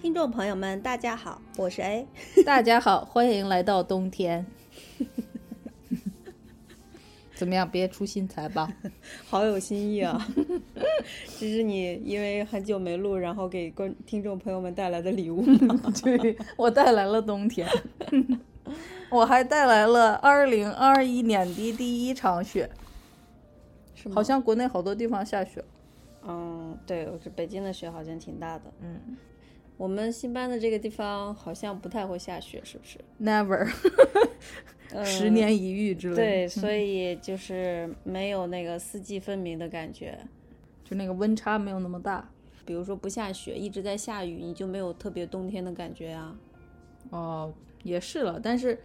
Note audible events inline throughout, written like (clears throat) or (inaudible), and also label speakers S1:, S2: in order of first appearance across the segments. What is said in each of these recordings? S1: 听众朋友们，大家好，我是 A。
S2: 大家好，欢迎来到冬天。 (laughs) 怎么样？别出心裁吧？
S1: 好有新意
S3: (laughs)
S1: 啊！这是你因为很久没录，然后给观听众朋友们带来的礼物吗？
S3: (laughs)
S2: 对 (laughs) 我带来了冬 (laughs) 天，我还带来了二零二一年的第一场雪，
S1: 是吗？
S2: 好，像国内好多地方下雪。
S1: 嗯，对，我这北京的雪好像挺大的。
S2: 嗯
S1: 我们新搬的这个地方好像不太会下雪，是不是？
S2: ，never， (laughs)
S1: 嗯
S2: 十年一遇之类的。
S1: 对，所以就是没有那个四季分明的感觉。
S2: 就那个温差没有那么大。
S1: 比如说不下雪，一直在下雨，你就没有特别冬天的感觉啊。
S2: 哦，也是了，但是，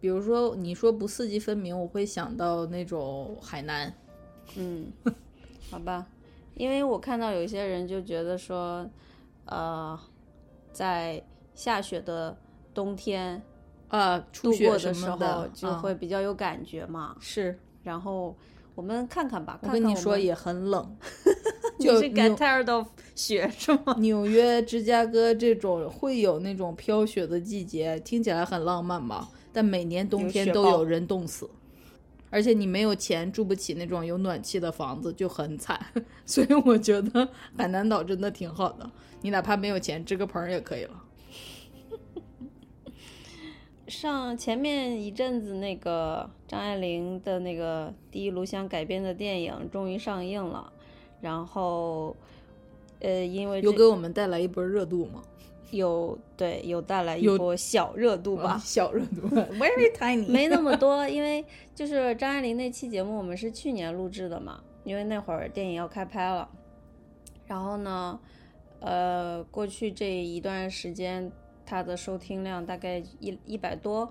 S2: 比如说你说不四季分明，我会想到那种海南， (laughs)
S1: 嗯，好吧，因为我看到有一些人就觉得说，呃，在下雪的冬天
S2: 啊，初
S1: 度
S2: 雪
S1: 过
S2: 什
S1: 的时
S2: 么
S1: 候，就
S2: 啊
S1: 会比较有感觉嘛。
S2: 是。
S1: 然后我们看看吧，
S2: 我
S1: 看
S2: 跟
S1: 看
S2: 你说
S1: 们
S2: 也很冷，
S1: (laughs) 你
S2: 就是
S1: get
S2: 纽
S1: tired of 雪是吗？
S2: 纽约、芝加哥这种会有那种飘雪的季节，听起来很浪漫吧？但每年冬
S1: 有
S2: 天
S1: 雪
S2: 都
S1: 豹
S2: 有人冻死，而且你没有钱住不起那种有暖气的房子，就很惨。 (laughs) 所以我觉得海南岛真的挺好的，你哪怕没有钱，支个棚儿也可以了。
S1: 上前面一阵子那个张爱玲的那个第一炉香改编的电影终于上映了，然后，呃，因为
S2: 有
S1: 这
S2: 给我们带来一波热度吗？
S1: 有对有带来一
S2: 有
S1: 波小热度吧，
S2: (laughs) 小热
S1: (laughs)
S2: 度，very (laughs) tiny，
S1: 没那么多，因为就是张爱玲那期节目我们是去年录制的嘛，因为那会儿电影要开拍了。然后呢，呃，过去这一段时间它的收听量大概一一百多，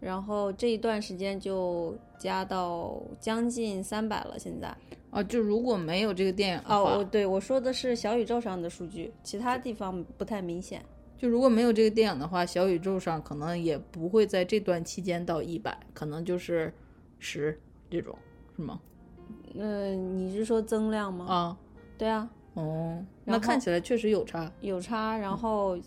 S1: 然后这一段时间就加到将近三百了。现在
S2: 啊，就如果没有这个电影的话，
S1: 哦，我对我说的是小宇宙上的数据，其他地方不太明显。
S2: 就如果没有这个电影的话，小宇宙上可能也不会在这段期间到一百，可能就是十这种，是吗？
S1: 嗯、你是说增量吗？
S2: 啊，
S1: 对啊，
S2: 哦，
S1: 嗯然
S2: 那
S1: 后
S2: 看起来确实有差。
S1: 有差。然
S2: 嗯
S1: 后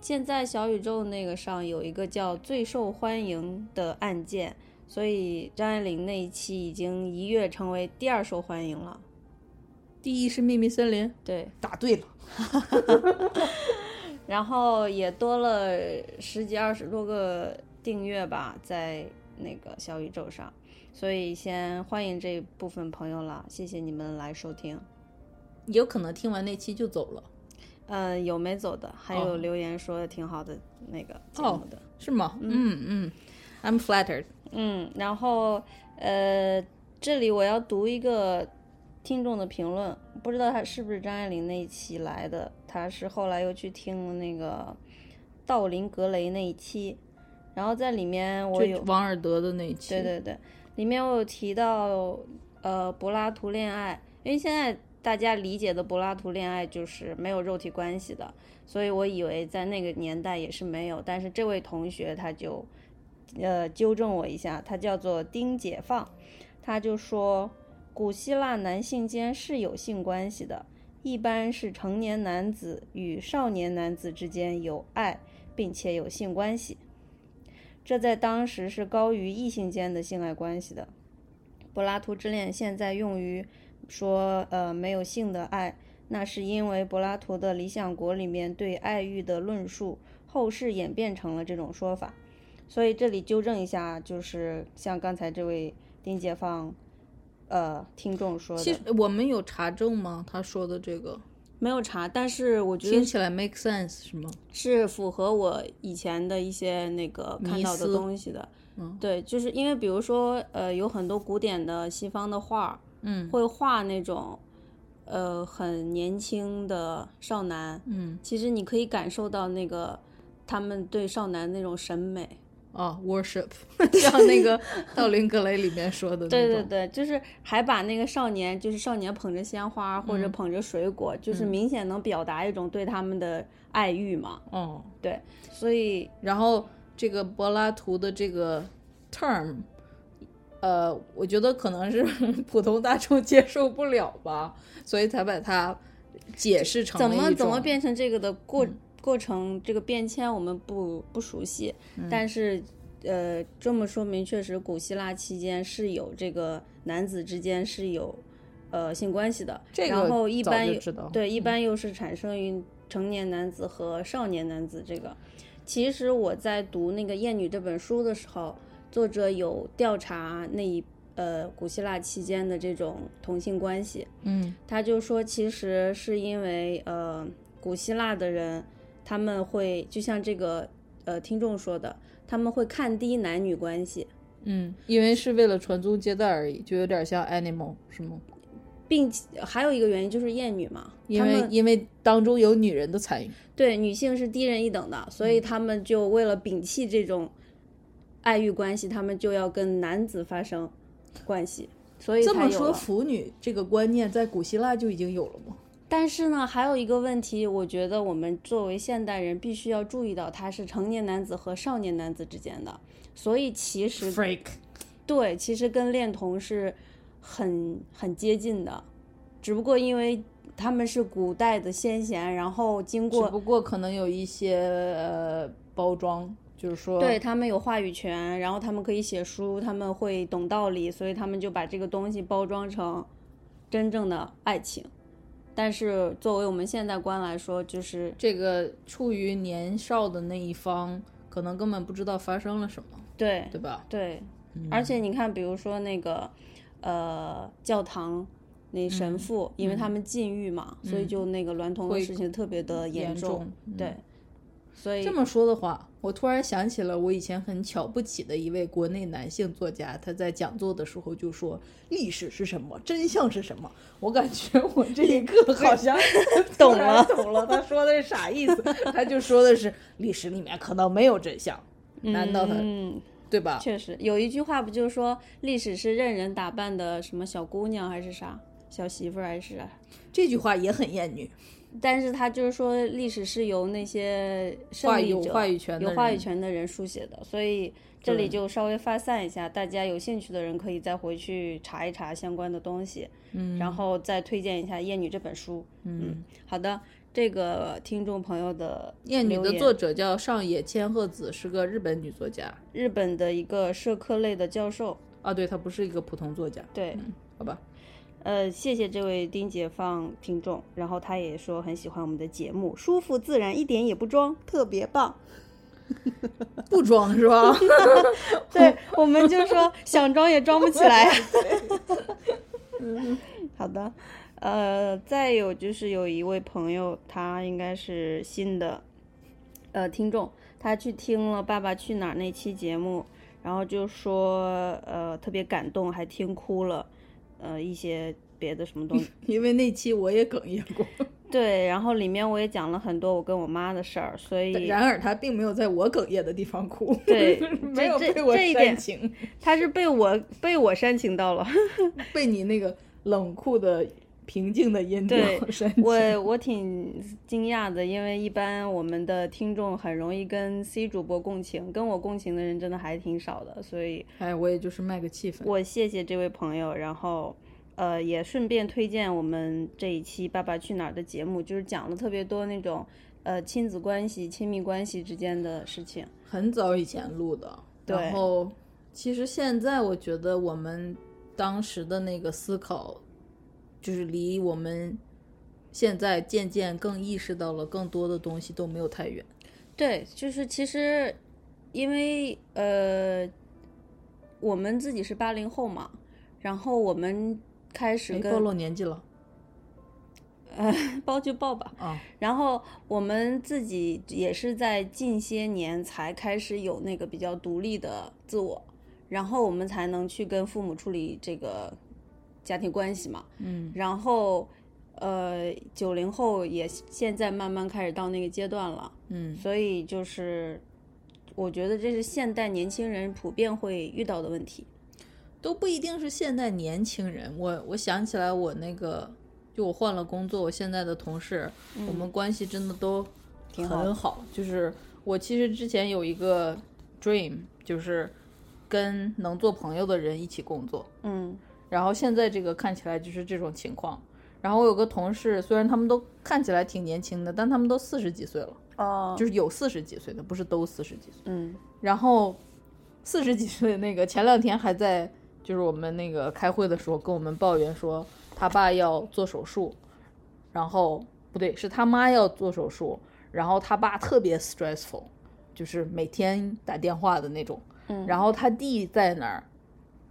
S1: 现在小宇宙那个上有一个叫最受欢迎的案件，所以张爱玲那一期已经一跃成为第二受欢迎了。
S2: 第一是《秘密森林》，
S1: 对，
S2: 答对了，
S1: 然后也多了十几二十多个订阅吧，在那个小宇宙上，所以先欢迎这部分朋友啦，谢谢你们来收听。
S2: 也有可能听完那期就走了，
S1: 嗯，有没走的，还
S2: 哦
S1: 有留言说挺好的那个节
S2: 哦
S1: 目的。
S2: 是吗？嗯嗯，I'm flattered。
S1: 嗯，然后呃，这里我要读一个听众的评论，不知道他是不是张爱玲那一期来的，他是后来又去听那个道林格雷那一期，然后在里面我
S2: 就
S1: 有
S2: 王尔德的那一期，
S1: 对对对，里面我有提到呃柏拉图恋爱，因为现在大家理解的柏拉图恋爱就是没有肉体关系的，所以我以为在那个年代也是没有，但是这位同学他就呃纠正我一下，他叫做丁解放，他就说古希腊男性间是有性关系的。一般是成年男子与少年男子之间有爱，并且有性关系。这在当时是高于异性间的性爱关系的。柏拉图之恋现在用于说呃没有性的爱，那是因为柏拉图的《理想国》里面对爱欲的论述，后世演变成了这种说法。所以这里纠正一下，就是像刚才这位丁解放，呃，听众说
S2: 其
S1: 的
S2: 实我们有查证吗？他说的这个
S1: 没有查，但是我觉
S2: 听
S1: 得
S2: 起来 make sense 是吗？
S1: 是符合我以前的一些那个看
S2: 迷
S1: 到的
S2: 思
S1: 东西的。
S2: 嗯
S1: 对，就是因为比如说，呃，有很多古典的西方的画儿，
S2: 嗯
S1: 会画那种，呃，很年轻的少男。
S2: 嗯
S1: 其实你可以感受到那个他们对少男那种审美。
S2: 哦，worship，像 (laughs) 那个《林格雷》里面说的那种。
S1: 对对对，就是还把那个少年，就是少年捧着鲜花或者
S2: 嗯
S1: 捧着水果，就是
S2: 嗯
S1: 明显能表达一种对他们的爱欲嘛。
S2: 哦，
S1: 对，所以
S2: 然后这个柏拉图的这个 term，呃，我觉得可能是普通大众接受不了吧，所以才把它解释成
S1: 怎
S2: 了
S1: 么
S2: 一
S1: 怎么
S2: 种嗯
S1: 变成这个的过、过程这个变迁，我们不不熟悉，
S2: 嗯
S1: 但是呃，这么说明确实古希腊期间是有这个男子之间是有呃性关系的，
S2: 这个
S1: 然后一
S2: 早
S1: 般
S2: 就
S1: 有
S2: 知道嗯
S1: 对一般又是产生于成年男子和少年男子这个。其实我在读那个《艳女》这本书的时候，作者有调查那一呃古希腊期间的这种同性关系，
S2: 嗯
S1: 他就说，其实是因为呃，古希腊的人他们会就像这个呃听众说的，他们会看低男女关系，
S2: 嗯，因为是为了传宗接代而已，就有点像 animal 是吗？
S1: 并且还有一个原因就是厌女嘛，
S2: 因
S1: 他
S2: 为
S1: 们
S2: 因为当中有女人的参与，
S1: 对女性是低人一等的，所
S2: 嗯
S1: 以他们就为了摒弃这种爱欲关系，他们就要跟男子发生关系，所以
S2: 这
S1: 才
S2: 么
S1: 有
S2: 说
S1: 了
S2: 腐女这个观念在古希腊就已经有了吗？
S1: 但是呢，还有一个问题，我觉得我们作为现代人必须要注意到，它是成年男子和少年男子之间的，所以其实
S2: freak
S1: 对，其实跟恋童是很很接近的，只不过因为他们是古代的先贤，然后经
S2: 只不
S1: 过
S2: 过可能有一些呃包装，就是说
S1: 对他们有话语权，然后他们可以写书，他们会懂道理，所以他们就把这个东西包装成真正的爱情。但是作为我们现代观来说，就是
S2: 这个处于年少的那一方，可能根本不知道发生了什么，
S1: 对
S2: 对吧？
S1: 对，
S2: 嗯
S1: 而且你看，比如说那个，呃，教堂那神父，因为他们禁欲嘛，所以就那个娈童的
S2: 嗯会
S1: 事情特别的
S2: 严
S1: 重。
S2: 重嗯
S1: 对，所以
S2: 这么说的话，我突然想起了我以前很瞧不起的一位国内男性作家，他在讲座的时候就说：“历史是什么？真相是什么？”我感觉我这一
S1: (laughs)
S2: 刻好像
S1: 懂
S2: (laughs) 突然
S1: 了
S2: 懂了他说的是啥意思？他就说的是历史里面可能没有真相，难道他
S1: 嗯，
S2: 对吧？
S1: 确实有一句话不就是说，历史是任人打扮的什么小姑娘还是啥小媳妇儿还是啥，
S2: 这句话也很厌女。
S1: 但是他就是说，历史是由那些胜
S2: 话
S1: 利
S2: 有
S1: 者、
S2: 话语权的
S1: 有话语
S2: 人
S1: 权的人书写的，所以这里
S2: 对
S1: 就稍微发散一下，大家有兴趣的人可以再回去查一查相关的东西，嗯，然后再推荐一下《厌女》这本书，嗯，好的，这个听众朋友的
S2: 《厌女》
S1: 留
S2: 的
S1: 言
S2: 作者叫上野千鹤子，是个日本女作家。
S1: 日本的一个社科类的教授，
S2: 啊，对，她不是一个普通作家。
S1: 对，
S2: 好吧，
S1: 呃，谢谢这位丁解放听众，然后他也说很喜欢我们的节目，舒服自然，一点也不装，特别棒。
S2: 不装是吧？
S1: (laughs) 对，我们就说想装也装不起
S2: (laughs)
S1: 来。 (laughs) 好的，呃，再有就是有一位朋友，他应该是新的呃听众，他去听了《爸爸去哪儿》那期节目，然后就说呃特别感动，还听哭了，呃一些别的什么东
S2: (laughs)
S1: 西。
S2: (laughs) 因为那期我也哽咽
S1: (laughs)
S2: 过，
S1: 对，然后里面我也讲了很多我跟我妈的事儿，所以
S2: 然而她并没有在我哽咽的地方哭， (laughs)
S1: 对
S2: 没有
S1: 这
S2: 被我
S1: 这一点
S2: 煽情，
S1: 他是被我被我煽情到了。
S2: 被你那个冷酷的、平静的音调
S1: 对 (laughs)
S2: (laughs) 煽情。
S1: 我我挺惊讶的，因为一般我们的听众很容易跟 C 主播共情，跟我共情的人真的还挺少的，所以
S2: 哎，我也就是卖个气氛。
S1: 我谢谢这位朋友，然后呃也顺便推荐我们这一期《爸爸去哪儿》的节目，就是讲了特别多那种呃亲子关系、亲密关系之间的事情。
S2: 很早以前录的，
S1: 对
S2: 然后其实现在我觉得我们当时的那个思考，就是离我们现在渐渐更意识到了，更多的东西都没有太远。
S1: 对，就是其实因为呃，我们自己是八零后嘛，然后我们开始 (laughs)
S2: 哎，
S1: 跟
S2: 暴露年纪了
S1: 报就报吧，
S2: 啊！
S1: 然后我们自己也是在近些年才开始有那个比较独立的自我，然后我们才能去跟父母处理这个家庭关系嘛。
S2: 嗯，
S1: 然后，呃，九零后也现在慢慢开始到那个阶段了，
S2: 嗯，
S1: 所以就是我觉得这是现代年轻人普遍会遇到的问题。
S2: 都不一定是现代年轻人。我我想起来，我那个就我换了工作，我现在的同事，我们关系真的都
S1: 挺好
S2: 很嗯好。就是我其实之前有一个 dream，就是跟能做朋友的人一起工作。
S1: 嗯
S2: 然后现在这个看起来就是这种情况。然后我有个同事，虽然他们都看起来挺年轻的，但他们都四十几岁了，
S1: 哦
S2: 就是有四十几岁的，不是都四十几岁。
S1: 嗯
S2: 然后四十几岁的那个，前两天还在就是我们那个开会的时候跟我们抱怨说，他爸要做手术，然后不对，是他妈要做手术，然后他爸特别 stressful，就是每天打电话的那种。
S1: 嗯，
S2: 然后他弟在那儿，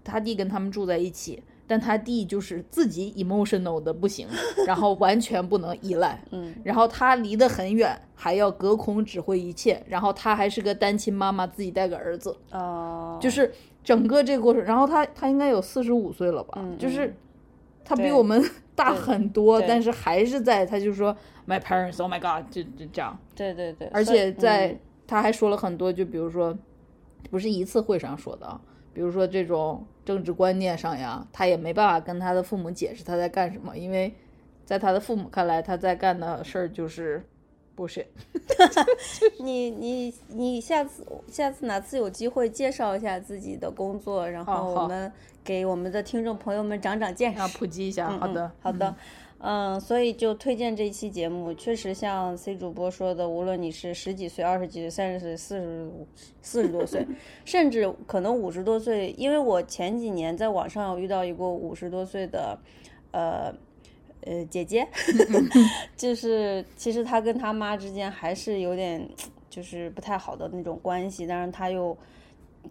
S2: 他弟跟他们住在一起，但他弟就是自己 emotional 的不行，然后完全不能依赖。
S1: 嗯
S2: 然后他离得很远，还要隔空指挥一切，然后他还是个单亲妈妈，自己带个儿子，
S1: 哦，
S2: 就是整个这个过程。然后他他应该有四十五岁了吧，
S1: 嗯
S2: 就是
S1: 嗯
S2: 他比
S1: 对
S2: 我们 (laughs) 大很多，
S1: 对
S2: 但是还是在他就说 my parents oh my god 就就这样，
S1: 对对对，
S2: 而
S1: 所以
S2: 且在、
S1: 嗯
S2: 他还说了很多，就比如说，不是一次会上说的啊，比如说这种政治观念上呀，他也没办法跟他的父母解释他在干什么，因为在他的父母看来，他在干的事儿就是 bullshit。
S1: (laughs) 你你你下次下次哪次有机会介绍一下自己的工作，然
S2: 好
S1: 后
S2: 哦好
S1: 我们给我们的听众朋友们长长见识。
S2: 要普及一下，
S1: 嗯
S2: 好的
S1: 嗯，好的，嗯，所以就推荐这期节目，确实像 C 主播说的，无论你是十几岁、二十几岁、三十岁、四十五、四十多
S2: (laughs)
S1: 岁，甚至可能五十多岁，因为我前几年在网上有遇到一个五十多岁的，呃。呃，姐
S2: (laughs)
S1: 姐，就是其实她跟她妈之间还是有点，就是不太好的那种关系，但是她又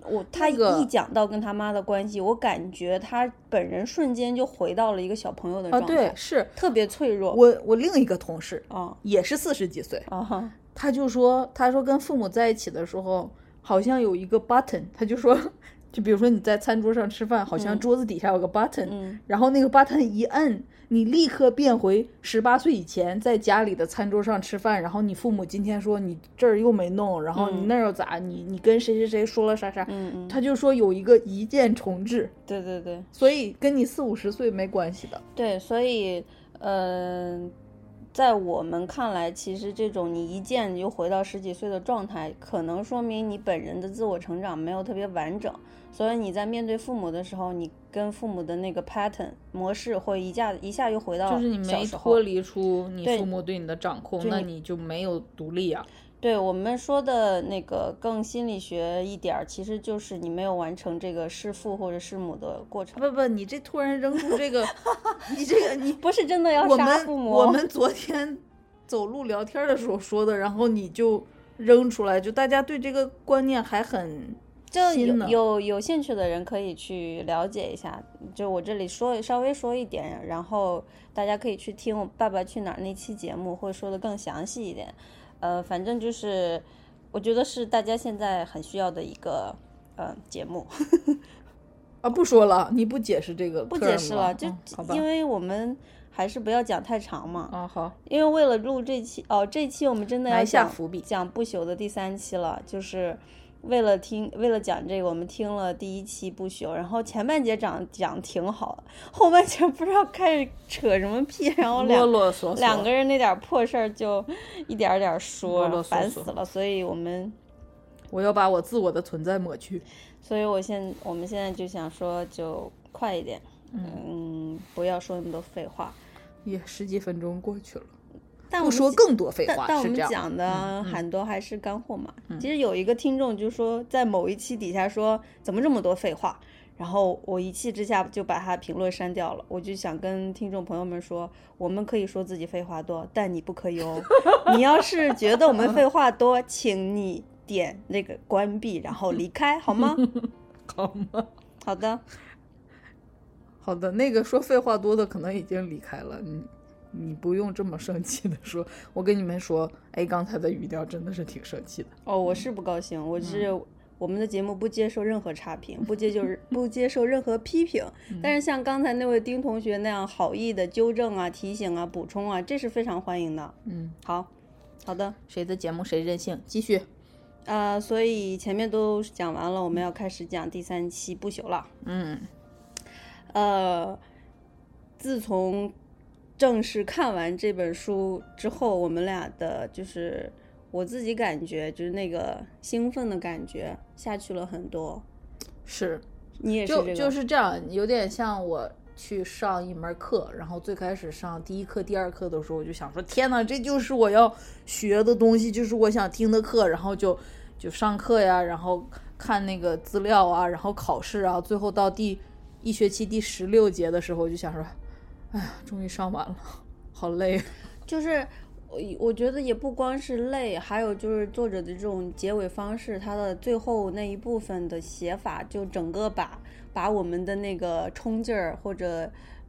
S1: 我他
S2: 那个
S1: 一讲到跟他妈的关系，我感觉他本人瞬间就回到了一个小朋友的
S2: 啊，
S1: 状态，
S2: 对，是
S1: 特别脆弱。
S2: 我我另一个同事
S1: 啊
S2: 也是四十几岁，
S1: 啊哈
S2: 他就说，他说跟父母在一起的时候，好像有一个 button，他就说， (laughs) 就比如说你在餐桌上吃饭，好像桌子底下有个 button，、
S1: 嗯
S2: 然后那个 button 一摁，你立刻变回十八岁以前在家里的餐桌上吃饭，然后你父母今天说你这儿又没弄，然后你那儿又咋，你你跟谁谁谁说了啥啥，
S1: 嗯嗯，
S2: 他就说有一个一键重置，
S1: 对对对
S2: 所以跟你四五十岁没关系的，
S1: 对，所以嗯、在我们看来，其实这种你一见你就回到十几岁的状态，可能说明你本人的自我成长没有特别完整，所以你在面对父母的时候，你跟父母的那个 pattern 模式会一下一下又回到
S2: 就是你没
S1: 小时候
S2: 脱离出你
S1: 对
S2: 父母对你的掌控，
S1: 就
S2: 那
S1: 你
S2: 你就没有独立啊。
S1: 对我们说的那个更心理学一点儿，其实就是你没有完成这个弑父或者弑母的过程，
S2: 啊不不，你这突然扔出 (laughs) 这个，你这个你
S1: 不是真的要
S2: 我
S1: 杀
S2: 们
S1: 父母。
S2: 我们昨天走路聊天的时候说的，然后你就扔出来，就大家对这个观念还很
S1: 就
S2: 新
S1: 有
S2: 呢
S1: 有有兴趣的人可以去了解一下，就我这里说稍微说一点，然后大家可以去听我《爸爸去哪儿》那期节目，会说的更详细一点。呃，反正就是我觉得是大家现在很需要的一个呃节目。 (laughs)
S2: 啊，不说了，你不解释这个 term 了，
S1: 不解释了，就、
S2: 嗯好吧，
S1: 因为我们还是不要讲太长嘛。
S2: 啊好，
S1: 因为为了录这期哦，这期我们真的要
S2: 埋下
S1: 讲
S2: 伏笔
S1: 讲不朽的第三期了，就是为了听，为了讲这个，我们听了第一期不朽，然后前半节讲讲挺好的，后半节不知道开始扯什么屁，然后
S2: 啰
S1: 两
S2: 啰嗦嗦，
S1: 两个人那点儿破事儿就一点儿点儿说，
S2: 啰啰嗦嗦
S1: 烦死了，所以我们。
S2: 我要把我自我的存在抹去，
S1: 所以我现我们现在就想说，就快一点，嗯，不要说那么多废话。
S2: 也十几分钟过去了，
S1: 但我
S2: 不
S1: 们
S2: 说
S1: 讲
S2: 更多废
S1: 但
S2: 话
S1: 但我
S2: 是
S1: 们
S2: 这样，嗯
S1: 讲的很多还是干货嘛。其实有一个听众就说，在某一期底下说怎么这么多废话，然后我一气之下就把他评论删掉了。我就想跟听众朋友们说，我们可以说自己废话多，但你不可以
S2: (laughs)
S1: 哦。你要是觉得我们废话多，请你点那个关闭，然后离开，好吗？
S2: (laughs) 好吗？
S1: 好的，
S2: 好的，那个说废话多的可能已经离开了，你你不用这么生气的说。我跟你们说，哎，刚才的语调真的是挺生气的。
S1: 哦，我是不高兴，我是、我们的节目不接受任何差评，不接就是不接受任何批评。但是像刚才那位丁同学那样好意的纠正啊、提醒啊、补充啊，这是非常欢迎的。
S2: 嗯，
S1: 好，好的，
S2: 谁的节目谁任性，继续。
S1: 呃，所以前面都讲完了，我们要开始讲第三期不朽了。
S2: 嗯
S1: 呃，自从正式看完这本书之后，我们俩的就是我自己感觉，就是那个兴奋的感觉下去了很多。，
S2: 是，
S1: 你也是这
S2: 就
S1: 个？
S2: 就是这样，有点像我去上一门课，然后最开始上第一课、第二课的时候，我就想说，天呐，这就是我要学的东西，就是我想听的课，然后就就上课呀，然后看那个资料啊，然后考试啊，最后到第一学期第十六节的时候，我就想说，哎呀，终于上完了，好累啊。
S1: 就是我我觉得也不光是累，还有就是作者的这种结尾方式，它的最后那一部分的写法，就整个把把我们的那个冲劲儿或者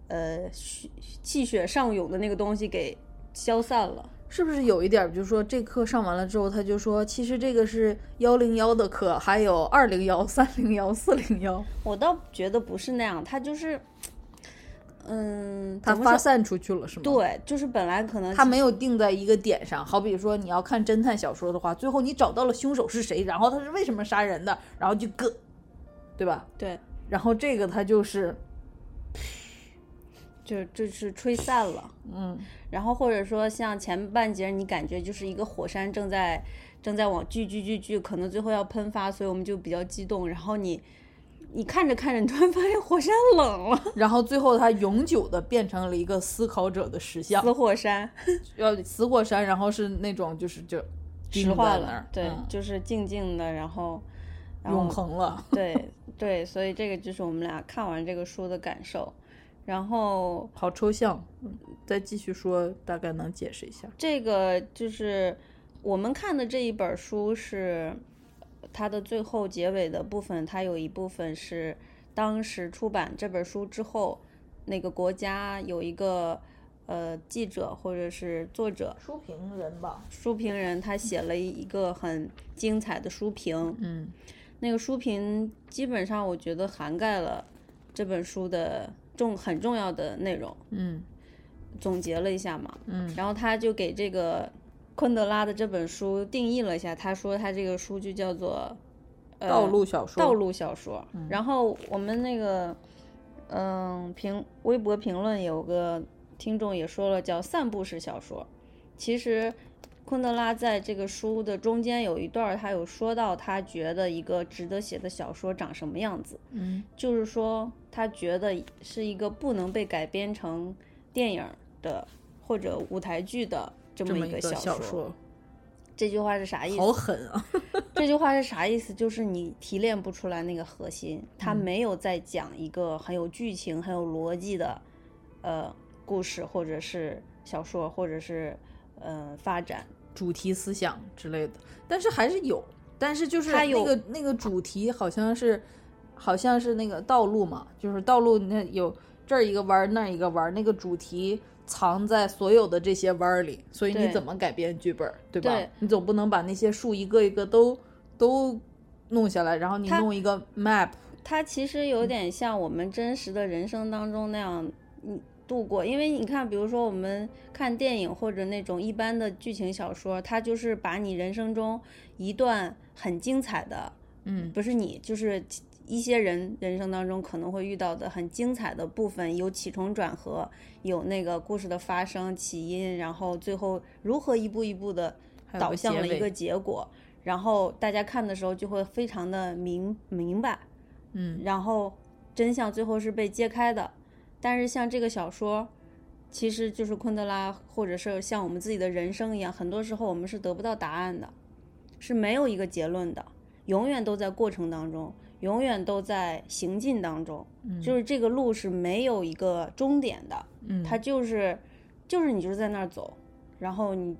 S1: 呃血气血上涌的那个东西给消散了。
S2: 是不是有一点儿，就是说这课上完了之后，他就说，其实这个是幺零幺的课，还有二零幺、三零幺、四零幺，
S1: 我倒觉得不是那样，它就是，嗯，
S2: 它
S1: 怎么
S2: 发
S1: 说
S2: 散出去了，是吗？，
S1: 对，就是本来可能
S2: 它没有定在一个点上。好比说，你要看侦探小说的话，最后你找到了凶手是谁，然后他是为什么杀人的，然后就个，对吧？
S1: 对，
S2: 然后这个它就是，
S1: 就就是吹散了。
S2: 嗯，
S1: 然后或者说像前半截，你感觉就是一个火山正在正在往聚聚聚聚，可能最后要喷发，所以我们就比较激动。然后你你看着看着，你突然发现火山冷了， (laughs)
S2: 然后最后它永久的变成了一个思考者的石像
S1: 死，火山
S2: 要死火山，然后是那种就是就
S1: 石化
S2: 定在那
S1: 了
S2: 儿，
S1: 对，
S2: 嗯
S1: 就是静静的，然后然后
S2: 永恒了。
S1: 对对，所以这个就是我们俩看完这个书的感受。然后
S2: 好抽象，嗯再继续说，大概能解释一下。
S1: 这个就是我们看的这一本书是它的最后结尾的部分，它有一部分是当时出版这本书之后，那个国家有一个呃记者或者是作者
S2: 书评人吧，
S1: 书评人，他写了一个很精彩的书评，
S2: 嗯，
S1: 那个书评基本上我觉得涵盖了这本书的重很重要的内容。
S2: 嗯
S1: 总结了一下嘛，
S2: 嗯，
S1: 然后他就给这个昆德拉的这本书定义了一下，他说他这个书就叫做、呃、
S2: 道路小说，嗯
S1: 道路小说。然后我们那个嗯评微博评论有个听众也说了，叫散步式小说。其实昆德拉在这个书的中间有一段儿，他有说到他觉得一个值得写的小说长什么样子。
S2: 嗯
S1: 就是说他觉得是一个不能被改编成电影的或者舞台剧的这
S2: 这
S1: 么
S2: 么
S1: 一
S2: 一
S1: 个小
S2: 个小
S1: 说。，这句话是啥意思？
S2: 好狠啊！
S1: 这句话是啥意思？就是你提炼不出来那个核心，
S2: 嗯
S1: 他没有在讲一个很有剧情、很有逻辑的呃故事，或者是小说，或者是呃发展。
S2: 主题思想之类的，但是还是有，但是就是
S1: 它
S2: 那
S1: 有
S2: 个那个主题好像是好像是那个道路嘛，就是道路那有这儿一个弯儿那儿一个弯儿，那个主题藏在所有的这些弯儿里，所以
S1: 对
S2: 你怎么改编剧本儿，对吧？
S1: 对
S2: 你总不能把那些树一个一个都都弄下来，然后你
S1: 它
S2: 弄一个 map，
S1: 它其实有点像我们真实的人生当中那样，嗯，度过。因为你看，比如说我们看电影或者那种一般的剧情小说，它就是把你人生中一段很精彩的，
S2: 嗯
S1: 不是你，就是一些人人生当中可能会遇到的很精彩的部分，有起承转合，有那个故事的发生起因，然后最后如何一步一步的
S2: 还有
S1: 导
S2: 个
S1: 向
S2: 结
S1: 了一
S2: 尾
S1: 个结果。然后大家看的时候就会非常的明明白，
S2: 嗯，
S1: 然后真相最后是被揭开的。但是像这个小说，其实就是昆德拉，或者是像我们自己的人生一样，很多时候我们是得不到答案的，是没有一个结论的，永远都在过程当中，永远都在行进当中，就是这个路是没有一个终点的，
S2: 嗯，
S1: 它就是就是你就是在那儿走，然后你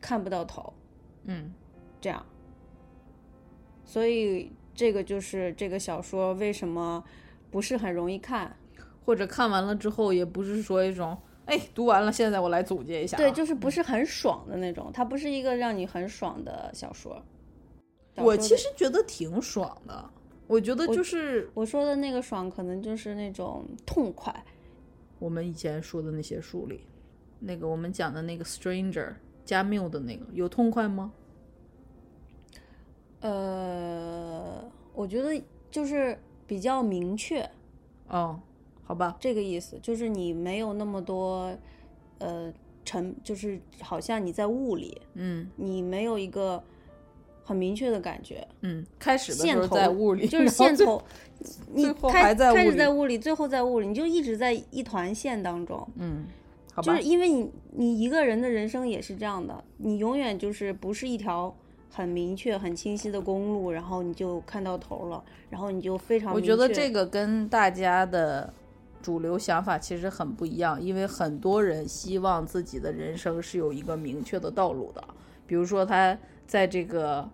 S1: 看不到头，
S2: 嗯
S1: 这样。所以这个就是这个小说为什么不是很容易看，
S2: 或者看完了之后也不是说一种哎读完了，现在我来总结一下啊、
S1: 对，就是不是很爽的那种，它不是一个让你很爽的小说。小
S2: 我
S1: 说
S2: 其
S1: 的
S2: 实觉得挺爽的，我觉得就是
S1: 我说的那个爽，可能就是那种痛快，
S2: 我们以前说的那些书里，那个我们讲的那个 Stranger 加缪的那个，有痛快吗？
S1: 呃，我觉得就是比较明确
S2: 哦，好吧，
S1: 这个意思，就是你没有那么多，呃，沉，就是好像你在雾里，
S2: 嗯
S1: 你没有一个很明确的感觉，
S2: 嗯，开始的时
S1: 线
S2: 候
S1: 头
S2: 在屋里，
S1: 就是
S2: 然后
S1: 线
S2: 最
S1: 头， (laughs) 你
S2: 最后
S1: 开
S2: 还在雾
S1: 开始
S2: 里
S1: 在雾里，最后在雾里，你就一直在一团线当中，
S2: 嗯，好吧，
S1: 就是因为你你一个人的人生也是这样的，你永远就是不是一条很明确、很清晰的公路，然后你就看到头了，然后你就非常
S2: 我觉得这
S1: 个
S2: 个跟大家的主流想法其实很不一样，因为很多人希望自己的人生是有一个明确的道路的，比如说他在这个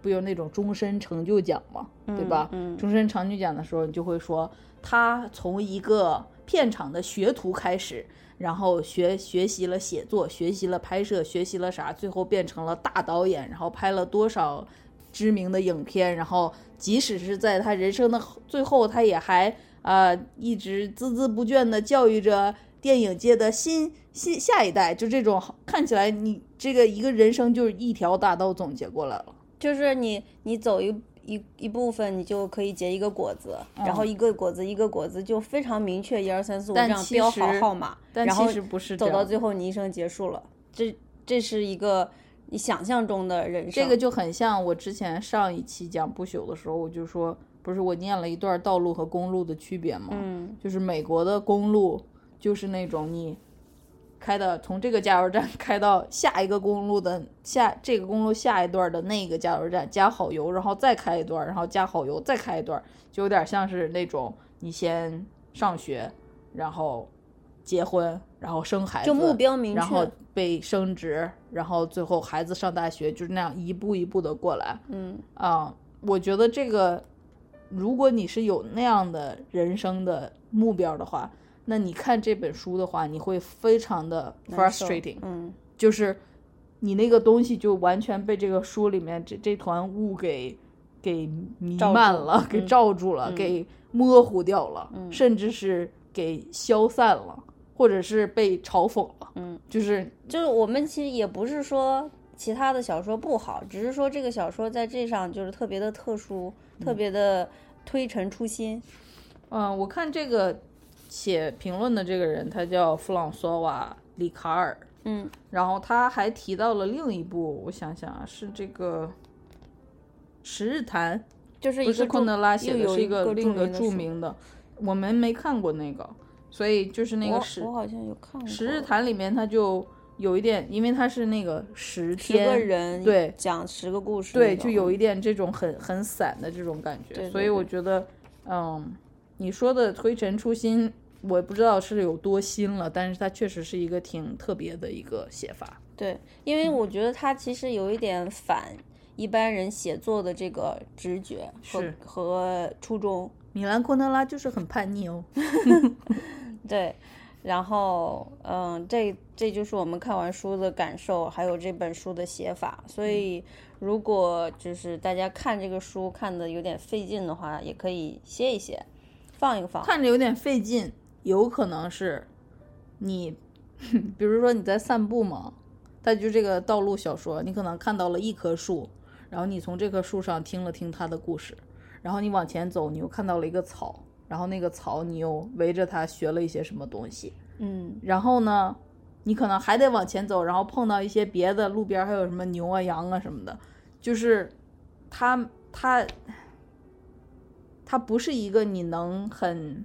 S2: 不有那种终身成就奖嘛，对吧？
S1: 嗯
S2: 终身成就奖的时候，你就会说他从一个片场的学徒开始。然后学学习了写作，学习了拍摄，学习了啥，最后变成了大导演，然后拍了多少知名的影片，然后即使是在他人生的最后，他也还呃一直孜孜不倦地教育着电影界的新新下一代，就这种看起来你这个一个人生就是一条大刀总结过来了。
S1: 就是你你走一一一部分，你就可以结一个果子，然后一个果子一个果子就非常明确，一二三四五这
S2: 嗯但
S1: 样
S2: 其
S1: 标好
S2: 实
S1: 号码，
S2: 但
S1: 然后
S2: 其实不是
S1: 走
S2: 这
S1: 到
S2: 样
S1: 最后你一生结束了，这这是一个你想象中的人生，
S2: 这个就很像我之前上一期讲不朽的时候，我就说不是我念了一段道路和公路的区别吗？
S1: 嗯
S2: 就是美国的公路就是那种你开的从这个加油站开到下一个公路的下这个公路下一段的那个加油站加好油，然后再开一段，然后加好油再开一段，就有点像是那种你先上学，然后结婚，然后生孩子，
S1: 就目标明确，
S2: 然后被升职，然后最后孩子上大学，就是那样一步一步的过来。
S1: 嗯
S2: 啊，我觉得这个，如果你是有那样的人生的目标的话，那你看这本书的话，你会非常的
S1: 难受
S2: frustrating，
S1: 嗯
S2: 就是你那个东西就完全被这个书里面这这团雾给给弥
S1: 罩
S2: 漫
S1: 住
S2: 了，给
S1: 嗯
S2: 罩住了，
S1: 嗯
S2: 给模糊掉了，
S1: 嗯
S2: 甚至是给消散了，或者是被嘲讽了，
S1: 嗯。
S2: 就是
S1: 就是我们其实也不是说其他的小说不好，只是说这个小说在这上就是特别的特殊，特别的推陈出新。
S2: 嗯，我看这个写评论的这个人，他叫弗朗索瓦·里卡尔，
S1: 嗯，
S2: 然后他还提到了另一部，我想想啊，是这个《十日谈》，
S1: 就是
S2: 不
S1: 一
S2: 是
S1: 个
S2: 昆德拉写
S1: 又
S2: 的，
S1: 有
S2: 是
S1: 一
S2: 个另一个
S1: 个
S2: 著名的，我们没看过那个，所以就是那个
S1: 我
S2: 十
S1: 我好像有看过《
S2: 十日谈》里面，他就有一点，因为他是那个十
S1: 十个
S2: 天
S1: 人
S2: 对
S1: 讲十个故事那种，
S2: 对，就有一点这种很很散的这种感觉。
S1: 对对
S2: 所以我
S1: 对
S2: 觉得，嗯，你说的推陈出新，我不知道是有多新了，但是它确实是一个挺特别的一个写法。
S1: 对，因为我觉得他其实有一点反一般人写作的这个直觉和
S2: 是
S1: 和初衷。
S2: 米兰昆德拉就是很叛逆哦。
S1: 对，然后嗯，这这就是我们看完书的感受，还有这本书的写法。所
S2: 嗯
S1: 以，如果就是大家看这个书看的有点费劲的话，也可以歇一歇，放一放。
S2: 看着有点费劲，有可能是你， (laughs) 比如说你在散步嘛，它就这个道路小说，你可能看到了一棵树，然后你从这棵树上听了听它的故事，然后你往前走，你又看到了一个草，然后那个草你又围着它学了一些什么东西，
S1: 嗯
S2: 然后呢，你可能还得往前走，然后碰到一些别的路边还有什么牛啊、羊啊什么的，就是它它它不是一个你能很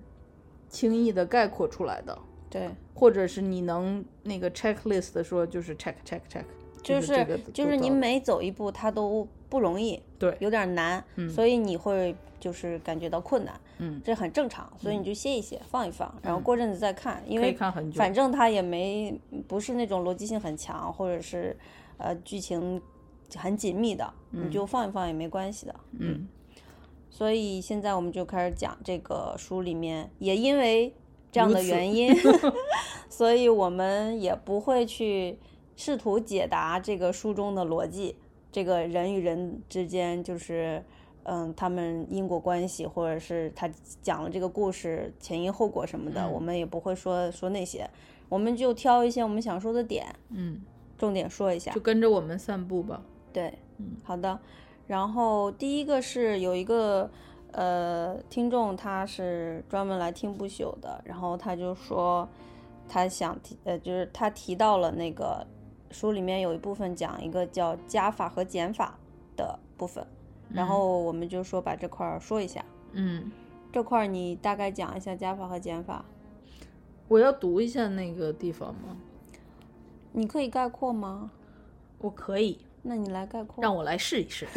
S2: 轻易的概括出来的，
S1: 对
S2: 或者是你能那个 checklist 的说就是 check check check，
S1: 就
S2: 就是这个
S1: 是就是
S2: 做
S1: 你
S2: 到的
S1: 每走一步，它都不容易，
S2: 对
S1: 有点难，所以你会就是感觉到困难，
S2: 嗯
S1: 这很正常，所以你就歇一歇，放一放，然后过阵子再看，因
S2: 可以
S1: 为
S2: 看很久
S1: 反正它也没不是那种逻辑性很强，或者是呃剧情很紧密的，你就放一放也没关系的，
S2: 嗯，
S1: 所以现在我们就开始讲这个书里面，也因为这样
S2: 如
S1: 的
S2: 此
S1: 原
S2: (laughs)
S1: 因，所以我们也不会去试图解答这个书中的逻辑，这个人与人之间就是。嗯，他们因果关系，或者是他讲了这个故事前因后果什么的，
S2: 嗯
S1: 我们也不会说说那些，我们就挑一些我们想说的点，
S2: 嗯，
S1: 重点说一下
S2: 就。跟着我们散步吧。
S1: 对，
S2: 嗯
S1: 好的。然后第一个是有一个呃听众，他是专门来听不朽的，然后他就说他想提呃，就是他提到了那个书里面有一部分讲一个叫加法和减法的部分，然后我们就说把这块儿说一下。
S2: 嗯，
S1: 这块儿你大概讲一下加法和减法，
S2: 我要读一下那个地方吗？
S1: 你可以概括吗？
S2: 我可以，
S1: 那你来概括。
S2: 让我来试一试。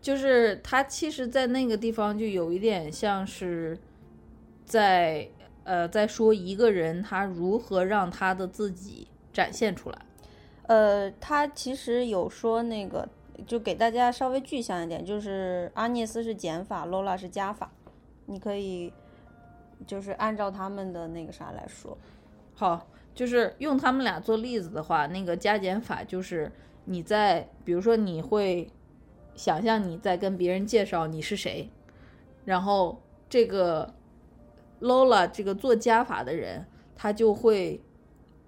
S2: 就是他其实，在那个地方就有一点像是在呃，在说一个人他如何让他的自己展现出来。
S1: 呃，他其实有说那个，就给大家稍微具象一点，就是阿涅斯是减法，Lola 是加法，你可以就是按照他们的那个啥来说。
S2: 好，就是用他们俩做例子的话，那个加减法就是你在，比如说你会想象你在跟别人介绍你是谁，然后这个 Lola 这个做加法的人，他就会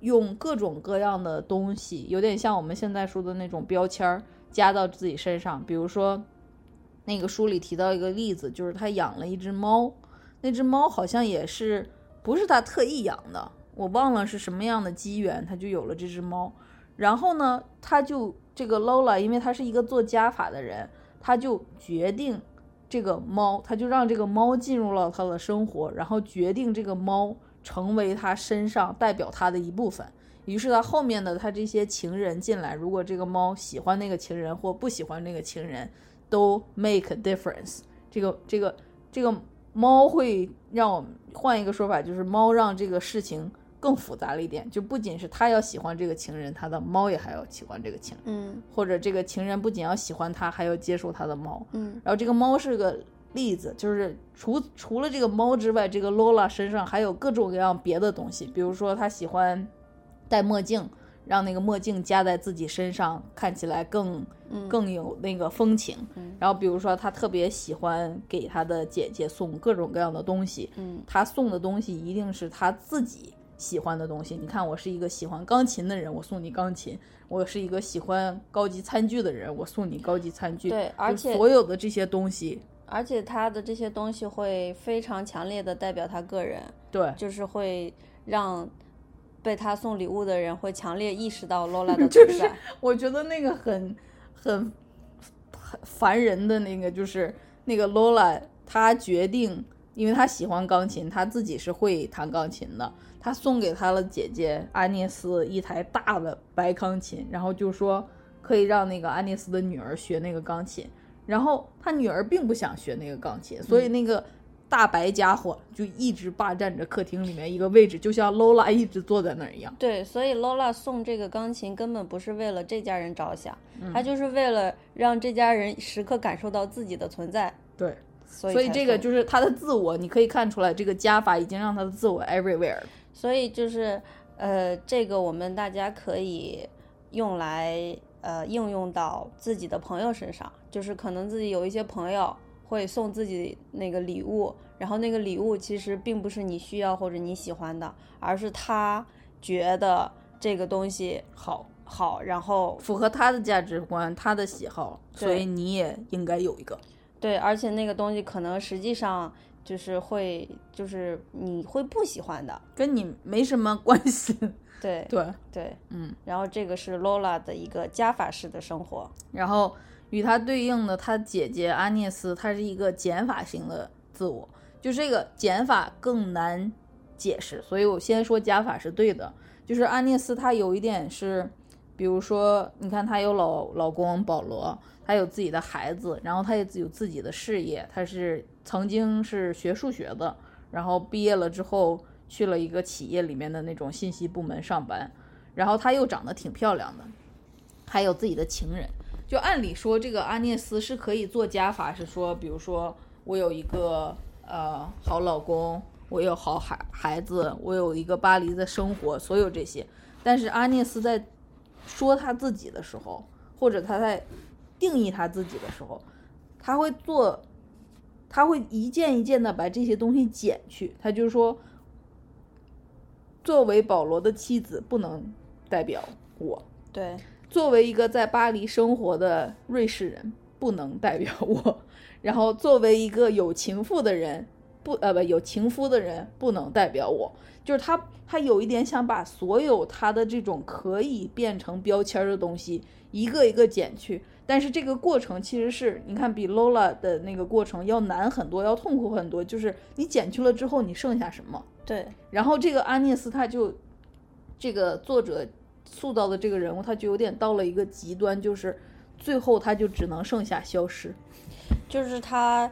S2: 用各种各样的东西，有点像我们现在说的那种标签儿加到自己身上，比如说。那个书里提到一个例子，就是他养了一只猫，那只猫好像也是不是他特意养的，我忘了是什么样的机缘，他就有了这只猫。然后呢，他就这个 Lola，因为他是一个做加法的人，他就决定这个猫，他就让这个猫进入了他的生活，然后决定这个猫成为他身上代表他的一部分。于是他后面的他这些情人进来，如果这个猫喜欢那个情人或不喜欢那个情人，都 make a difference。这个这个这个猫会让我们换一个说法，就是猫让这个事情更复杂了一点，就不仅是它要喜欢这个情人，它的猫也还要喜欢这个情人，
S1: 嗯
S2: 或者这个情人不仅要喜欢它，还要接受它的猫。
S1: 嗯
S2: 然后这个猫是个例子，就是除除了这个猫之外，这个 Lola 身上还有各种各样别的东西，比如说她喜欢戴墨镜，让那个墨镜夹在自己身上，看起来更
S1: 嗯
S2: 更有那个风情。
S1: 嗯
S2: 然后比如说她特别喜欢给她的姐姐送各种各样的东西，
S1: 嗯
S2: 她送的东西一定是她自己。喜欢的东西，你看，我是一个喜欢钢琴的人，我送你钢琴；我是一个喜欢高级餐具的人，我送你高级餐具。
S1: 对
S2: 就
S1: 而且
S2: 所有的这些东西，
S1: 而且他的这些东西会非常强烈的代表他个人，
S2: 对
S1: 就是会让被他送礼物的人会强烈意识到 Lola 的存在。
S2: 我觉得那个很很很烦人的那个就是那个 Lola，她决定，因为她喜欢钢琴，她自己是会弹钢琴的，她送给她的姐姐阿涅斯一台大的白钢琴，然后就说可以让那个阿涅斯的女儿学那个钢琴，然后她女儿并不想学那个钢琴，所以那个。大白家伙就一直霸占着客厅里面一个位置，就像 Lola 一直坐在那儿一样。
S1: 对，所以 Lola 送这个钢琴根本不是为了这家人着想，她就是为了让这家人时刻感受到自己的存在，
S2: 对，
S1: 所以
S2: 所
S1: 所，
S2: 以这个就是是他的自我，你可以看出来，这个加法已经让他的自我 everywhere 了。
S1: 所以就是，呃，这个我们大家可以用来呃应用到自己的朋友身上，就是可能自己有一些朋友会送自己那个礼物，然后那个礼物其实并不是你需要或者你喜欢的，而是他觉得这个东西
S2: 好，
S1: 好，然后
S2: 符合他的价值观，他的喜好，所以你也应该有一个。
S1: 对，而且那个东西可能实际上就是会，就是你会不喜欢的。
S2: 跟你没什么关系， (laughs)
S1: 对
S2: 对，
S1: 对，
S2: 嗯。
S1: 然后这个是 Lola 的一个加法式的生活。
S2: 然后与他对应的，他姐姐阿涅斯，她是一个减法型的自我，就这个减法更难解释，所以我先说加法是对的。就是阿涅斯，她有一点是，比如说，你看她有老老公保罗，她有自己的孩子，然后她也有自己的事业。她是曾经是学数学的，然后毕业了之后去了一个企业里面的那种信息部门上班，然后她又长得挺漂亮的，还有自己的情人。就按理说，这个阿涅斯是可以做加法，是说，比如说我有一个呃好老公，我有好孩孩子，我有一个巴黎的生活，所有这些。但是阿涅斯在说他自己的时候，或者他在定义他自己的时候，他会做，他会一件一件的把这些东西减去。他就是说，作为保罗的妻子，不能代表我。
S1: 对，
S2: 作为一个在巴黎生活的瑞士人，不能代表我； (laughs) 然后作为一个有情妇的人，不呃不有情夫的人，不能代表我。就是他，他有一点想把所有他的这种可以变成标签的东西，一个一个减去。但是这个过程其实是你看比 Lola 的那个过程要难很多，要痛苦很多。就是你减去了之后，你剩下什么？
S1: 对，
S2: 然后这个阿涅斯他就，这个作者塑造的这个人物，他就有点到了一个极端，就是最后他就只能剩下消失。
S1: 就是 (laughs) 他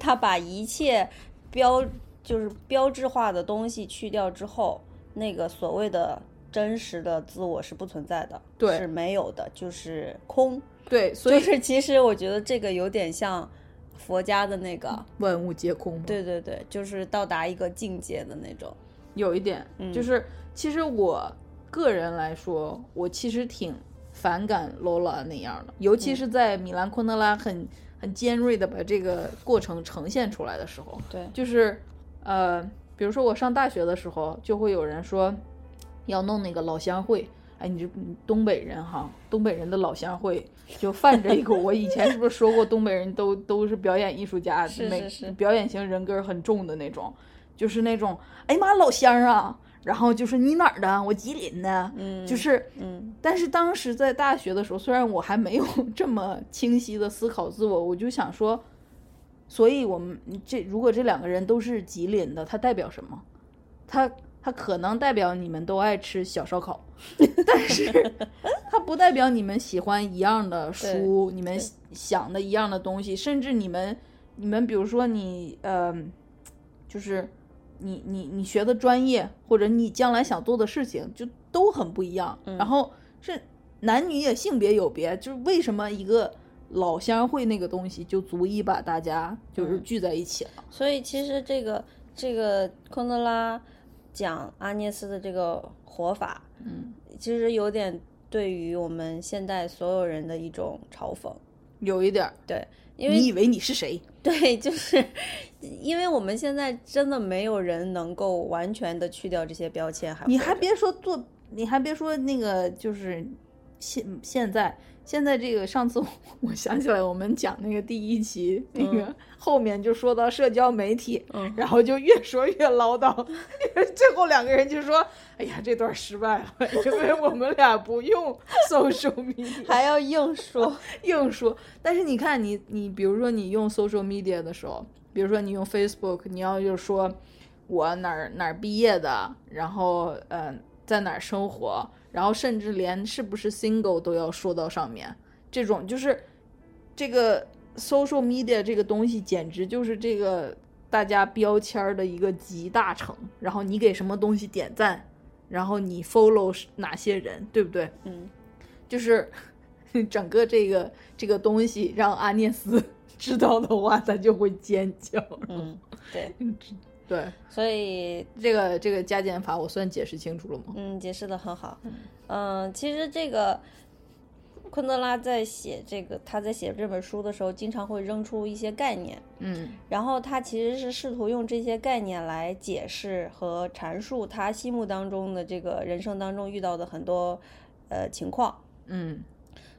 S1: 他把一切标就是标志化的东西去掉之后，那个所谓的真实的自我是不存在的，
S2: 对
S1: 是没有的，就是空。
S2: 对，所
S1: 就
S2: 以
S1: 是其实我觉得这个有点像佛家的那个，
S2: 万物皆空嘛。，
S1: 对对对，就是到达一个境界的那种。
S2: 有一点，
S1: 嗯
S2: 就是其实我个人来说，我其实挺反感 Lola 那样的，尤其
S1: 嗯
S2: 是在米兰昆德拉很很尖锐的把这个过程呈现出来的时候，
S1: 对，
S2: 就是呃，比如说我上大学的时候，就会有人说要弄那个老乡会。哎，你这你东北人哈，东北人的老乡会就泛着一股。我以前是不是说过，东北人都 (laughs) 都是表演艺术家，
S1: 是
S2: 每
S1: 是是
S2: 表演型人格儿很重的那种，就是那种哎呀妈老乡儿啊，然后就是你哪儿的？我吉林的，
S1: 嗯，
S2: 就是
S1: 嗯，
S2: 但是当时在大学的时候，虽然我还没有 (laughs) 这么清晰的思考自我，我就想说，所以我们这如果这两个人都是吉林的，他代表什么？他他可能代表你们都爱吃小烧烤， (laughs) 但
S1: (laughs)
S2: 是他不代表你们喜欢一样的书，你们
S1: 对
S2: 想的一样的东西，甚至你们你们比如说你嗯、就是你你你学的专业或者你将来想做的事情就都很不一样，
S1: 嗯
S2: 然后是男女也性别有别，就是为什么一个老乡会那个东西就足以把大家就是
S1: 嗯
S2: 聚在一起了？
S1: 所以其实这个这个昆德拉讲阿涅斯的这个活法，
S2: 嗯，
S1: 其实有点对于我们现代所有人的一种嘲讽。
S2: 有一点儿，
S1: 对，因为
S2: 你以为你是谁？
S1: 对，就是因为我们现在真的没有人能够完全的去掉这些标签，还
S2: 你
S1: 会
S2: 还别说做，你还别说那个，就是现现在现在这个，上次我 (laughs) 我想起来，我们讲那个第一期，那个后面就说到社交媒体，
S1: 嗯
S2: 然后就越说越唠叨，最后两个人就说：“哎呀，这段失败了， (laughs) 因为我们俩不用 (laughs) social media，
S1: 还要硬
S2: (laughs)
S1: 说，
S2: 硬说。”但是你看你，你比如说你用 social media 的时候，比如说你用 Facebook，你要就是说。我哪儿哪儿毕业的，然后嗯、呃在哪儿生活，然后甚至连是不是 single 都要说到上面，这种就是这个 social media 这个东西简直就是这个大家标签儿的一个集大成，然后你给什么东西点赞，然后你 follow 是哪些人，对不对？
S1: 嗯，
S2: 就是 (laughs) 整个这个这个东西让阿涅斯 (laughs) 知道的话，他就会尖叫。
S1: 嗯，对，
S2: 对。
S1: 所以
S2: 这个这个加减法，我算解释清楚了吗？
S1: 嗯，解释的很好。嗯，其实这个昆德拉在写这个他在写这本书的时候，经常会扔出一些概念，
S2: 嗯
S1: 然后他其实是试图用这些概念来解释和阐述他心目当中的这个人生当中遇到的很多呃情况。
S2: 嗯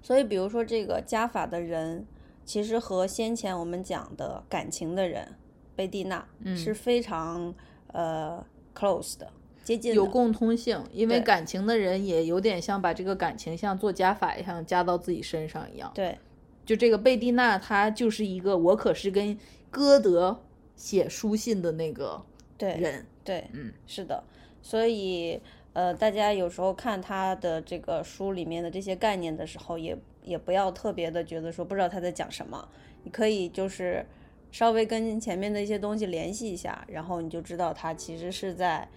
S1: 所以，比如说这个加法的人，其实和先前我们讲的感情的人贝蒂娜、
S2: 嗯
S1: 是非常呃 close 的，接近
S2: 有
S1: 的
S2: 共通性，因为
S1: 对
S2: 感情的人也有点像把这个感情像做加法一样加到自己身上一样。
S1: 对
S2: 就这个贝蒂娜，她就是一个我可是跟歌德写书信的那个
S1: 对
S2: 人。
S1: 对，
S2: 嗯，
S1: 是的，所以呃，大家有时候看他的这个书里面的这些概念的时候也，也不要特别的觉得说不知道他在讲什么，你可以就是稍微跟前面的一些东西联系一下，然后你就知道他其实是在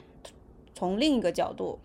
S1: 从另一个角度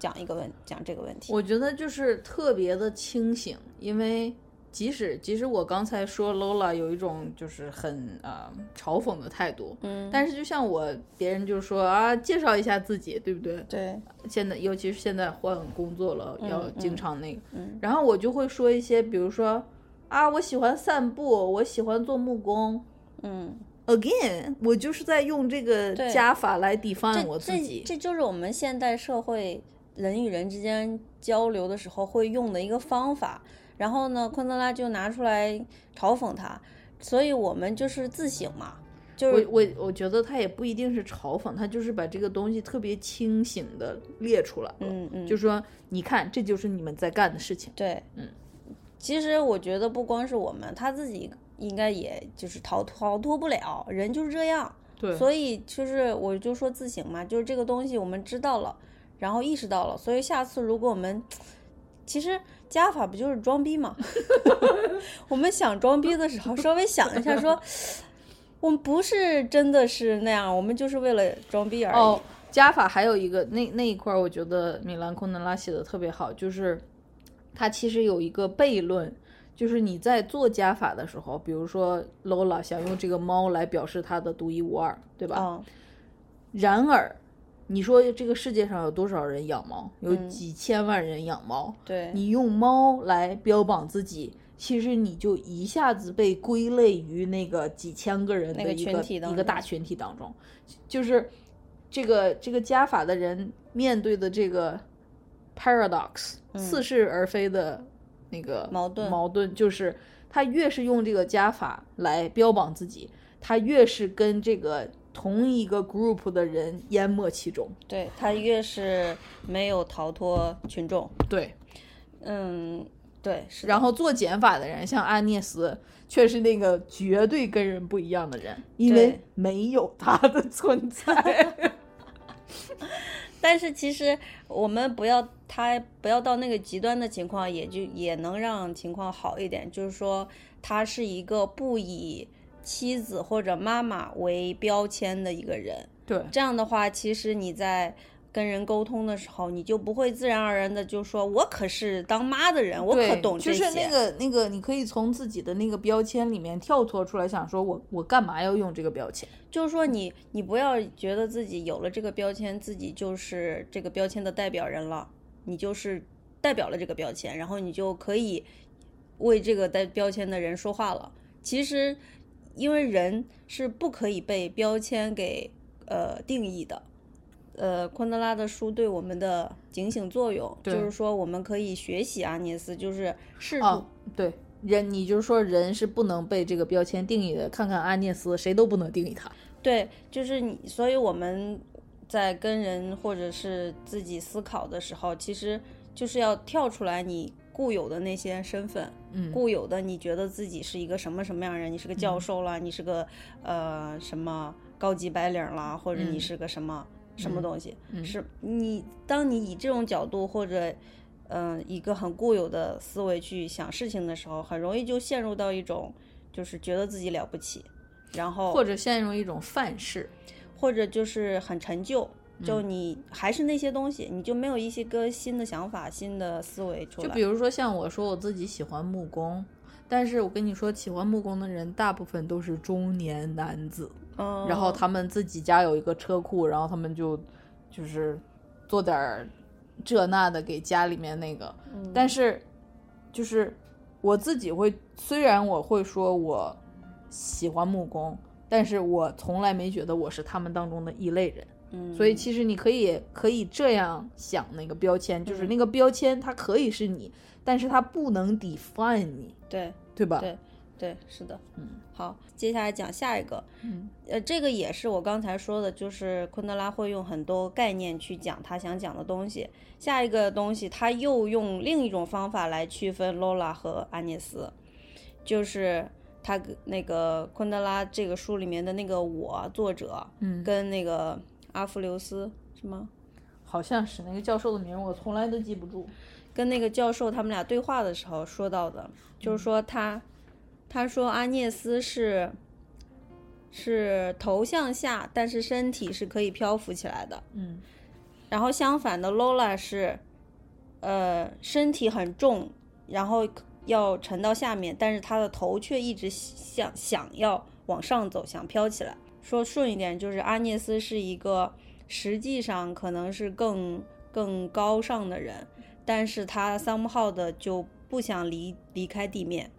S1: 讲一个问讲这个问题。
S2: 我觉得就是特别的清醒，因为即使即使我刚才说 Lola 有一种就是很呃嘲讽的态度，
S1: 嗯
S2: 但是就像我别人就说啊，介绍一下自己，对不对？
S1: 对，
S2: 现在尤其是现在换工作了，要经常那个，
S1: 嗯
S2: 然后我就会说一些，比如说啊，我喜欢散步，我喜欢做木工。
S1: 嗯，
S2: Again，我就是在用这个
S1: 对
S2: 加法来 define
S1: 这
S2: 我自己
S1: 这。这就是我们现代社会人与人之间交流的时候会用的一个方法。然后呢，昆德拉就拿出来嘲讽他，所以我们就是自省嘛，就
S2: 我
S1: 是
S2: 我我觉得他也不一定是嘲讽，他就是把这个东西特别清醒的列出来了，
S1: 嗯嗯，
S2: 就说你看，这就是你们在干的事情。
S1: 对，
S2: 嗯，
S1: 其实我觉得不光是我们，他自己应该也就是逃逃脱不了，人就是这样，
S2: 对
S1: 所以就是我就说自省嘛，就是这个东西我们知道了，然后意识到了，所以下次如果我们其实加法不就是装逼嘛， (laughs) 我们想装逼的时候稍微想一下说。 (laughs) 我们不是真的是那样，我们就是为了装逼而已。
S2: 哦，加法还有一个那那一块，我觉得米兰昆德拉写的特别好，就是他其实有一个悖论，就是你在做加法的时候，比如说 Lola 想用这个猫来表示它的独一无二，对吧？
S1: 嗯，
S2: 然而，你说这个世界上有多少人养猫？有
S1: 嗯
S2: 几千万人养猫。
S1: 对，
S2: 你用猫来标榜自己，其实你就一下子被归类于那个几千个人
S1: 那个
S2: 的一
S1: 群体当中
S2: 一个大群体当中，就是这个这个加法的人面对的这个 paradox、似是而非的那个
S1: 嗯矛盾
S2: 矛盾就是他越是用这个加法来标榜自己，他越是跟这个同一个 group 的人淹没其中。
S1: 对他越是没有逃脱群众，
S2: 对，
S1: 嗯，对，是的。
S2: 然后做减法的人，像安涅斯，却是那个绝对跟人不一样的人，因为
S1: 对
S2: 没有他的
S1: (laughs)
S2: 存在。
S1: 但是其实我们不要他不要到那个极端的情况，也就也能让情况好一点。就是说，他是一个不以妻子或者妈妈为标签的一个人。
S2: (laughs) 对
S1: 这样的话，其实你在跟人沟通的时候，你就不会自然而然的就说“我可是当妈的人，我可
S2: 对
S1: 懂
S2: 就
S1: 这些”
S2: 是那个那个，你可以从自己的那个标签里面跳脱出来，想说我我干嘛要用这个标签？
S1: 就是说你你不要觉得自己有了这个标签，自己就是这个标签的代表人了，你就是代表了这个标签，然后你就可以为这个带标签的人说话了。其实，因为人是不可以被标签给呃定义的。呃，昆德拉的书对我们的警醒作用，就
S2: 对
S1: 是说我们可以学习阿涅斯，就是试图、
S2: 哦，对，人你就说人是不能被这个标签定义的，看看安涅斯，谁都不能定义他。
S1: 对，就是你，所以我们在跟人或者是自己思考的时候，其实就是要跳出来你固有的那些身份，
S2: 嗯，
S1: 固有的你觉得自己是一个什么什么样的人，你是个教授啦，你是个呃什么高级白领啦，或者你
S2: 嗯
S1: 是个什么、什么
S2: 嗯
S1: 东西，
S2: 嗯
S1: 是你当你以这种角度或者。嗯，一个很固有的思维去想事情的时候，很容易就陷入到一种，就是觉得自己了不起，然后
S2: 或者陷入一种范式。
S1: 或者就是很陈旧，就
S2: 嗯
S1: 你还是那些东西，你就没有一些个新的想法、新的思维出
S2: 就
S1: 来
S2: 比。如说像我说我自己喜欢木工，但是我跟你说，喜欢木工的人大部分都是中年男子，
S1: 嗯，
S2: 然后他们自己家有一个车库，然后他们就就是做点儿这那的给家里面那个，
S1: 嗯
S2: 但是就是我自己会，虽然我会说我喜欢木工，但是我从来没觉得我是他们当中的一类人。
S1: 嗯，
S2: 所以其实你可以可以这样想那个标签，就是那个标签它可以是你，但是它不能 define 你，
S1: 对
S2: 对吧？
S1: 对对，是的，
S2: 嗯，
S1: 好，接下来讲下一个，
S2: 嗯，
S1: 呃，这个也是我刚才说的，就是昆德拉会用很多概念去讲他想讲的东西。下一个东西，他又用另一种方法来区分 Lola 和安涅斯，就是他跟那个昆德拉这个书里面的那个我作者，
S2: 嗯
S1: 跟那个阿弗留斯是吗？
S2: 好像是那个教授的名儿，我从来都记不住。
S1: 跟那个教授他们俩对话的时候说到的，就是说他，他说阿涅斯是是头向下，但是身体是可以漂浮起来的。
S2: 嗯
S1: 然后相反的，Lola 是，呃，身体很重，然后要沉到下面，但是他的头却一直想想要往上走，想飘起来。说顺一点，就是阿涅斯是一个实际上可能是更更高尚的人，但是他 somehow 的就不想离离开地面。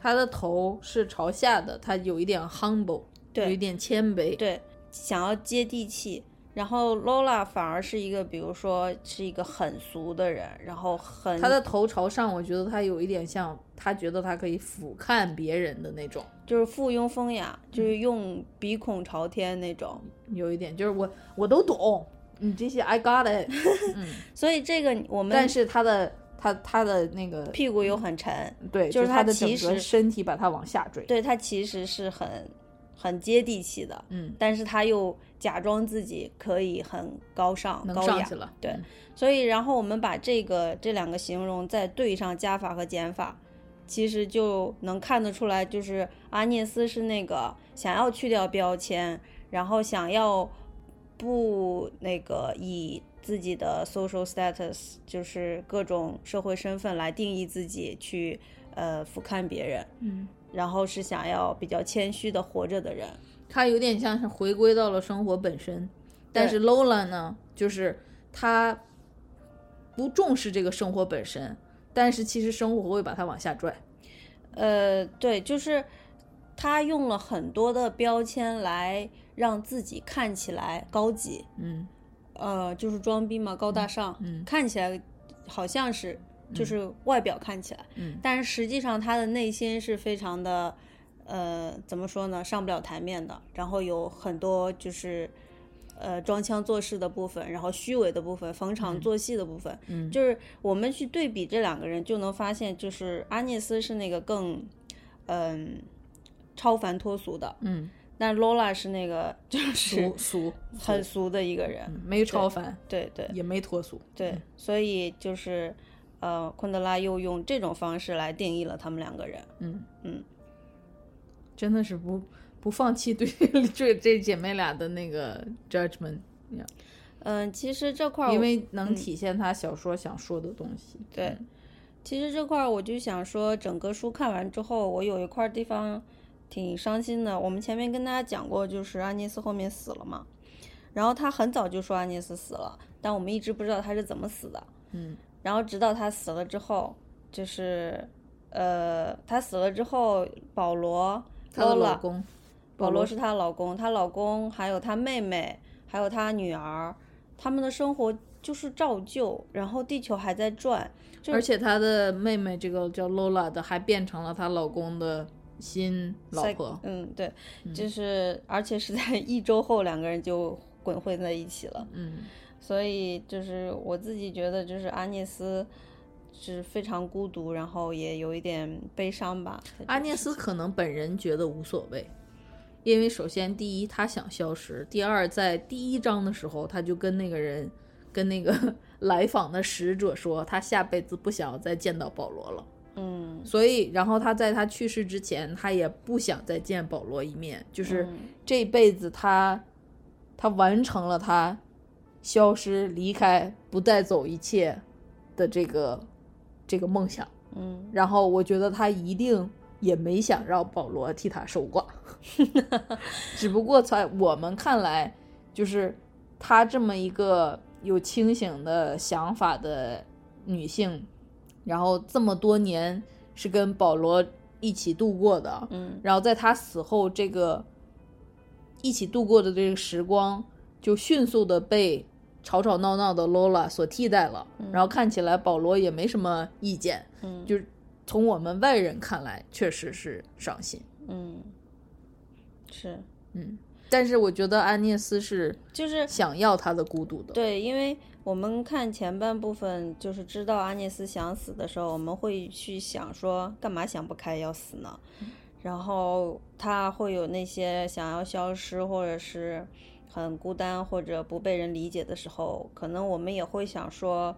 S2: 他的头是朝下的，他有一点 humble，
S1: 对
S2: 有一点谦卑。
S1: 对，想要接地气。然后 Lola 反而是一个，比如说是一个很俗的人，然后很
S2: 他的头朝上，我觉得他有一点像，他觉得他可以俯瞰别人的那种，
S1: 就是附庸风雅，
S2: 嗯
S1: 就是用鼻孔朝天那种。
S2: 有一点就是我我都懂，你这些 I got (laughs) it，嗯，
S1: 所以这个我们
S2: 但是他的他他的那个
S1: 屁股又很沉，
S2: 对，
S1: 就是
S2: 是
S1: 他
S2: 他的
S1: 其
S2: 整个
S1: 实
S2: 身体把他往下坠，
S1: 对他其实是很很接地气的，
S2: 嗯，
S1: 但是他又假装自己可以很高尚、
S2: 能
S1: 高
S2: 上
S1: 雅
S2: 去。了，
S1: 对
S2: 嗯
S1: 所以，然后我们把这个这两个形容再对上加法和减法，其实就能看得出来，就是阿涅斯是那个想要去掉标签，然后想要不那个以自己的 social status，就是各种社会身份来定义自己，去呃俯瞰别人，
S2: 嗯，
S1: 然后是想要比较谦虚的活着的人。
S2: 他有点像是回归到了生活本身，但是 Lola 呢，就是他不重视这个生活本身，但是其实生活会把他往下拽，
S1: 呃，对，就是他用了很多的标签来让自己看起来高级，
S2: 嗯
S1: 呃，就是装逼嘛，高大上，
S2: 嗯
S1: 看起来好像是，就是外表看起来，
S2: 嗯，
S1: 但是实际上他的内心是非常的，呃，怎么说呢，上不了台面的，然后有很多就是。呃，装腔作势的部分，然后虚伪的部分，逢场作戏的部分，
S2: 嗯
S1: 就是我们去对比这两个人，就能发现，就是阿涅斯是那个更，嗯，超凡脱俗的，
S2: 嗯，
S1: 但 Lola 是那个就是
S2: 俗俗
S1: 很俗的一个人，
S2: 嗯没超凡，
S1: 对对
S2: 也没脱俗，
S1: 对，所以就是，呃，昆德拉又用这种方式来定义了他们两个人。
S2: 嗯
S1: 嗯，
S2: 真的是不不放弃对 (laughs) 这这姐妹俩的那个 judgment，
S1: 嗯，其实这块儿我
S2: 因为能体现她小说想说的东西。
S1: 对，其实这块儿我就想说，整个书看完之后，我有一块儿地方挺伤心的。我们前面跟大家讲过，就是安妮斯后面死了嘛，然后他很早就说安妮斯死了，但我们一直不知道他是怎么死的。
S2: 嗯
S1: 然后直到他死了之后，就是呃，他死了之后，保罗、
S2: 她的老
S1: Lola
S2: 公，
S1: 保罗是她老公，她老公还有她妹妹，还有她女儿，他们的生活就是照旧，然后地球还在转，就
S2: 而且她的妹妹这个叫 Lola 的还变成了她老公的新老
S1: 在
S2: 婆。
S1: 嗯，对，就是而且是在一周后两个人就滚混在一起了，
S2: 嗯，
S1: 所以就是我自己觉得就是阿涅斯。是非常孤独，然后也有一点悲伤吧。
S2: 阿涅斯可能本人觉得无所谓，因为首先第一她想消失，第二在第一章的时候她就跟那个人跟那个 (laughs) 来访的使者说，她下辈子不想要再见到保罗了。
S1: 嗯，
S2: 所以，然后他在他去世之前，他也不想再见保罗一面，就是
S1: 嗯
S2: 这辈子他，他完成了他消失、离开、不带走一切的这个这个梦想。
S1: 嗯，
S2: 然后我觉得他一定也没想让保罗替他守寡， (laughs) 只不过在我们看来，就是他这么一个有清醒的想法的女性，然后这么多年是跟保罗一起度过的，
S1: 嗯，
S2: 然后在他死后，这个一起度过的这个时光就迅速的被吵吵闹闹的 Lola 所替代了。然后看起来保罗也没什么意见，
S1: 嗯
S2: 就是从我们外人看来，确实是伤心。
S1: 嗯，是，
S2: 嗯，但是我觉得安涅斯是
S1: 就是
S2: 想要他的孤独的。，
S1: 对，因为我们看前半部分，就是知道阿涅斯想死的时候，我们会去想说，干嘛想不开要死呢？然后他会有那些想要消失，或者是很孤单或者不被人理解的时候，可能我们也会想说，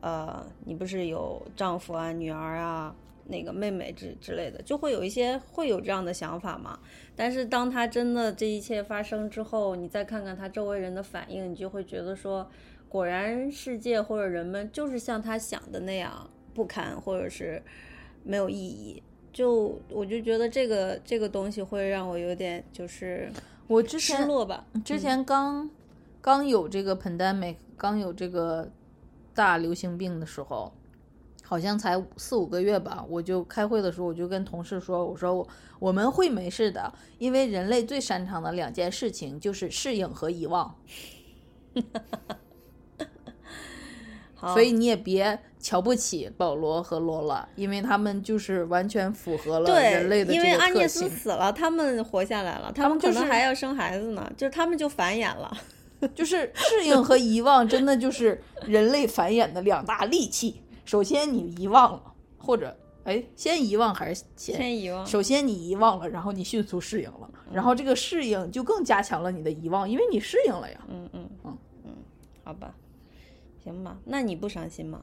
S1: 呃，你不是有丈夫啊、女儿啊、那个妹妹之之类的，就会有一些会有这样的想法嘛。但是当他真的这一切发生之后，你再看看他周围人的反应，你就会觉得说，果然世界或者人们就是像他想的那样不堪，或者是没有意义。就我就觉得这个这个东西会让我有点就是
S2: 我之
S1: 失
S2: 前
S1: 落吧。嗯
S2: 之前刚、刚有这个 pandemic，刚有这个大流行病的时候，好像才五四五个月吧，我就开会的时候，我就跟同事说，我说我我们会没事的，因为人类最擅长的两件事情就是适应和遗忘，
S1: 好，
S2: 所以你也别瞧不起保罗和罗拉，因为他们就是完全符合了人类
S1: 对，
S2: 的这
S1: 因为
S2: 个
S1: 阿
S2: 特
S1: 涅斯
S2: 性。
S1: 死了，他们活下来了，他
S2: 们
S1: 们
S2: 就
S1: 可
S2: 是
S1: 能还要生孩子呢，就是他们就繁衍了。
S2: 就是适应和遗忘，真的就是人类繁衍的两大利器。首先你遗忘了，或者哎，先遗忘还是
S1: (laughs)
S2: 先？
S1: 先遗忘，嗯
S2: 首先你遗忘了，然后你迅速适应了，然后这个适应就更加强了你的遗忘，因为你适应了呀。
S1: 嗯嗯
S2: 嗯
S1: 嗯嗯，好吧，行吧，那你不伤心吗？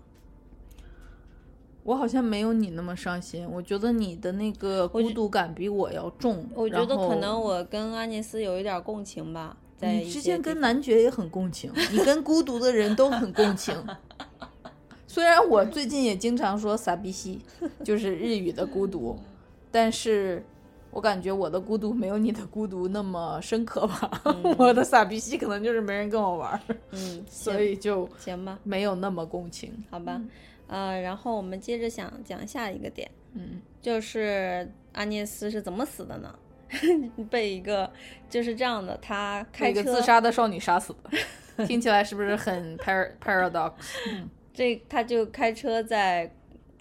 S2: 我好像没有你那么伤心，我觉得你的那个孤独感比我要重。
S1: 我觉
S2: 然
S1: 得可
S2: 后
S1: 能我跟阿涅斯有一点共情吧，在一
S2: 你之
S1: 些
S2: 前
S1: 地
S2: 跟
S1: 方
S2: 男爵也很共情，你跟孤独的人都很
S1: (laughs)
S2: 共情。虽然我最近也经常说“傻逼西”，就是日语的孤独，但是我感觉我的孤独没有你的孤独那么深刻吧。我的“傻逼西”可能就是没人跟我玩儿，
S1: 嗯，
S2: 所以嗯就
S1: 行行吧，
S2: 没有那么共情。
S1: 好吧，呃，然后我们接着想讲下一个点，
S2: 嗯，
S1: 就是阿涅斯是怎么死的呢？ (laughs) 被一个就是这样的，他
S2: 被
S1: 开
S2: 一个
S1: 车
S2: 自杀的少女杀死的，听起来是不是很嗯 par paradox？
S1: 这他就开车在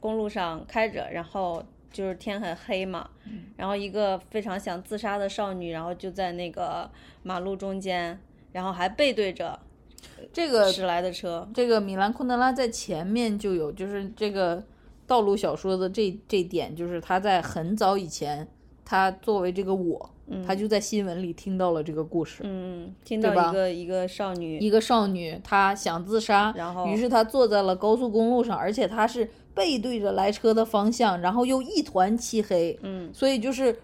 S1: 公路上开着，然后就是天很黑嘛，
S2: 嗯
S1: 然后一个非常想自杀的少女，然后就在那个马路中间，然后还背对着
S2: 这个
S1: 驶来的车，
S2: 这个米兰昆德拉在前面就有，就是这个道路小说的这这点，就是他在很早以前，他作为这个我，他就在新闻里听到了这个故事。
S1: 嗯，听
S2: 对
S1: 到
S2: 吧
S1: 一个一个少
S2: 一
S1: 女，
S2: 个少女，她想自杀，
S1: 然后
S2: 于是她坐在了高速公路上，而且她是背对着来车的方向，然后又一团漆黑，
S1: 嗯，
S2: 所以就是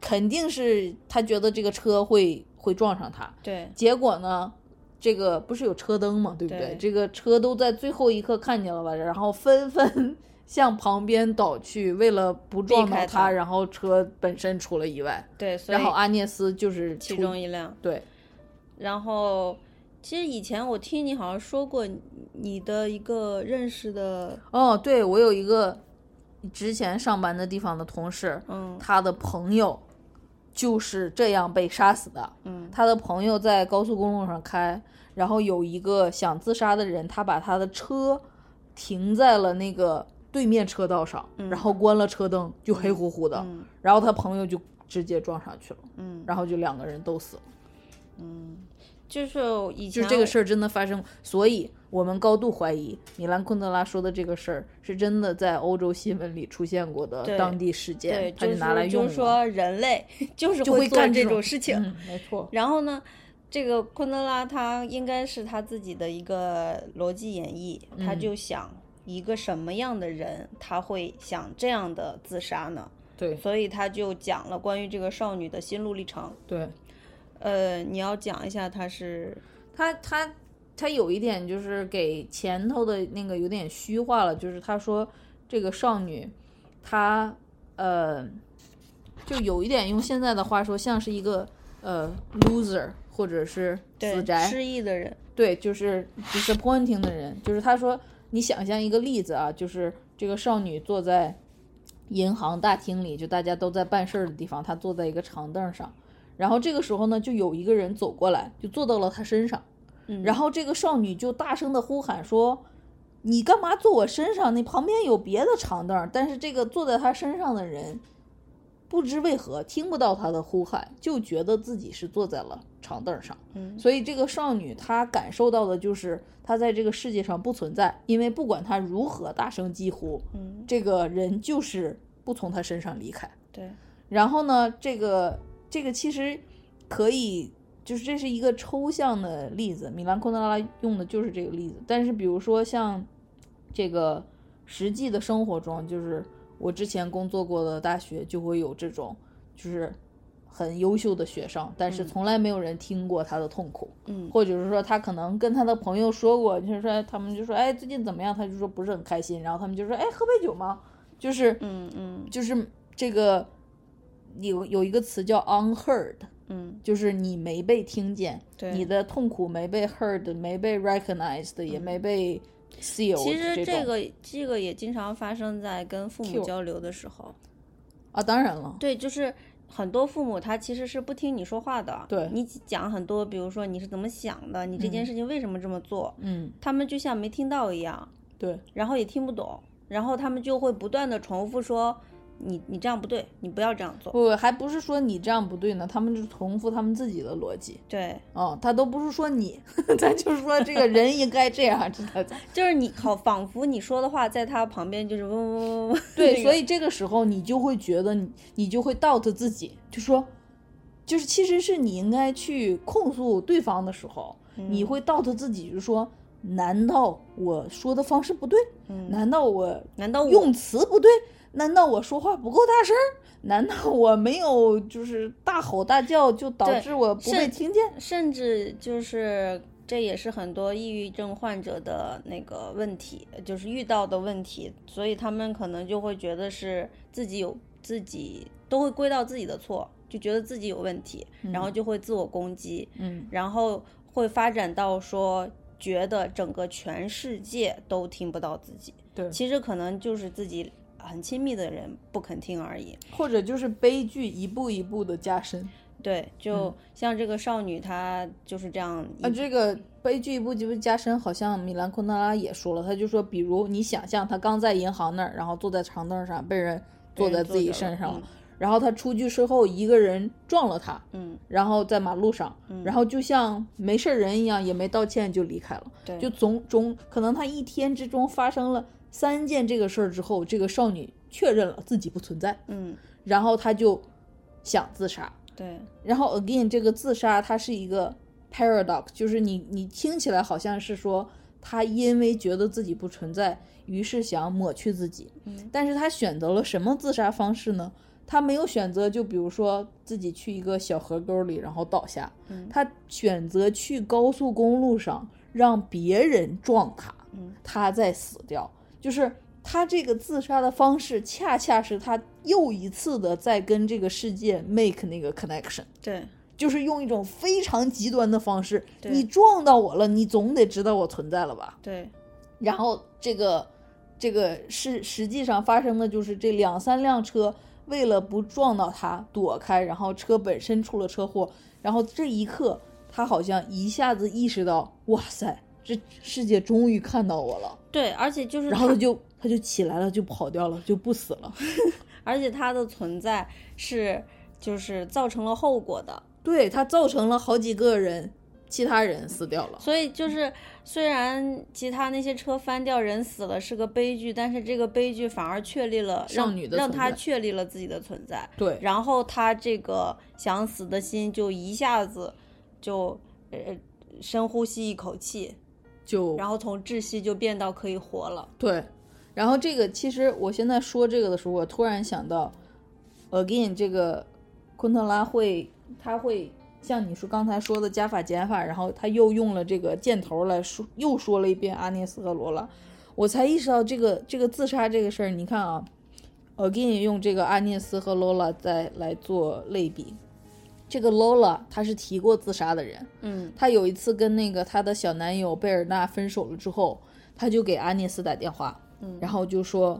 S2: 肯定是她觉得这个车会会撞上她，
S1: 对，
S2: 结果呢，这个不是有车灯嘛，对不对？
S1: 对
S2: 这个车都在最后一刻看见了吧，然后纷纷向旁边倒去，为了不撞到
S1: 避
S2: 他，
S1: 开他
S2: 然后车本身出了意外，
S1: 对，所以
S2: 然后阿涅斯就是
S1: 其
S2: 出
S1: 中一辆，
S2: 对
S1: 然后。其实以前我听你好像说过你你的一个认识的，
S2: 哦，对我有一个之前上班的地方的同事，
S1: 嗯
S2: 他的朋友就是这样被杀死的。
S1: 嗯
S2: 他的朋友在高速公路上开，然后有一个想自杀的人，他把他的车停在了那个对面车道上，然后关了车灯，就黑乎乎的。
S1: 嗯
S2: 然后他朋友就直接撞上去了，
S1: 嗯
S2: 然后就两个人都死了。
S1: 嗯，就是以
S2: 就
S1: 前
S2: 是这个
S1: 我
S2: 事儿真的发生，所以我们高度怀疑米兰昆德拉说的这个事儿是真的在欧洲新闻里出现过的
S1: 对
S2: 当地事
S1: 对，
S2: 件，他
S1: 就是
S2: 拿来用
S1: 就
S2: 了。
S1: 是说人
S2: (laughs)
S1: 类就是
S2: 就会
S1: 做
S2: 干
S1: 这
S2: 这种
S1: 种事情。
S2: 嗯，没错。
S1: 然后呢，这个昆德拉他应该是他自己的一个逻辑演绎，他
S2: 嗯
S1: 就想一个什么样的人他会想这样的自杀呢？
S2: 对
S1: 所以他就讲了关于这个少女的心路历程。
S2: 对，
S1: 呃，你要讲一下她是
S2: 他他他有一点就是给前头的那个有点虚化了，就是他说这个少女，她呃，就有一点用现在的话说，像是一个呃 loser 或者是
S1: 对
S2: 死宅，
S1: 呃失忆的人，
S2: 对，就是 disappointing 的人，就是他说，你想象一个例子啊，就是这个少女坐在银行大厅里，就大家都在办事儿的地方，她坐在一个长凳上，然后这个时候呢，就有一个人走过来，就坐到了她身上，
S1: 嗯
S2: 然后这个少女就大声的呼喊说：“你干嘛坐我身上？你旁边有别的长凳儿。”但是这个坐在她身上的人，不知为何听不到她的呼喊，就觉得自己是坐在了长凳儿上。
S1: 嗯
S2: 所以这个少女她感受到的就是她在这个世界上不存在，因为不管她如何大声疾呼，
S1: 嗯，
S2: 这个人就是不从她身上离开。
S1: 对，
S2: 然后呢，这个这个其实可以就是这是一个抽象的例子，米兰昆德拉用的就是这个例子。但是比如说像这个实际的生活中，就是我之前工作过的大学就会有这种，就是很优秀的学生，但是
S1: 嗯
S2: 从来没有人听过他的痛苦，
S1: 嗯
S2: 或者是说他可能跟他的朋友说过，就是说他们就说哎最近怎么样，他就说不是很开心，然后他们就说哎喝杯酒吗？就是
S1: 嗯嗯
S2: 就是这个有有一个词叫 unheard。
S1: 嗯，
S2: 就是你没被听见，
S1: 对
S2: 你的痛苦没被 heard，没被 recognized，也没被 see。
S1: 嗯其实
S2: 这
S1: 这
S2: 种
S1: 个这个也经常发生在跟父母
S2: Cue
S1: 交流的时候。
S2: 啊，当然了，
S1: 对，就是很多父母他其实是不听你说话的，
S2: 对
S1: 你讲很多，比如说你是怎么想的，你这件事情为什么这么做，
S2: 嗯，
S1: 他们就像没听到一样，
S2: 对，
S1: 然后也听不懂，然后他们就会不断的重复说你你这样不对，你不要这样做。
S2: 不还不是说你这样不对呢，他们就重复他们自己的逻辑。
S1: 对，
S2: 哦，他都不是说你， (laughs) 他就是说这个人应该这样，知道吧？
S1: 就是你好，仿佛你说的话在他旁边就是嗡嗡嗡嗡嗡。 (laughs)
S2: 对，
S1: 那个
S2: 所以这个时候你就会觉得你，你就会 doubt 自己，就说，就是其实是你应该去控诉对方的时候，
S1: 嗯
S2: 你会 doubt 自己，就说，难道我说的方式不对？
S1: 嗯，
S2: 难道我
S1: 难道我
S2: 用词不对？难道我说话不够大声儿？难道我没有就是大吼大叫就导
S1: 对
S2: 致我不被
S1: 是
S2: 听见？
S1: 甚至就是这也是很多抑郁症患者的那个问题，就是遇到的问题，所以他们可能就会觉得是自己有自己都会归到自己的错，就觉得自己有问题，然后就会自我攻击，
S2: 嗯，
S1: 然后会发展到说觉得整个全世界都听不到自己，
S2: 对
S1: 其实可能就是自己很亲密的人不肯听而已。
S2: 或者就是悲剧一步一步的加深
S1: 对，就
S2: 嗯
S1: 像这个少女，她就是这样一
S2: 啊，这个悲剧一步一步加深，好像米兰昆德拉也说了，他就说，比如你想象他刚在银行那儿，然后坐在长凳上被人坐
S1: 人
S2: 在
S1: 坐
S2: 自己
S1: 着了
S2: 身上
S1: 嗯
S2: 了，然后他出去之后，一个人撞了他，
S1: 嗯，
S2: 然后在马路上，
S1: 嗯
S2: 然后就像没事儿人一样，也没道歉就离开了。
S1: 对，
S2: 就总总可能他一天之中发生了三件这个事儿之后，这个少女确认了自己不存在，
S1: 嗯，
S2: 然后她就想自杀。
S1: 对，
S2: 然后 again，这个自杀它是一个 paradox，就是你你听起来好像是说她因为觉得自己不存在，于是想抹去自己，
S1: 嗯
S2: 但是她选择了什么自杀方式呢？她没有选择，就比如说自己去一个小河沟里然后倒下，
S1: 嗯
S2: 她选择去高速公路上让别人撞她，
S1: 嗯
S2: 她再死掉。就是她这个自杀的方式，恰恰是她又一次的在跟这个世界 make 那个 connection，
S1: 对，
S2: 就是用一种非常极端的方式，
S1: 对
S2: 你撞到我了，你总得知道我存在了吧？
S1: 对，
S2: 然后这个这个是实际上发生的就是这两三辆车为了不撞到他躲开，然后车本身出了车祸，然后这一刻他好像一下子意识到，哇塞，这世界终于看到我了，
S1: 对，而且就是
S2: 然后
S1: 他
S2: 他就他就起来了，就跑掉了，就不死了。
S1: 而且它的存在是就是造成了后果的，
S2: 对他造成了好几个人，其他人死掉了。
S1: 所以就是虽然其他那些车翻掉人死了是个悲剧，但是这个悲剧反而确立了
S2: 少
S1: 让
S2: 女的
S1: 让
S2: 存
S1: 她
S2: 在
S1: 确立了自己的存在，
S2: 对，
S1: 然后她这个想死的心就一下子就呃深呼吸一口气，
S2: 就
S1: 然后从窒息就变到可以活了，
S2: 对，然后这个其实我现在说这个的时候，我突然想到，again 这个昆特拉会，他会像你说刚才说的加法减法，然后他又用了这个箭头来说，又说了一遍阿涅斯和罗拉，我才意识到这个这个自杀这个事儿，你看啊，again 用这个阿涅斯和罗拉再来做类比。这个 Lola 她是提过自杀的人，
S1: 嗯
S2: 她有一次跟那个她的小男友贝尔纳分手了之后，她就给阿涅斯打电话，
S1: 嗯
S2: 然后就说，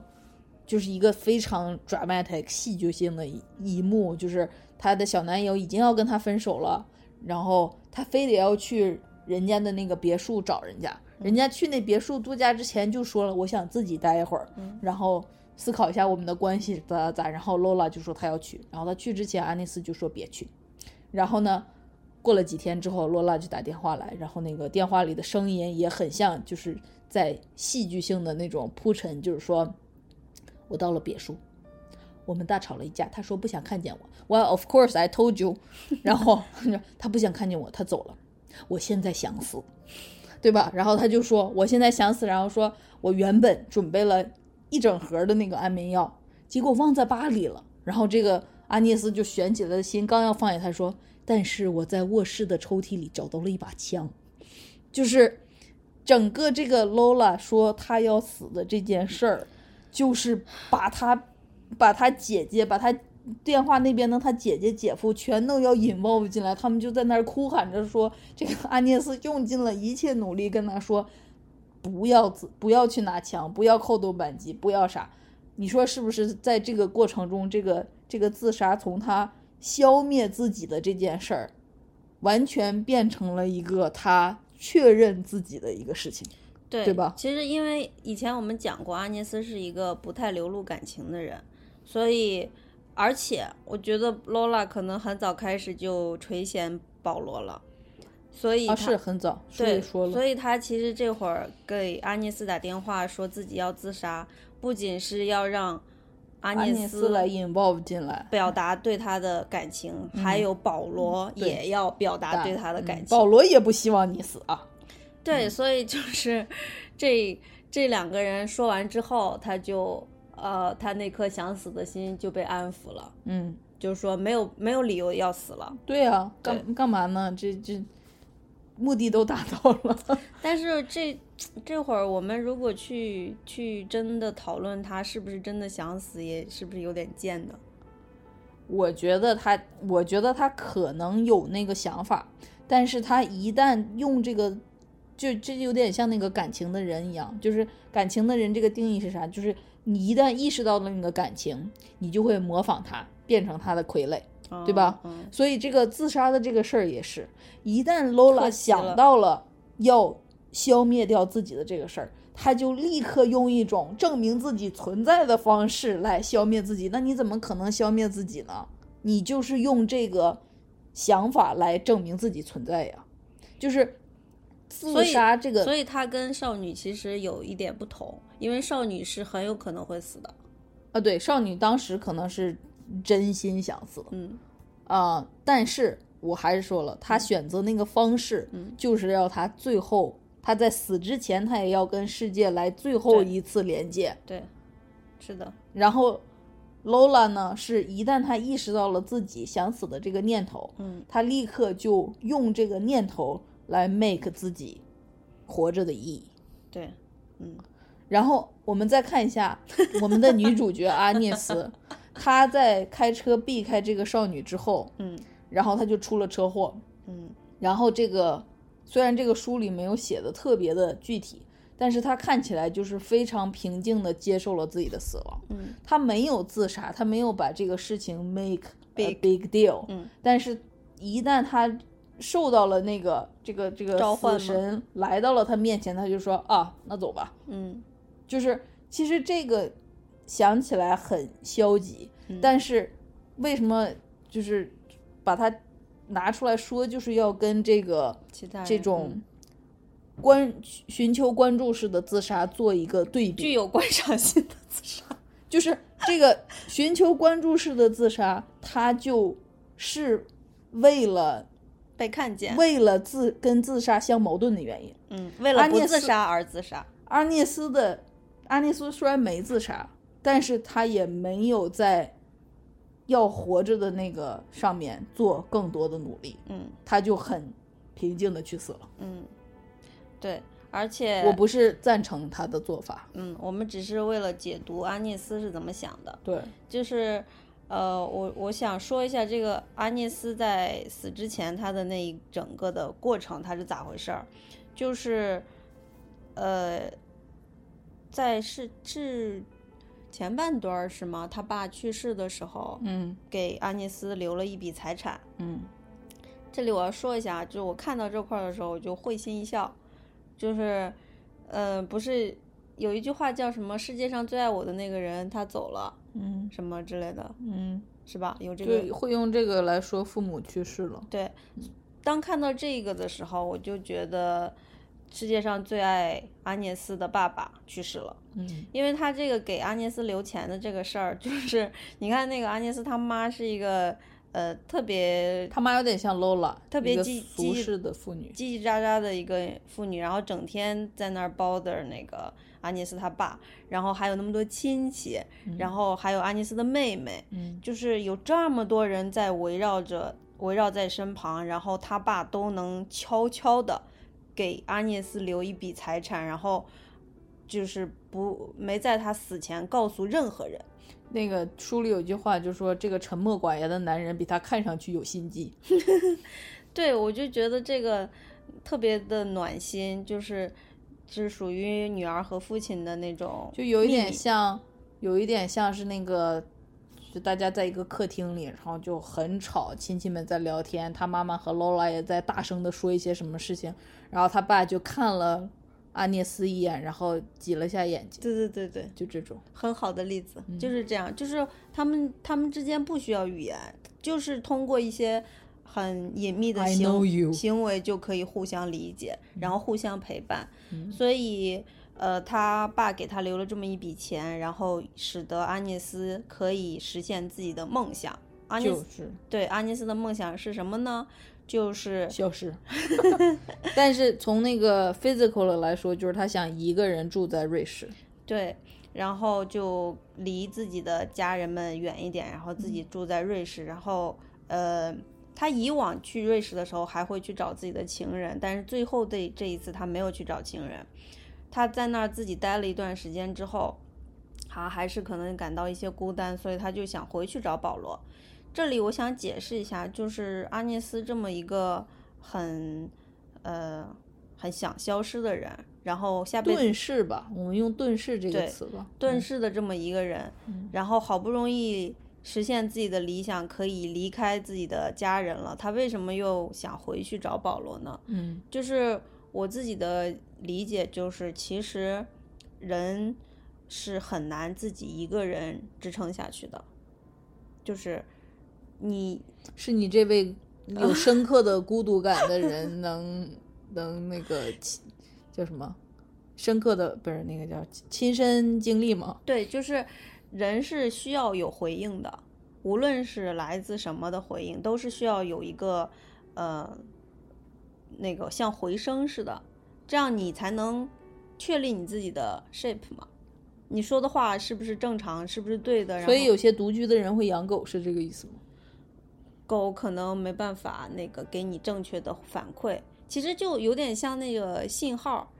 S2: 就是一个非常 dramatic 戏剧性的一一幕，就是她的小男友已经要跟她分手了，然后她非得要去人家的那个别墅找人家，
S1: 嗯
S2: 人家去那别墅度假之前就说了，我想自己待一会儿，
S1: 嗯
S2: 然后思考一下我们的关系咋咋咋，然后 Lola 就说她要去，然后她去之前，安妮斯就说别去，然后呢，过了几天之后，罗拉就打电话来，然后那个电话里的声音也很像，就是在戏剧性的那种铺陈，就是说，我到了别墅，我们大吵了一架，他说不想看见我。Well, of course I told you 。 (laughs) 然后他不想看见我，他走了。我现在想死，对吧？然后他就说我现在想死，然后说我原本准备了一整盒的那个安眠药，结果忘在巴黎了。然后这个阿涅斯就悬起了心，刚要放下，他说：“但是我在卧室的抽屉里找到了一把枪。”就是整个这个 Lola 说她要死的这件事儿，就是把她、把她姐姐、把她电话那边的她姐姐、姐夫全都要 involve 进来，他们就在那儿哭喊着说，这个阿涅斯用尽了一切努力跟他说，不要自不要去拿枪，不要扣动扳机，不要啥。你说是不是在这个过程中，这个这个自杀从他消灭自己的这件事儿，完全变成了一个他确认自己的一个事情。
S1: 对
S2: 对吧
S1: 其实因为以前我们讲过，阿涅斯是一个不太流露感情的人，所以而且我觉得 Lola 可能很早开始就垂涎保罗了，所以
S2: 啊，
S1: 他
S2: 是很早，书
S1: 对，
S2: 里说了
S1: 所，以他其实这会儿给阿涅斯打电话说自己要自杀，不仅是要让阿
S2: 阿涅
S1: 涅
S2: 斯来 involve 进来，
S1: 表达对他的感情，还有保罗
S2: 嗯对
S1: 也要表达对他的
S2: 嗯
S1: 感情。
S2: 保罗也不希望你死啊，
S1: 对，所以就是这这两个人说完之后，他就呃，他那颗想死的心就被安抚了，
S2: 嗯，
S1: 就说没有没有理由要死了。
S2: 对啊，
S1: 对
S2: 干干嘛呢？这这目的都达到了，
S1: 但是这这会儿我们如果去去真的讨论他是不是真的想死，也是不是有点贱呢？
S2: 我觉得他，我觉得他可能有那个想法，但是他一旦用这个，就这就有点像那个感情的人一样，就是感情的人这个定义是啥？就是你一旦意识到了你的感情，你就会模仿他，变成他的傀儡。对吧
S1: 嗯，
S2: 所以这个自杀的这个事儿也是，一旦 Lola
S1: 特急了
S2: 想到了要消灭掉自己的这个事儿，他就立刻用一种证明自己存在的方式来消灭自己。那你怎么可能消灭自己呢？你就是用这个想法来证明自己存在呀，就是自
S1: 所以
S2: 杀这个，
S1: 所以他跟少女其实有一点不同，因为少女是很有可能会死的。
S2: 啊，对，少女当时可能是真心想死，
S1: 嗯，
S2: 啊、但是我还是说了，他选择那个方式，
S1: 嗯
S2: 就是要他最后他在死之前，他也要跟世界来最后
S1: 对
S2: 一次连接。
S1: 对，是的，
S2: 然后，Lola 呢，是一旦他意识到了自己想死的这个念头，
S1: 嗯，
S2: 他立刻就用这个念头来 make 自己活着的意义。
S1: 对，嗯，
S2: 然后我们再看一下我们的女主角阿涅斯， (laughs) 她在开车避开这个少女之后，
S1: 嗯，
S2: 然后她就出了车祸，
S1: 嗯，
S2: 然后这个虽然这个书里没有写的特别的具体，但是她看起来就是非常平静的接受了自己的死亡，
S1: 嗯，
S2: 她没有自杀，她没有把这个事情 make a
S1: Big
S2: big deal，
S1: 嗯，
S2: 但是一旦她受到了那个这个这个
S1: 召唤
S2: 死
S1: 吗
S2: 神来到了她面前，她就说啊，那走吧，
S1: 嗯，
S2: 就是其实这个想起来很消极，
S1: 嗯
S2: 但是为什么就是把它拿出来说，就是要跟这个
S1: 其他人
S2: 这种
S1: 嗯
S2: 关寻求关注式的自杀做一个对
S1: (laughs) 具
S2: 比？
S1: 有观赏性的自杀。
S2: 就是这个寻求关注式的自杀，它就是为了
S1: 被看见，
S2: 为了自跟自杀相矛盾的原因。
S1: 嗯，为
S2: 阿
S1: 了不
S2: 涅
S1: 自
S2: 斯
S1: 杀而自杀，
S2: 阿涅斯的阿涅斯虽然没自杀，但是他也没有在要活着的那个上面做更多的努力，
S1: 嗯
S2: 他就很平静的去死了。
S1: 嗯，对，而且
S2: 我不是赞成他的做法，
S1: 嗯，我们只是为了解读阿涅斯是怎么想的，
S2: 对，
S1: 就是，呃，我我想说一下这个阿涅斯在死之前他的那一整个的过程，他是咋回事儿？就是，呃，在是是前半段儿是吗？他爸去世的时候，
S2: 嗯
S1: 给阿涅斯留了一笔财产，
S2: 嗯
S1: 这里我要说一下，啊就是我看到这块儿的时候，我就会心一笑，就是，呃，不是有一句话叫什么“世界上最爱我的那个人他走了”
S2: 嗯
S1: 什么之类的，
S2: 嗯，
S1: 是吧？有这
S2: 就
S1: 个嗯
S2: 会用这个来说父母去世了，
S1: 对。当看到这个的时候，我就觉得世界上最爱阿涅斯的爸爸去世了。
S2: 嗯，
S1: 因为他这个给阿涅斯留钱的这个事儿，就是 (laughs) 你看那个阿涅斯他妈是一个呃特别
S2: 他妈有点像 Lola，
S1: 特别
S2: 一个
S1: 记
S2: 俗
S1: 记
S2: 世的妇女。
S1: 叽叽喳喳的一个妇女，然后整天在那儿 bother 那个阿涅斯他爸，然后还有那么多亲戚，然后还有阿涅斯的妹妹，
S2: 嗯
S1: 就是有这么多人在围绕着围绕在身旁，然后他爸都能悄悄的给阿涅斯留一笔财产，然后就是不没在他死前告诉任何人。
S2: 那个书里有一句话，就说这个沉默寡言的男人比他看上去有心机。
S1: 对，我就觉得这个特别的暖心，就是是属于女儿和父亲的那种秘密，
S2: 就有一点像，有一点像是那个，就大家在一个客厅里，然后就很吵，亲戚们在聊天，他妈妈和 Lola 也在大声的说一些什么事情，然后他爸就看了阿涅斯一眼，然后挤了下眼睛，
S1: 对对对对，
S2: 就这种。
S1: 很好的例子，
S2: 嗯
S1: 就是这样，就是他们他们之间不需要语言，就是通过一些很隐秘的
S2: I
S1: 行
S2: know you 嗯
S1: 行为就可以互相理解，然后互相陪伴。所以，呃，他爸给他留了这么一笔钱，然后使得阿涅斯可以实现自己的梦想。阿涅
S2: 就
S1: 斯
S2: 是
S1: 对阿涅斯的梦想是什么呢？就是
S2: 消
S1: (laughs)
S2: 失，但是从那个 physical 的来说，就是他想一个人住在瑞士，
S1: 对，然后就离自己的家人们远一点，然后自己住在瑞士，然后呃，他以往去瑞士的时候还会去找自己的情人，但是最后这这一次他没有去找情人，他在那儿自己待了一段时间之后，他还是可能感到一些孤单，所以他就想回去找保罗。这里我想解释一下，就是阿涅斯这么一个很呃很想消失的人，然后下辈子
S2: 遁世吧，我们用遁世这个
S1: 对
S2: 词吧，
S1: 遁世的这么一个人，然后好不容易实现自己的理想，可以离开自己的家人了，他为什么又想回去找保罗呢？
S2: 嗯，
S1: 就是我自己的理解，就是其实人是很难自己一个人支撑下去的，就是你
S2: 是你这位有深刻的孤独感的
S1: (laughs)
S2: 人能能那个亲叫什么？深刻的不是那个叫亲亲身经历吗？
S1: 对，就是人是需要有回应的，无论是来自什么的回应，都是需要有一个呃那个像回声似的，这样你才能确立你自己的 shape 嘛。你说的话是不是正常，是不是对的？然
S2: 所以
S1: 后
S2: 有些独居的人会养狗，是这个意思吗？
S1: 狗可能没办法那个给你正确的反馈，其实就有点像那个信号，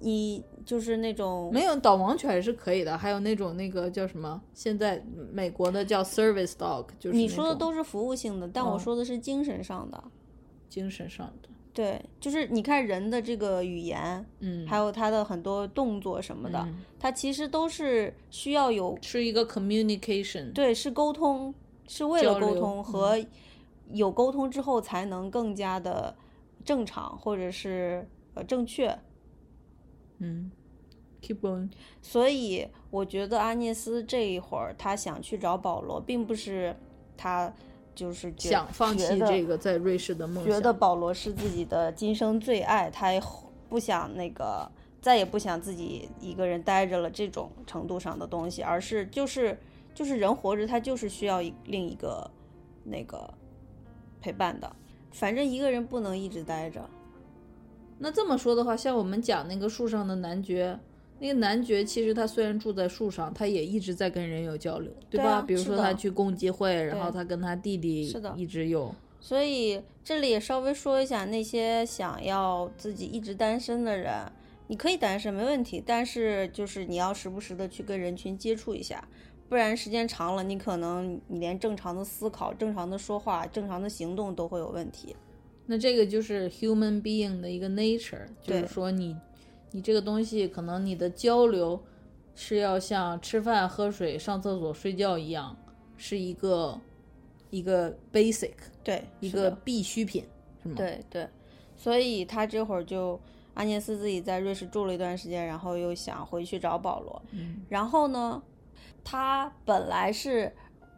S1: 你就是那种
S2: 没有，导盲犬是可以的，还有那种那个叫什么？现在美国的叫 service dog，就是
S1: 你
S2: 那
S1: 说的
S2: 种
S1: 都是服务性的，但
S2: 哦
S1: 我说的是精神上的。
S2: 精神上的，
S1: 对，就是你看人的这个语言，
S2: 嗯，
S1: 还有他的很多动作什么的，
S2: 嗯
S1: 他其实都是需要有
S2: 是一个 communication，
S1: 对，是沟通，是为
S2: 交
S1: 了沟
S2: 流嗯
S1: 通和有沟通之后才能更加的正常或者是呃正确。
S2: 嗯，keep on，
S1: 所以我觉得阿涅斯这一会儿他想去找保罗，并不是他就是觉
S2: 想放弃
S1: 觉得
S2: 这个在瑞士的梦想，
S1: 觉得保罗是自己的今生最爱，他也不想那个，再也不想自己一个人待着了这种程度上的东西，而是就是就是人活着，他就是需要一另一个那个陪伴的。反正一个人不能一直待着，
S2: 那这么说的话，像我们讲那个树上的男爵，那个男爵其实他虽然住在树上，他也一直在跟人有交流，对
S1: 对
S2: 吧？
S1: 啊
S2: 比如
S1: 是
S2: 说
S1: 的
S2: 他去共济会，然
S1: 对
S2: 后他跟他弟弟
S1: 是的
S2: 一直有，
S1: 所以这里也稍微说一下那些想要自己一直单身的人，你可以单身没问题，但是就是你要时不时的去跟人群接触一下，不然时间长了，你可能你连正常的思考、正常的说话、正常的行动都会有问题。
S2: 那这个就是 human being 的一个 nature，就是
S1: 对
S2: 说你你这个东西可能你的交流是要像吃饭、喝水、上厕所、睡觉一样，是一个一个 basic，
S1: 对，
S2: 一
S1: 是
S2: 个
S1: 的
S2: 必需品，是吗？
S1: 对对，所以他这会儿就阿涅斯自己在瑞士住了一段时间，然后又想回去找保罗。
S2: 嗯
S1: 然后呢，他本来是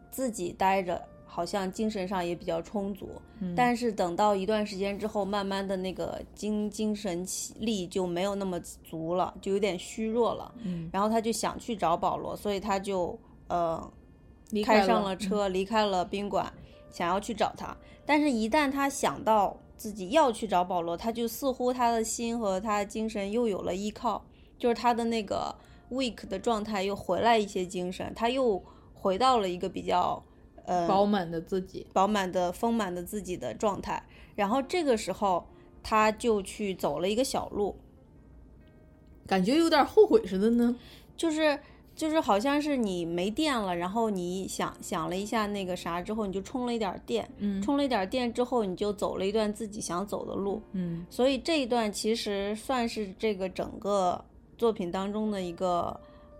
S1: 自己待着好像精神上也比较充足，
S2: 嗯
S1: 但是等到一段时间之后，慢慢的那个精精神气力就没有那么足了，就有点虚弱了。
S2: 嗯
S1: 然后他就想去找保罗，所以他就呃
S2: 离
S1: 开
S2: 开
S1: 上了嗯车，离开了宾馆，想要去找他。但是，一旦他想到自己要去找保罗，他就似乎他的心和他的精神又有了依靠，就是他的那个 weak 的状态又回来一些精神，他又回到了一个比较呃
S2: 饱满的自己，
S1: 饱满的、丰满的自己的状态。然后这个时候，他就去走了一个小路，
S2: 感觉有点后悔似的呢。
S1: 就是就是好像是你没电了，然后你想想了一下那个啥之后，你就充了一点儿电，
S2: 嗯
S1: 充了一点儿电之后，你就走了一段自己想走的路。
S2: 嗯
S1: 所以这一段其实算是这个整个作品当中的一个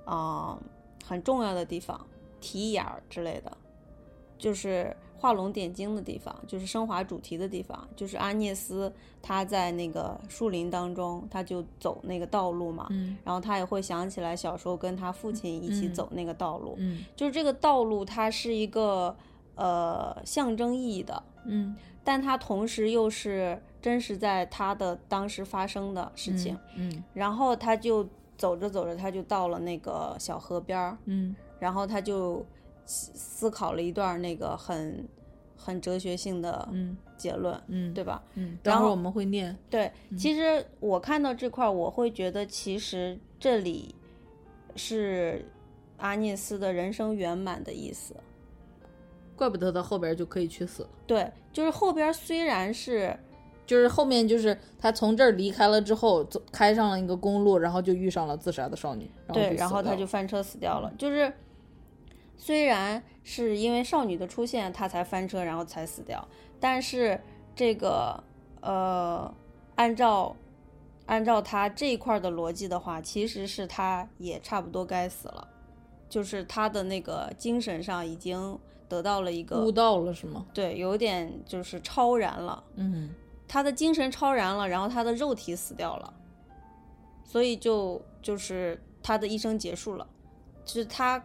S1: 啊、呃很重要的地方，题眼儿之类的，就是画龙点睛的地方，就是升华主题的地方，就是阿涅斯他在那个树林当中，他就走那个道路嘛，
S2: 嗯
S1: 然后他也会想起来小时候跟他父亲一起
S2: 嗯
S1: 走那个道路，
S2: 嗯
S1: 就是这个道路它是一个呃象征意义的，
S2: 嗯，
S1: 但它同时又是真实在他的当时发生的事情。
S2: 嗯
S1: 然后他就走着走着，他就到了那个小河边儿，
S2: 嗯
S1: 然后他就思思考了一段那个很很哲学性的
S2: 嗯
S1: 结论，
S2: 嗯，
S1: 对吧？
S2: 嗯，
S1: 然
S2: 等会儿
S1: 后
S2: 我们会念，
S1: 对，其实我看到这块儿，我会觉得其实这里是阿涅斯的人生圆满的意思。
S2: 怪不得他后边就可以去死了。
S1: 对，就是后边儿虽然是
S2: 就是后面就是他从这儿离开了之后，走开上了一个公路，然后就遇上了自杀的少女，然后就
S1: 对，
S2: 死
S1: 然后
S2: 掉
S1: 他就
S2: 了
S1: 翻车死掉了。就是虽然是因为少女的出现，他才翻车，然后才死掉，但是这个呃，按照按照他这一块儿的逻辑的话，其实是他也差不多该死了，就是他的那个精神上已经得到了一
S2: 悟
S1: 个
S2: 到了是吗？
S1: 对，有点就是超然了。
S2: 嗯
S1: 他的精神超然了，然后他的肉体死掉了，所以就就是他的一生结束了，就是他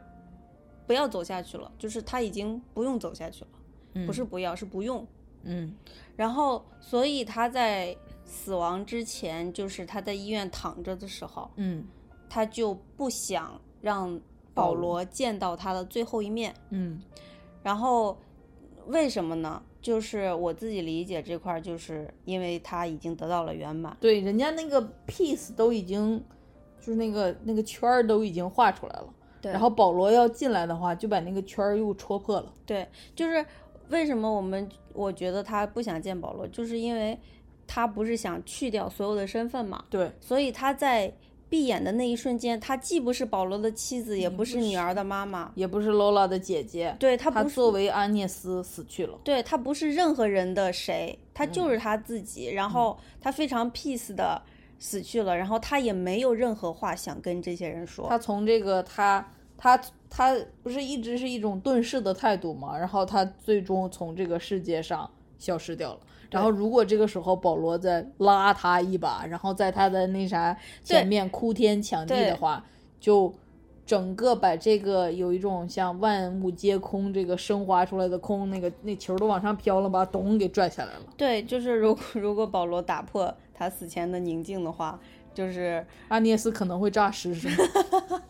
S1: 不要走下去了，就是他已经不用走下去了，
S2: 嗯
S1: 不是不要，是不用。
S2: 嗯
S1: 然后，所以他在死亡之前，就是他在医院躺着的时候，
S2: 嗯
S1: 他就不想让
S2: 保
S1: 保
S2: 罗
S1: 罗见到他的最后一面。
S2: 嗯
S1: 然后为什么呢？就是我自己理解这块儿，就是因为他已经得到了圆满。
S2: 对，人家那个 piece 都已经，就是那个那个圈儿都已经画出来了。
S1: 对
S2: 然后保罗要进来的话，就把那个圈儿又戳破了。
S1: 对，就是为什么我们我觉得他不想见保罗，就是因为他不是想去掉所有的身份嘛，
S2: 对，
S1: 所以他在闭眼的那一瞬间，他既不是保罗的妻子，也
S2: 不
S1: 不是女儿的妈妈，
S2: 也不是 Lola 的姐姐，
S1: 对他
S2: 她
S1: 不
S2: 作
S1: 是。
S2: 为阿涅斯死去了。
S1: 对他不是任何人的谁，他就是他自己。然后他非常 peace 的死去了，然后他也没有任何话想跟这些人说。
S2: 他从这个他他他不是一直是一种遁世的态度嘛，然后他最终从这个世界上消失掉了。然后如果这个时候保罗再拉他一把，然后在他的那啥前面哭天抢地
S1: 对
S2: 的话，就整个把这个有一种像万物皆空这个升华出来的空，那个那球都往上飘了，把董给拽下来了。
S1: 对，就是如果如果保罗打破他死前的宁静的话，就是
S2: 阿涅斯可能会诈
S1: (laughs)
S2: 尸是吗？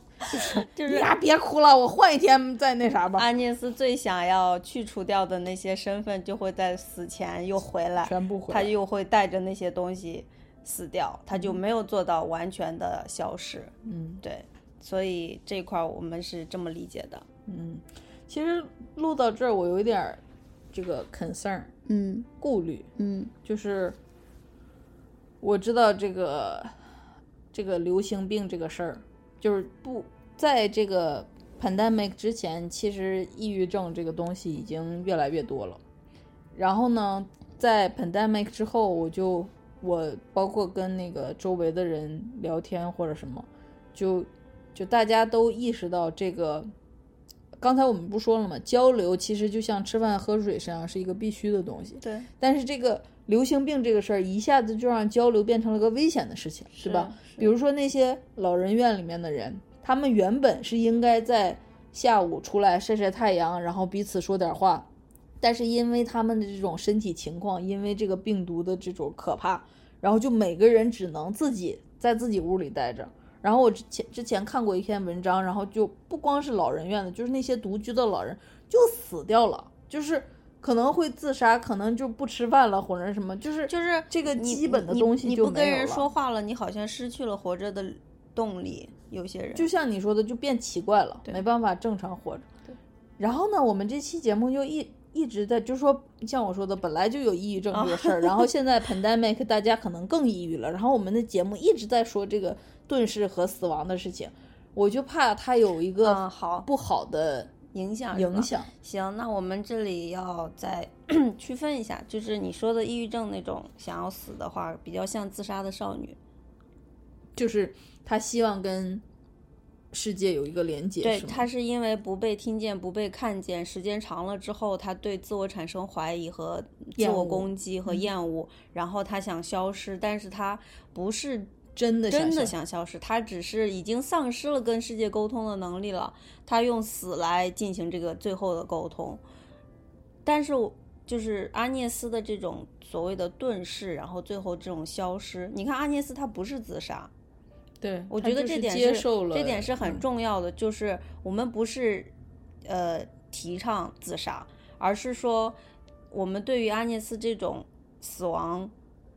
S1: 就是
S2: 你俩别哭了，我换一天再那啥吧，
S1: 阿涅斯最想要去除掉的那些身份，就会在死前又回来，
S2: 全部回
S1: 他
S2: 来。
S1: 又会带着那些东西死掉，他就没有做到完全的消失。
S2: 嗯。
S1: 对，所以这块儿我们是这么理解的。
S2: 嗯，其实录到这儿，我有一点儿这个 concern
S1: 嗯
S2: 顾虑，
S1: 嗯
S2: 就是我知道这个这个流行病这个事儿，就是不在这个 pandemic 之前，其实抑郁症这个东西已经越来越多了。然后呢，在 pandemic 之后，我就我包括跟那个周围的人聊天或者什么，就就大家都意识到这个。刚才我们不说了吗？交流其实就像吃饭喝水实际上是一个必须的东西。
S1: 对
S2: 但是这个流行病这个事儿，一下子就让交流变成了个危险的事情，对吧？？比如说那些老人院里面的人，他们原本是应该在下午出来晒晒太阳，然后彼此说点话，但是因为他们的这种身体情况，因为这个病毒的这种可怕，然后就每个人只能自己在自己屋里待着。然后我之前之前看过一篇文章，然后就不光是老人院的，就是那些独居的老人就死掉了，就是可能会自杀，可能就不吃饭了，或者什么，就是
S1: 就是
S2: 这个
S1: 你
S2: 基本的
S1: 你
S2: 东西
S1: 你
S2: 就
S1: 不
S2: 没有
S1: 跟人
S2: 了
S1: 说话了，你好像失去了活着的动力。有些人
S2: 就像你说的，就变奇怪了，
S1: 对
S2: 没办法正常活着
S1: 对。
S2: 然后呢，我们这期节目就一一直在，就说像我说的，本来就有抑郁症这个
S1: 啊
S2: 事
S1: (laughs)
S2: 儿，然后现在 pandemic 大家可能更抑郁了。然后我们的节目一直在说这个遁世和死亡的事情，我就怕它有一
S1: 嗯
S2: 个
S1: 好
S2: 不好的
S1: 影响是吧
S2: 影响。
S1: 行，那我们这里要再 (clears throat) 区分一下，就是你说的抑郁症那种想要死的话，比较像自杀的少女。
S2: 就是他希望跟世界有一个连接，
S1: 对，
S2: 是吗
S1: 她是因为不被听见、不被看见，时间长了之后，她对自我产生怀疑和自
S2: 厌
S1: 我
S2: 恶
S1: 攻击和
S2: 嗯
S1: 厌恶，然后她想消失，但是她不是
S2: 真的
S1: 真的
S2: 想
S1: 想消失，他只是已经丧失了跟世界沟通的能力了，他用死来进行这个最后的沟通。但是我，就是阿涅斯的这种所谓的遁世，然后最后这种消失，你看阿涅斯他不是自杀，
S2: 对，
S1: 我
S2: 他
S1: 觉得
S2: 就是
S1: 这点
S2: 接
S1: 是
S2: 受了，
S1: 这点是很
S2: 嗯
S1: 重要的，就是我们不是呃提倡自杀，而是说我们对于阿涅斯这种死亡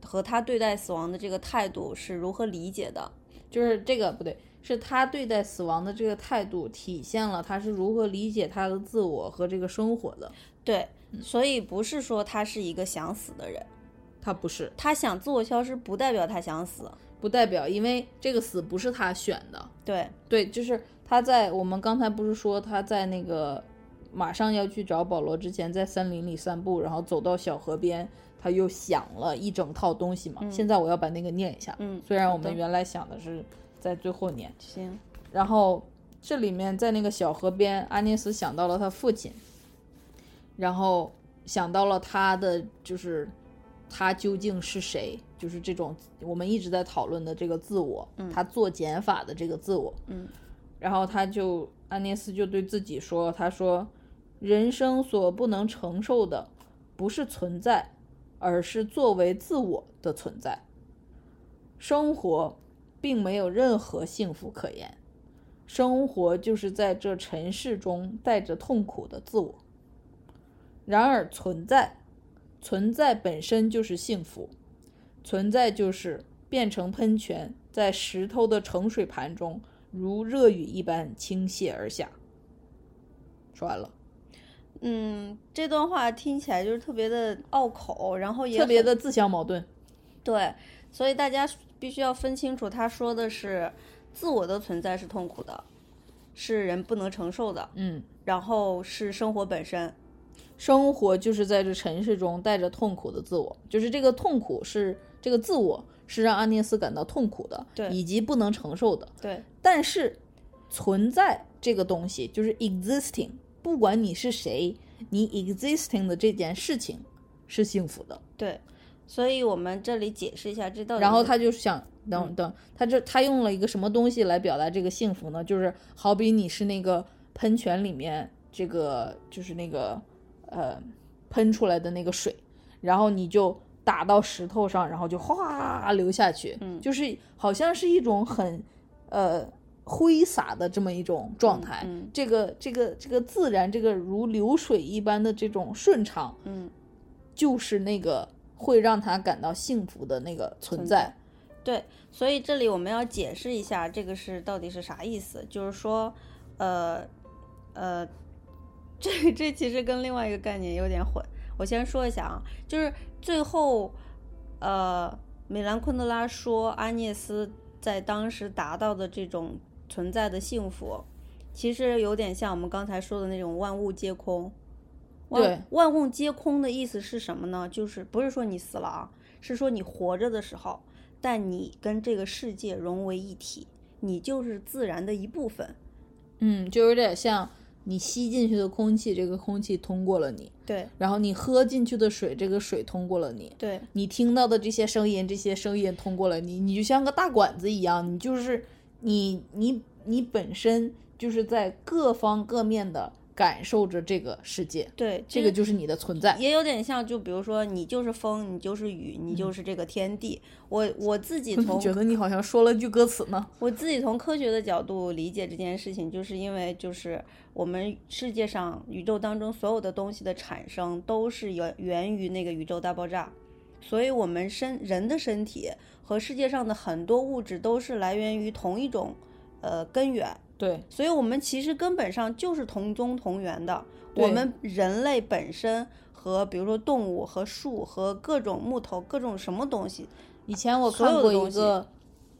S1: 和他对待死亡的这个态度是如何理解的。
S2: 就是这个不对，是他对待死亡的这个态度体现了他是如何理解他的自我和这个生活的。
S1: 对，
S2: 嗯
S1: 所以不是说他是一个想死的人，
S2: 他不是，
S1: 他想自我消失不代表他想死。
S2: 不代表因为这个死不是他选的。
S1: 对，
S2: 对，就是他在我们刚才不是说他在那个马上要去找保罗之前，在森林里散步，然后走到小河边，他又想了一整套东西嘛。
S1: 嗯
S2: 现在我要把那个念一下，
S1: 嗯
S2: 虽然
S1: 好
S2: 我们
S1: 的
S2: 原来想的是在最后念。
S1: 行，
S2: 然后这里面在那个小河边，阿涅斯想到了他父亲，然后想到了他的就是他究竟是谁，就是这种我们一直在讨论的这个自我，
S1: 嗯
S2: 他做减法的这个自我，
S1: 嗯
S2: 然后他就阿涅斯就对自己说，他说人生所不能承受的不是存在，而是作为自我的存在。生活并没有任何幸福可言，生活就是在这尘世中带着痛苦的自我。然而存在，存在本身就是幸福，存在就是变成喷泉，在石头的盛水盘中如热雨一般倾泻而下。说完了，
S1: 嗯，这段话听起来就是特别的拗口，然后也
S2: 特别
S1: 很
S2: 的自相矛盾。
S1: 对，所以大家必须要分清楚，他说的是自我的存在是痛苦的，是人不能承受的，
S2: 嗯，
S1: 然后是生活本身。
S2: 生活就是在这尘世中带着痛苦的自我，就是这个痛苦是这个自我是让阿涅斯感到痛苦的，
S1: 对
S2: 以及不能承受的。
S1: 对，
S2: 但是存在这个东西就是 existing，不管你是谁，你 existing 的这件事情是幸福的。
S1: 对，所以我们这里解释一下这到底是。
S2: 然后他就想，
S1: 嗯
S2: 等等，他这他用了一个什么东西来表达这个幸福呢？就是好比你是那个喷泉里面这个就是那个呃喷出来的那个水，然后你就打到石头上，然后就哗流下去，
S1: 嗯
S2: 就是好像是一种很呃挥洒的这么一种状态。
S1: 嗯嗯
S2: 这个这个这个自然，这个如流水一般的这种顺畅，
S1: 嗯。
S2: 就是那个会让他感到幸福的那个存
S1: 存
S2: 在。
S1: 在对，所以这里我们要解释一下这个是到底是啥意思，就是说，呃，呃，这这其实跟另外一个概念有点混。我先说一下啊，就是最后，呃，米兰昆德拉说阿涅斯在当时达到的这种存在的幸福，其实有点像我们刚才说的那种万物皆空。
S2: 对
S1: 万万物皆空的意思是什么呢？就是不是说你死了啊，是说你活着的时候，但你跟这个世界融为一体，你就是自然的一部分。
S2: 嗯，就有点像你吸进去的空气，这个空气通过了你；
S1: 对
S2: 然后你喝进去的水，这个水通过了你。
S1: 对
S2: 你听到的这些声音，这些声音通过了你，你就像个大管子一样，你就是你你你本身就是在各方各面的感受着这个世界，
S1: 对，
S2: 这个就是你的存在。
S1: 也有点像，就比如说你就是风，你就是雨，你就是这个天地。我我自己从
S2: 觉嗯 (laughs) 得你好像说了句歌词呢？
S1: 我自己从科学的角度理解这件事情，就是因为就是我们世界上宇宙当中所有的东西的产生都是源源于那个宇宙大爆炸，所以我们身人的身体和世界上的很多物质都是来源于同一种呃根源。
S2: 对，
S1: 所以我们其实根本上就是同宗同源的。
S2: 对
S1: 我们人类本身和比如说动物和树和各种木头、各种什么东西，
S2: 以前我
S1: 所有
S2: 看
S1: 的
S2: 过
S1: 东
S2: 一
S1: 西
S2: 个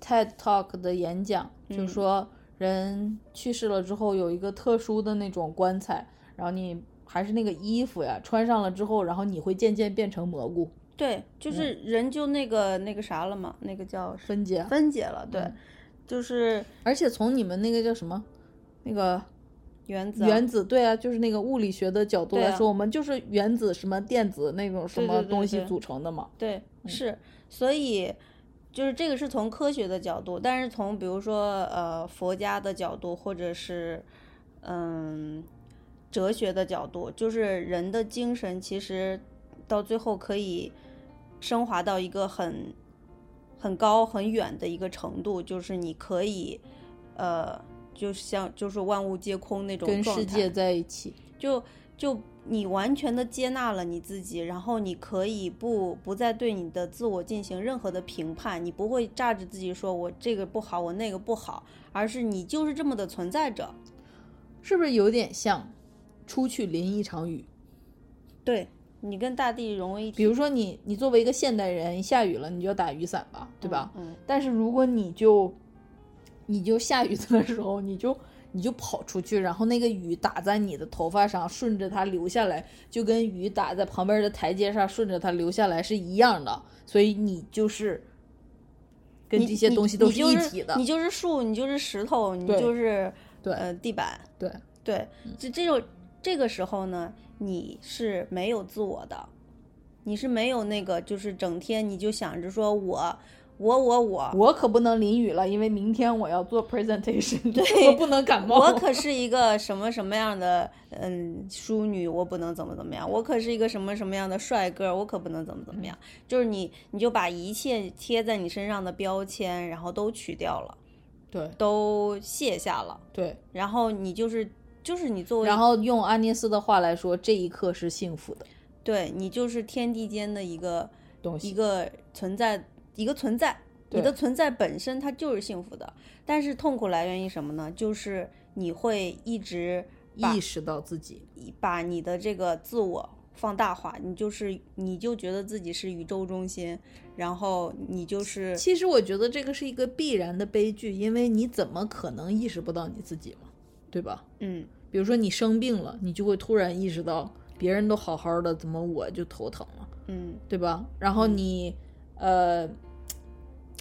S2: TED Talk 的演讲，就
S1: 嗯
S2: 说人去世了之后有一个特殊的那种棺材，然后你还是那个衣服呀，穿上了之后，然后你会渐渐变成蘑菇
S1: 对，就是人就那个、那个啥了嘛，那个叫什
S2: 嗯分解。
S1: 分解了，对，
S2: 嗯
S1: 就是
S2: 而且从你们那个叫什么，那个
S1: 原子啊、
S2: 原子，对啊，就是那个物理学的角度
S1: 对
S2: 来
S1: 啊
S2: 说，我们就是原子什么电子那种什
S1: 对对
S2: 么
S1: 对
S2: 东西
S1: 对
S2: 组成的嘛。
S1: 对，
S2: 嗯
S1: 是，所以就是这个是从科学的角度，但是从比如说呃佛家的角度，或者是嗯哲学的角度，就是人的精神其实到最后可以升华到一个很很高很远的一个程度，就是你可以呃。就像就是万物皆空那种
S2: 跟
S1: 状态，
S2: 世界在一起，
S1: 就就你完全的接纳了你自己，然后你可以不不再对你的自我进行任何的评判，你不会榨着自己说我这个不好，我那个不好，而是你就是这么的存在着。
S2: 是不是有点像出去淋一场雨？
S1: 对你跟大地融为一体，
S2: 比如说你，你作为一个现代人，下雨了你就要打雨伞吧，对吧？
S1: 嗯，
S2: 但是如果你就，你就下雨的时候，你就你就跑出去，然后那个雨打在你的头发上，顺着它流下来，就跟雨打在旁边的台阶上，顺着它流下来是一样的。所以你就是跟
S1: 你
S2: 这些
S1: 你
S2: 东西都
S1: 你就是
S2: 一体的，
S1: 你就是树，你就是石头，你
S2: 对
S1: 就是
S2: 对嗯
S1: 呃地板，
S2: 对，
S1: 对，这这种这个时候呢，你是没有自我的，你是没有那个，就是整天你就想着说我我我我
S2: 我可不能淋雨了，因为明天我要做 presentation，我不能感
S1: (laughs)
S2: 冒。
S1: 我可是一个什么什么样的嗯淑女，我不能怎么怎么样，我可是一个什么什么样的帅哥，我可不能怎么怎么样。就是你你就把一切贴在你身上的标签，然后都取掉了，
S2: 对
S1: 都卸下了，
S2: 对，
S1: 然后你就是就是你作为
S2: 然后用阿涅斯的话来说，这一刻是幸福的
S1: 对你就是天地间的一个
S2: 东西
S1: 一。个存在，一个存在，你
S2: 对
S1: 的存在本身它就是幸福的。但是痛苦来源于什么呢？就是你会一直把
S2: 意识到自己，
S1: 把你的这个自我放大化，你就是你就觉得自己是宇宙中心，然后你就是
S2: 其实我觉得这个是一个必然的悲剧，因为你怎么可能意识不到你自己嘛，对吧？
S1: 嗯，
S2: 比如说你生病了，你就会突然意识到别人都好好的，怎么我就头疼了，
S1: 嗯
S2: 对吧？然后你，呃，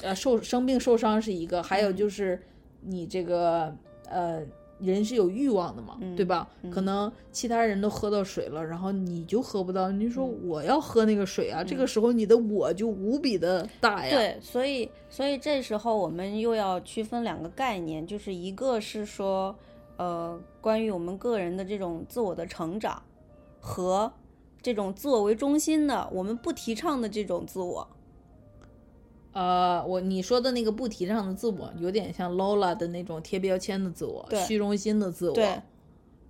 S2: 呃，受生病受伤是一个，还
S1: 嗯
S2: 有就是你这个呃。人是有欲望的嘛，
S1: 嗯
S2: 对吧？可能其他人都喝到水了，然后你就喝不到。你说
S1: 嗯
S2: 我要喝那个水啊，这个时候你的我就无比的大哎呀。
S1: 对，所以所以这时候我们又要区分两个概念，就是一个是说，呃，关于我们个人的这种自我的成长，和这种自我为中心的，我们不提倡的这种自我。
S2: 呃，我你说的那个不提倡的自我，有点像 Lola 的那种贴标签的自我、
S1: 对
S2: 虚荣心的自
S1: 对
S2: 我，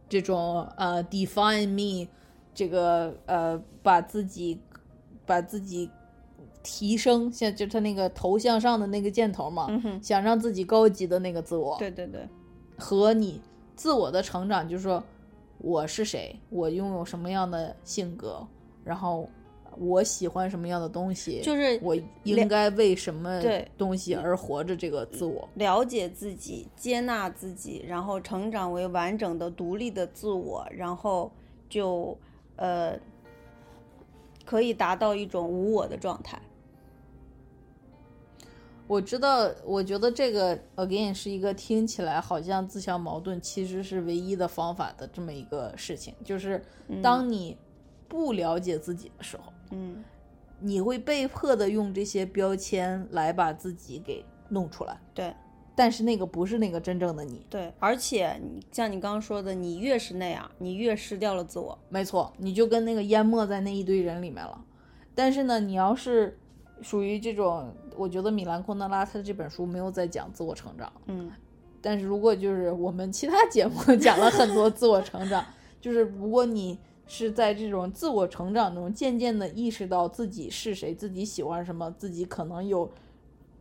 S2: 这种呃 define me，这个呃把自己把自己提升，像就他那个头向上的那个箭头嘛，
S1: 哼
S2: 想让自己高级的那个自我，
S1: 嗯对对对，
S2: 和你自我的成长，就是说我是谁，我拥有什么样的性格，然后我喜欢什么样的东西，
S1: 就是
S2: 我应该为什么
S1: 对
S2: 东西而活着这个自我。
S1: 了解自己，接纳自己，然后成长为完整的、独立的自我，然后就呃，可以达到一种无我的状态。
S2: 我知道，我觉得这个 again 是一个听起来好像自相矛盾，其实是唯一的方法的这么一个事情，就是当你不了解自己的时候，
S1: 嗯，
S2: 你会被迫的用这些标签来把自己给弄出来。
S1: 对，
S2: 但是那个不是那个真正的你，
S1: 对，而且你像你刚刚说的，你越是那样，你越失掉了自我。
S2: 没错，你就跟那个淹没在那一堆人里面了。但是呢，你要是属于这种，我觉得米兰昆德拉他这本书没有在讲自我成长，
S1: 嗯，
S2: 但是如果就是我们其他节目讲了很多自我成长， (laughs) 就是如果你是在这种自我成长中渐渐的意识到自己是谁，自己喜欢什么，自己可能有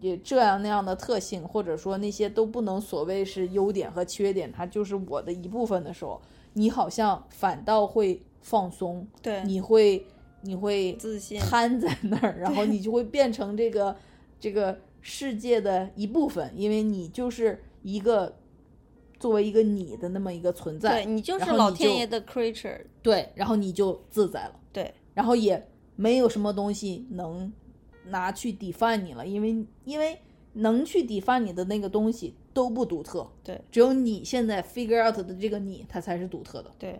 S2: 也这样那样的特性，或者说那些都不能所谓是优点和缺点，它就是我的一部分的时候，你好像反倒会放松，
S1: 对，
S2: 你会你会
S1: 嗯自信
S2: 瘫在那儿，然后你就会变成这个这个世界的一部分，因为你就是一个作为一个你的那么一个存
S1: 对
S2: 在，
S1: 你就是
S2: 然后
S1: 老
S2: 你
S1: 天
S2: 就
S1: 爷的 creature，
S2: 对，然后你就自在了，
S1: 对，
S2: 然后也没有什么东西能拿去 define 你了，因为因为能去 define 你的那个东西都不独特，
S1: 对，
S2: 只有你现在 figure out 的这个你，它才是独特的，
S1: 对，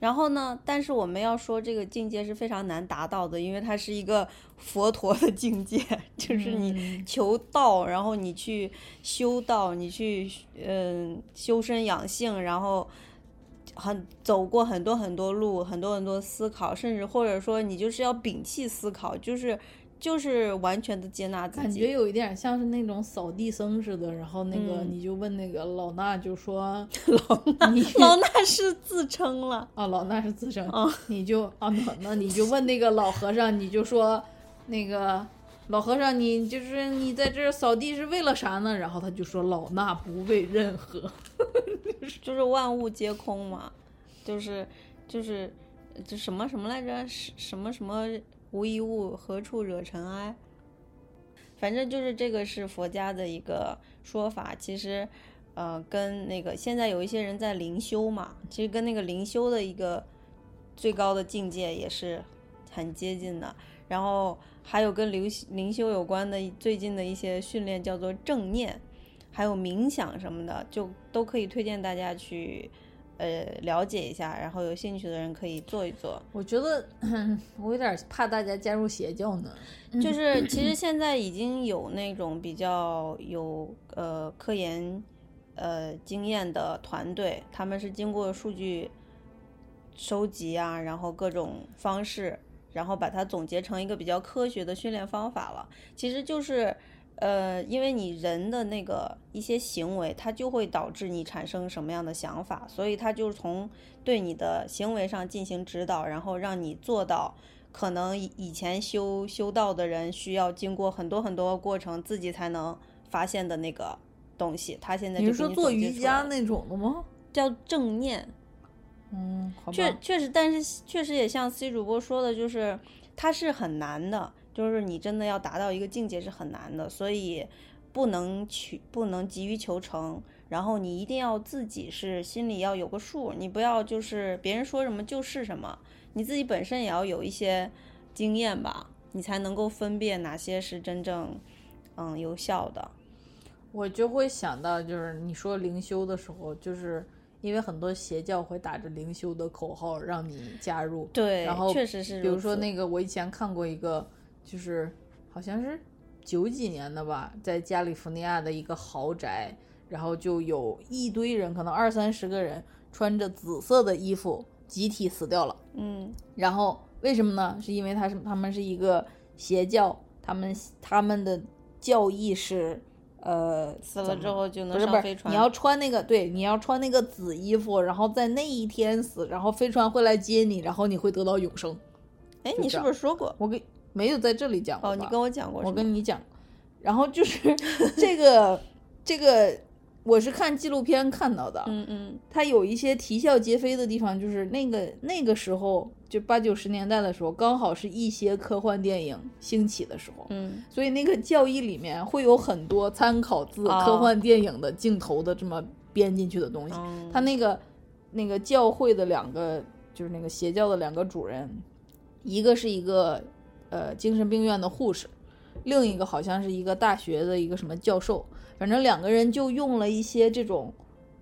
S1: 然后呢？但是我们要说，这个境界是非常难达到的，因为它是一个佛陀的境界，就是你
S2: 嗯
S1: 求道，然后你去修道，你去嗯修身养性，然后很走过很多很多路，很多很多思考，甚至或者说你就是要摒弃思考，就是就是完全的接纳自
S2: 感觉
S1: 己。
S2: 有一点像是那种扫地僧似的，然后那个
S1: 嗯
S2: 你就问那个老衲，就说 (laughs) 老衲你
S1: 老衲是自称了，
S2: 啊老衲是自称，你就啊那那你就问那个老和尚，你就说那个老和尚，你就是你在这儿扫地是为了啥呢？然后他就说老衲不为任何，
S1: 就是万物皆空嘛，就是就是就什么什么来着，什什么什么无一物，何处惹尘埃。反正就是这个是佛家的一个说法，其实，呃，跟那个现在有一些人在灵修嘛，其实跟那个灵修的一个最高的境界也是很接近的。然后还有跟灵灵修有关的最近的一些训练叫做正念，还有冥想什么的，就都可以推荐大家去呃了解一下，然后有兴趣的人可以做一做。
S2: 我觉得 (clears throat) 我有点怕大家加入邪教呢。
S1: 就是其实现在已经有那种比较有呃科研呃经验的团队，他们是经过数据收集啊，然后各种方式，然后把它总结成一个比较科学的训练方法了。其实就是呃，因为你人的那个一些行为，它就会导致你产生什么样的想法，所以它就是从对你的行为上进行指导，然后让你做到。可能以以前修修道的人需要经过很多很多过程，自己才能发现的那个东西，他现在
S2: 你
S1: 就是给
S2: 说
S1: 你
S2: 做
S1: 总结
S2: 瑜
S1: 出
S2: 伽
S1: 来了
S2: 那种的吗？
S1: 叫正念，
S2: 嗯，好吧。
S1: 确确实，但是确实也像 C 主播说的，就是它是很难的，就是你真的要达到一个境界是很难的，所以不能去，不能急于求成。然后你一定要自己是心里要有个数，你不要就是别人说什么就是什么，你自己本身也要有一些经验吧，你才能够分辨哪些是真正嗯有效的。
S2: 我就会想到，就是你说灵修的时候，就是因为很多邪教会打着灵修的口号让你加入。
S1: 对，
S2: 然后
S1: 确实是，
S2: 比如说那个，我以前看过一个，就是好像是九几年的吧，在加利福尼亚的一个豪宅，然后就有一堆人，可能二三十个人，穿着紫色的衣服，集体死掉了。
S1: 嗯
S2: 然后为什么呢？是因为他是他们是一个邪教，他们他们的教义是，呃，
S1: 死了
S2: 怎么
S1: 之后就
S2: 不
S1: 能
S2: 是不
S1: 上飞
S2: 是，
S1: 船，
S2: 你要穿那个对，你要穿那个紫衣服，然后在那一天死，然后飞船会来接你，然后你会得到永生。
S1: 哎，
S2: 就
S1: 你
S2: 这
S1: 是
S2: 样
S1: 不是说过？
S2: 我跟没有在这里讲过
S1: 哦，
S2: 吧
S1: 你跟我讲过是吗，
S2: 我跟你讲，然后就是 (laughs) 这个这个，我是看纪录片看到的，
S1: 嗯嗯
S2: 它有一些啼笑皆非的地方，就是那个那个时候就八九十年代的时候，刚好是一些科幻电影兴起的时候，
S1: 嗯，
S2: 所以那个教义里面会有很多参考自科
S1: 哦
S2: 幻电影的镜头的这么编进去的东西。
S1: 嗯
S2: 他那个那个教会的两个，就是那个邪教的两个主人，一个是一个呃精神病院的护士，另一个好像是一个大学的一个什么教授。反正两个人就用了一些这种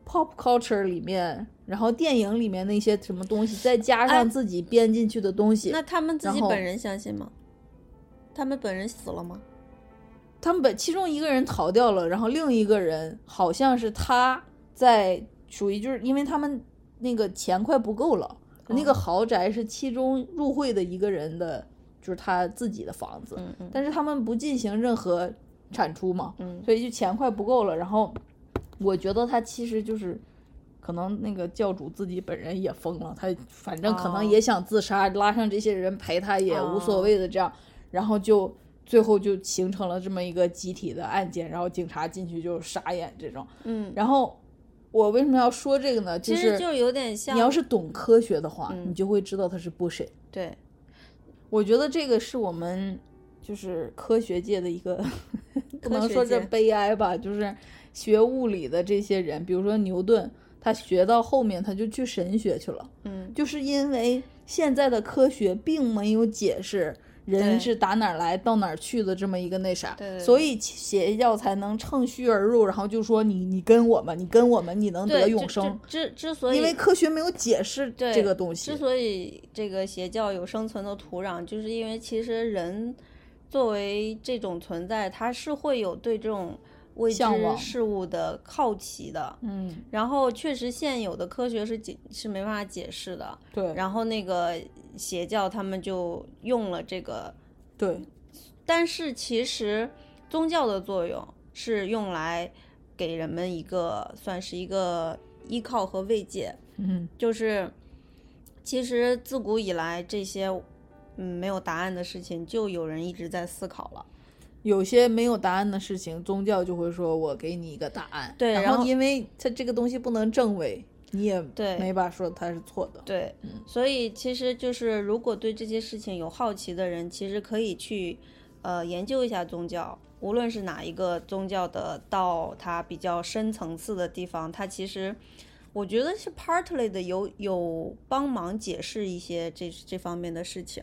S2: pop culture 里面，然后电影里面那些什么东西，再加
S1: 哎
S2: 上自己编进去的东西。
S1: 那他们自己
S2: 然后
S1: 本人相信吗？他们本人死了吗？
S2: 他们本其中一个人逃掉了，然后另一个人好像是他在属于就是因为他们那个钱快不够了，那个豪宅是其中入会的一个人的，就是他自己的房子，
S1: 嗯嗯
S2: 但是他们不进行任何产出嘛，
S1: 嗯
S2: 所以就钱快不够了。然后我觉得他其实就是。可能那个教主自己本人也疯了，他反正可
S1: 哦
S2: 能也想自杀，拉上这些人陪他也无所
S1: 哦
S2: 谓的这样，然后就最后就形成了这么一个集体的案件，然后警察进去就傻眼这种。
S1: 嗯，
S2: 然后我为什么要说这个呢？
S1: 其
S2: 是
S1: 实就有点像
S2: 你要是懂科学的话，
S1: 嗯
S2: 你就会知道它是 bullshit。
S1: 对，
S2: 我觉得这个是我们就是科学界的
S1: (laughs)
S2: 一个，不能
S1: 科学
S2: 说这
S1: 界
S2: 悲哀吧，就是学物理的这些人，比如说牛顿，他学到后面他就去神学去了，
S1: 嗯
S2: 就是因为现在的科学并没有解释人
S1: 对
S2: 是打哪儿来到哪儿去的这么一个那啥，
S1: 对对对
S2: 所以邪教才能乘虚而入，然后就说你你跟我们，你跟我们，你能
S1: 对，
S2: 得
S1: 之
S2: 永生，
S1: 之之之所以
S2: 因为科学没有解释
S1: 对
S2: 这个东西
S1: 之。所以这个邪教有生存的土壤，就是因为其实人作为这种存在，他是会有对这种未知
S2: 向往
S1: 事物的好奇的。
S2: 嗯，
S1: 然后确实现有的科学是解是没办法解释的，
S2: 对，
S1: 然后那个邪教他们就用了这个，
S2: 对，
S1: 但是其实宗教的作用是用来给人们一个算是一个依靠和慰藉，
S2: 嗯，
S1: 就是其实自古以来这些嗯没有答案的事情，就有人一直在思考了。
S2: 有些没有答案的事情，宗教就会说我给你一个答案，
S1: 对
S2: 然
S1: 然
S2: 后
S1: 后
S2: 因为它这个东西不能证伪，你也
S1: 对
S2: 没法说它是错的。嗯
S1: 对，所以其实就是如果对这些事情有好奇的人，其实可以去呃研究一下宗教，无论是哪一个宗教的，到它比较深层次的地方，它其实。我觉得是 partly 的有有帮忙解释一些这这方面的事情，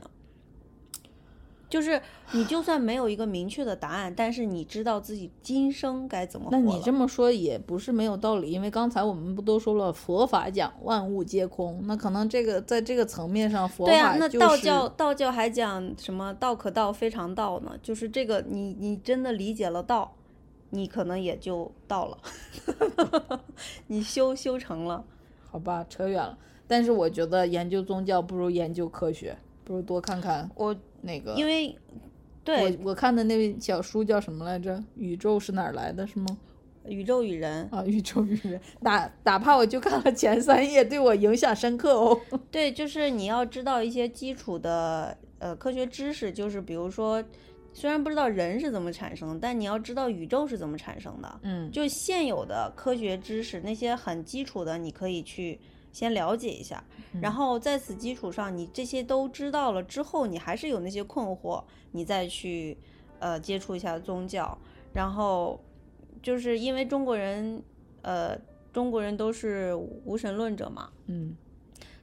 S1: 就是你就算没有一个明确的答案，但是你知道自己今生该怎么活
S2: 那
S1: 了。
S2: 你这么说也不是没有道理，因为刚才我们不都说了，佛法讲万物皆空，那可能这个在这个层面上，佛
S1: 对啊
S2: 法，
S1: 那
S2: 就是
S1: 道教道教还讲什么“道可道，非常道”呢？就是这个你，你真的理解了道，你可能也就到了， (laughs) 你修修成了。
S2: 好吧，扯远了。但是我觉得研究宗教不如研究科学，不如多看看
S1: 我
S2: 那个。
S1: 因为对
S2: 我我看的那小书叫什么来着？宇宙是哪儿来的？是吗？
S1: 宇宙与人，
S2: 啊，宇宙与人哪哪怕我就看了前三页，对我影响深刻哦。
S1: 对，就是你要知道一些基础的呃科学知识，就是比如说，虽然不知道人是怎么产生的，但你要知道宇宙是怎么产生的。
S2: 嗯，
S1: 就现有的科学知识，那些很基础的，你可以去先了解一下，然后在此基础上，你这些都知道了之后，你还是有那些困惑，你再去呃接触一下宗教，然后就是因为中国人呃中国人都是无神论者嘛，
S2: 嗯，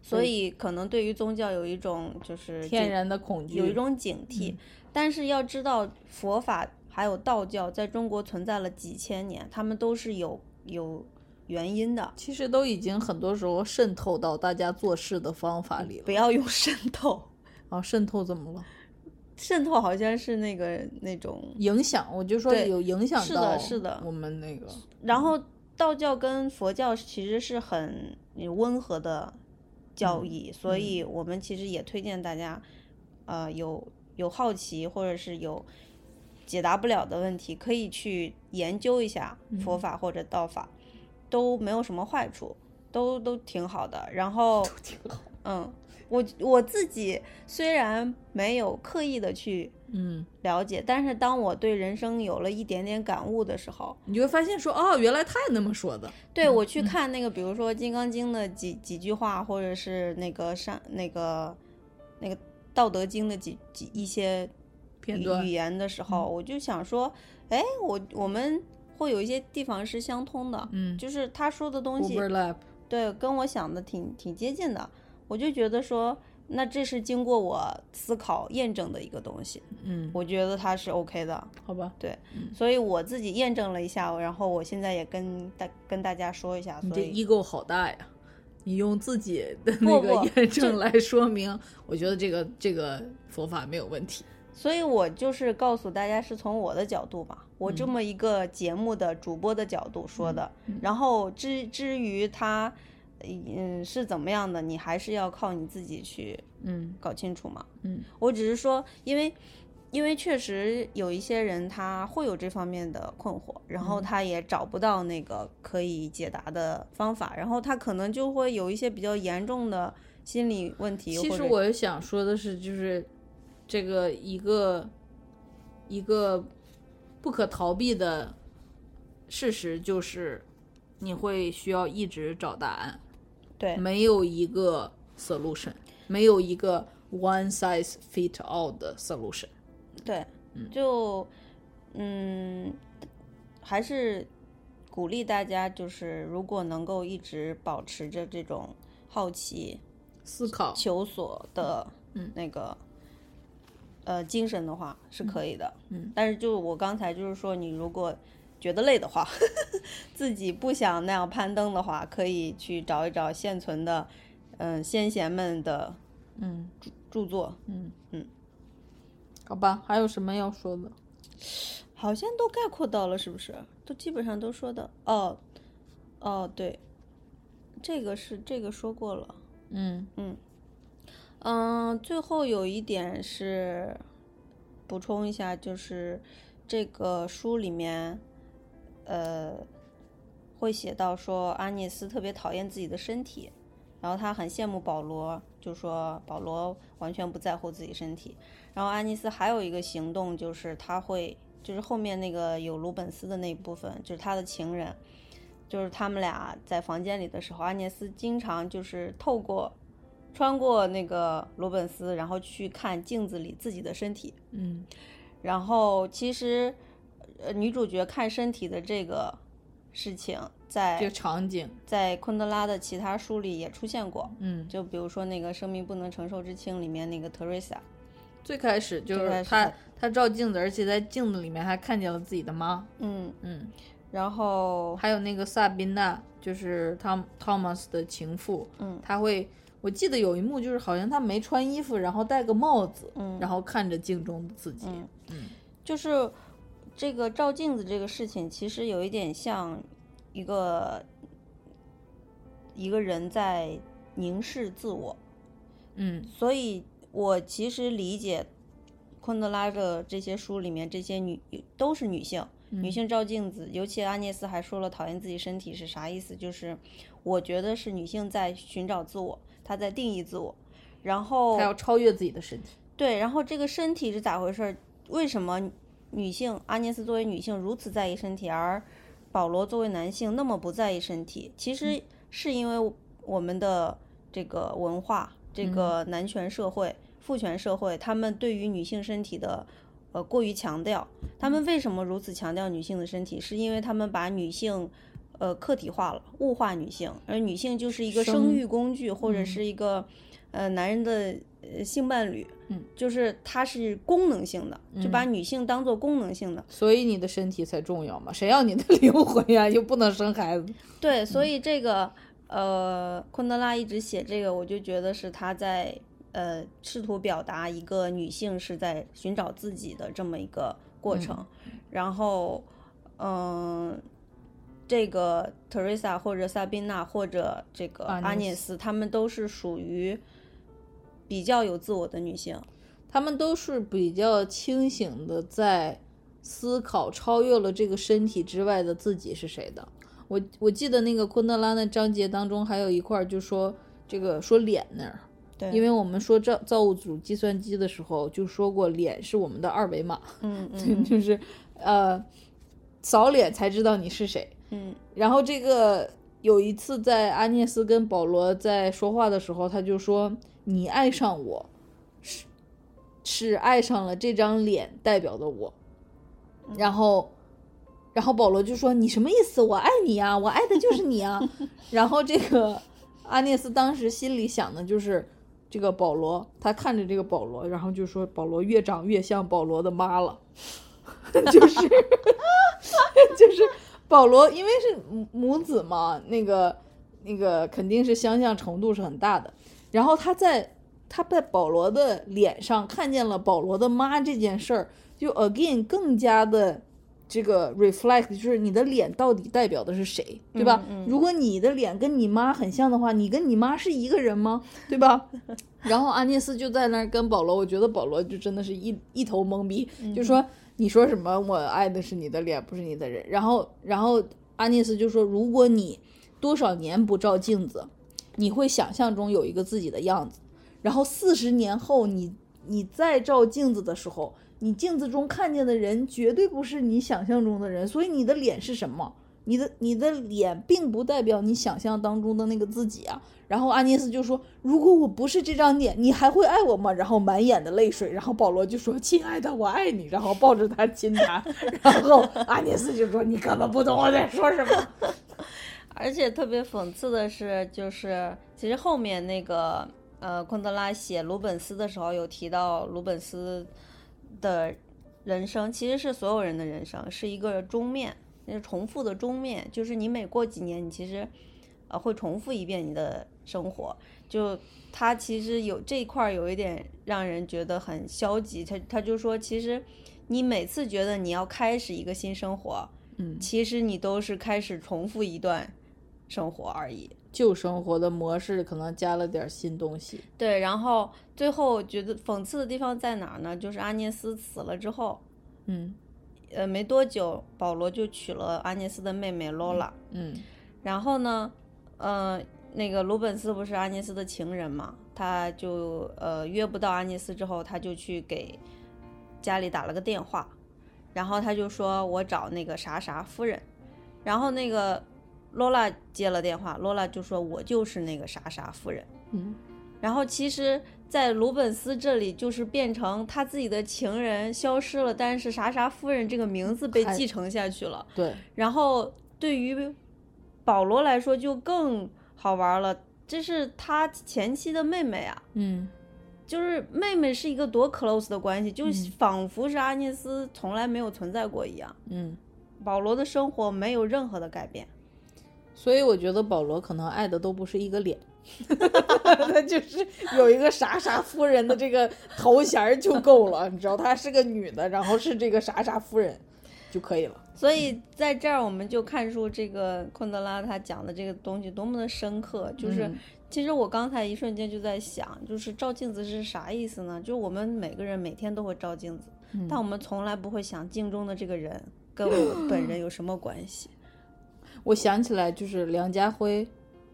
S1: 所
S2: 对
S1: 以可能对于宗教有一种就是
S2: 天
S1: 警
S2: 然的恐惧嗯
S1: 有一种警惕。但是要知道，佛法还有道教在中国存在了几千年，他们都是有有原因的，
S2: 其实都已经很多时候渗透到大家做事的方法里
S1: 不
S2: 了。
S1: 要用渗透。
S2: 啊，渗透怎么了？
S1: 渗透好像是那个那种，
S2: 影响，我就说
S1: 对
S2: 有影响
S1: 是的
S2: 到
S1: 是的
S2: 我们那个
S1: 然
S2: 嗯
S1: 后道教跟佛教其实是很温和的
S2: 嗯
S1: 教义，所以我们其实也推荐大家，呃，有有好奇或者是有解答不了的问题，可以去研究一下佛
S2: 嗯
S1: 法或者道法，都没有什么坏处，都都挺好的。然后
S2: 挺好。
S1: 嗯，我我自己虽然没有刻意的去
S2: 嗯，
S1: 了解，但是当我对人生有了一点点感悟的时候，
S2: 你就会发现说，哦，原来他也那么说的。
S1: 对我
S2: 嗯
S1: 去看那个，比如说《金刚经》的几几句话，或者是那个上那个那个《道德经》的几几一些
S2: 片
S1: 语
S2: 段嗯
S1: 语言的时候，我就想说，哎，我我们会有一些地方是相通的，
S2: 嗯
S1: 就是他说的东西，
S2: ，overlap，嗯
S1: 对，跟我想的挺挺接近的。我就觉得说，那这是经过我思考验证的一个东西，
S2: 嗯，
S1: 我觉得它是 OK 的。
S2: 好吧，
S1: 对，所以我自己验证了一下，然后我现在也跟大跟大家说一下，
S2: 你
S1: 所
S2: 这
S1: 以
S2: ego 好大呀！你用自己的
S1: 不
S2: 那个
S1: 不
S2: 验证
S1: 这
S2: 来说明，我觉得这个这个佛法没有问题。
S1: 所以我就是告诉大家，是从我的角度吧，我
S2: 嗯
S1: 这么一个节目的主播的角度说的。然后至至于他，嗯，是怎么样的，你还是要靠你自己去
S2: 嗯
S1: 搞清楚嘛。
S2: 嗯，
S1: 我只是说，因为因为确实有一些人他会有这方面的困惑，然
S2: 嗯
S1: 后他也找不到那个可以解答的方法，然后他可能就会有一些比较严重的心理问题。
S2: 其
S1: 或
S2: 实
S1: 者
S2: 我想说的是，就是这个一个一个不可逃避的事实就是，你会需要一直找答案，
S1: 对
S2: 没有一个 solution，没有一个 one size fit all 的 solution。
S1: 对，就嗯，还是鼓励大家，就是如果能够一直保持着这种好奇、
S2: 思考，
S1: 求索的
S2: 嗯
S1: 那个、呃精神的话是可以的。
S2: 嗯
S1: 但是就我刚才就是说，你如果觉得累的话， (laughs) 自己不想那样攀登的话，可以去找一找现存的嗯、先贤们的
S2: 嗯
S1: 著作，
S2: 嗯
S1: 嗯，
S2: 好吧，还有什么要说的？
S1: 好像都概括到了，是不是？都基本上都说的。哦，哦，对，这个是这个说过了。
S2: 嗯
S1: 嗯，最后有一点是补充一下，就是这个书里面，呃，会写到说阿涅斯特别讨厌自己的身体，然后他很羡慕保罗，就说保罗完全不在乎自己身体。然后阿涅斯还有一个行动，就是他会，就是后面那个有鲁本斯的那一部分，就是他的情人，就是他们俩在房间里的时候，阿涅斯经常就是透过。穿过那个罗本斯，然后去看镜子里自己的身体。
S2: 嗯
S1: 然后其实，呃，女主角看身体的这个事情，
S2: 这
S1: 在
S2: 个场景，
S1: 在昆德拉的其他书里也出现过。
S2: 嗯，
S1: 就比如说那个《生命不能承受之轻》里面那个 Teresa，
S2: 最开始就
S1: 最开
S2: 是
S1: 始
S2: 他
S1: 他，
S2: 他照镜子，而且在镜子里面还看见了自己的妈。
S1: 嗯，
S2: 嗯，
S1: 然后
S2: 还有那个萨宾娜，就是汤汤马斯的情妇。
S1: 嗯
S2: 他会，我记得有一幕就是好像他没穿衣服，然后戴个帽子，
S1: 嗯
S2: 然后看着镜中的自己。
S1: 嗯就是这个照镜子这个事情，其实有一点像一个一个人在凝视自我。
S2: 嗯
S1: 所以我其实理解昆德拉的这些书里面这些女都是女性，
S2: 嗯
S1: 女性照镜子，尤其阿涅斯还说了讨厌自己身体是啥意思，就是我觉得是女性在寻找自我，她在定义自我，然后
S2: 他要超越自己的身体。
S1: 对，然后这个身体是咋回事儿？为什么女性阿涅斯作为女性如此在意身体，而保罗作为男性那么不在意身体？其实是因为我们的这个文化、这个男权社会、父权社会，他们对于女性身体的呃过于强调。他们为什么如此强调女性的身体？是因为他们把女性。呃，客体化了，物化女性，而女性就是一个生
S2: 生
S1: 育工具，或者是一个，呃，男人的呃性伴侣。就是它是功能性的，就把女性当做功能性的。
S2: 所以你的身体才重要嘛？谁要你的 (laughs) 灵魂呀？又不能生孩子。
S1: 对，
S2: 嗯
S1: 所以这个呃，昆德拉一直写这个，我就觉得是他在呃试图表达一个女性是在寻找自己的这么一个过
S2: 嗯
S1: 程。然后，嗯、这个 Teresa 或者萨宾娜或者这个
S2: 阿涅
S1: 阿涅斯，她们都是属于比较有自我的女性。
S2: 他们都是比较清醒的，在思考超越了这个身体之外的自己是谁的。我我记得那个昆德拉的章节当中还有一块儿就说这个说脸那儿，
S1: 对，
S2: 因为我们说造造物主计算机的时候就说过脸是我们的二维码， (laughs)
S1: 嗯嗯
S2: 就是呃扫脸才知道你是谁。
S1: 嗯
S2: 然后这个有一次在阿涅斯跟保罗在说话的时候，他就说：“你爱上我，是是爱上了这张脸代表的我。”然后，然后保罗就说：“你什么意思？我爱你啊，我爱的就是你啊。”然后这个阿涅斯当时心里想的就是。这个保罗，他看着这个保罗，然后就说：“保罗越长越像保罗的妈了。” (laughs) 就是就是保罗，因为是母母子嘛，那个那个肯定是相像程度是很大的。然后他在他在保罗的脸上看见了保罗的妈这件事儿，就 again 更加的这个 reflect，就是你的脸到底代表的是谁，对吧？
S1: 嗯嗯
S2: 如果你的脸跟你妈很像的话，你跟你妈是一个人吗？对吧？然后阿涅斯就在那儿跟保罗，我觉得保罗就真的是一一头懵逼，就说你说什么我爱的是你的脸，不是你的人。然后，然后阿涅斯就说，如果你多少年不照镜子，你会想象中有一个自己的样子，然后四十年后你你再照镜子的时候，你镜子中看见的人绝对不是你想象中的人，所以你的脸是什么？你的你的脸并不代表你想象当中的那个自己啊。然后阿涅斯就说：“如果我不是这张脸，你还会爱我吗？”然后满眼的泪水。然后保罗就说：“亲爱的，我爱你。”然后抱着他亲他。然后哦阿涅斯就说：“你根本不懂我在说什么。
S1: 而且特别讽刺的是，就是其实后面那个呃，昆德拉写鲁本斯的时候有提到鲁本斯的人生其实是所有人的人生，是一个钟面，那是重复的钟面，就是你每过几年，你其实呃会重复一遍你的生活。就他其实有这一块儿有一点让人觉得很消极，他他就说其实你每次觉得你要开始一个新生活，”
S2: (laughs) 嗯，
S1: 其实你都是开始重复一段生活而已。
S2: 旧生活的模式可能加了点新东西。
S1: 对，然后最后我觉得讽刺的地方在哪儿呢？就是阿涅斯死了之后，
S2: 嗯
S1: 呃，没多久保罗就娶了阿涅斯的妹妹 Lola。
S2: 嗯
S1: 然后呢，呃，那个鲁本斯不是阿涅斯的情人嘛，他就呃约不到阿涅斯之后，他就去给家里打了个电话，然后他就说我找那个啥啥夫人，然后那个罗拉接了电话，罗拉就说我就是那个啥啥夫人，
S2: 嗯，
S1: 然后其实。在鲁本斯这里，就是变成他自己的情人消失了，但是啥啥夫人这个名字被
S2: 还
S1: 继承下去了。
S2: 对，
S1: 然后对于保罗来说就更好玩了，这是他前妻的妹妹啊，
S2: 嗯
S1: 就是妹妹是一个多 close 的关系，就
S2: 嗯
S1: 仿佛是阿涅斯从来没有存在过一样。
S2: 嗯。
S1: 保罗的生活没有任何的改变，
S2: 所以我觉得保罗可能爱的都不是一 (laughs) 个脸，他就是有一个啥啥夫人的这个头衔儿就够了，你知道她是个女的，然后是这个啥啥夫人就可以了。
S1: 所以在这儿我们就看出这个昆德拉他讲的这个东西多么的深刻，就是。
S2: 嗯
S1: 其实我刚才一瞬间就在想，就是照镜子是啥意思呢？就我们每个人每天都会照镜子，
S2: 嗯
S1: 但我们从来不会想镜中的这个人跟我本人有什么关系。
S2: 我想起来就是梁家辉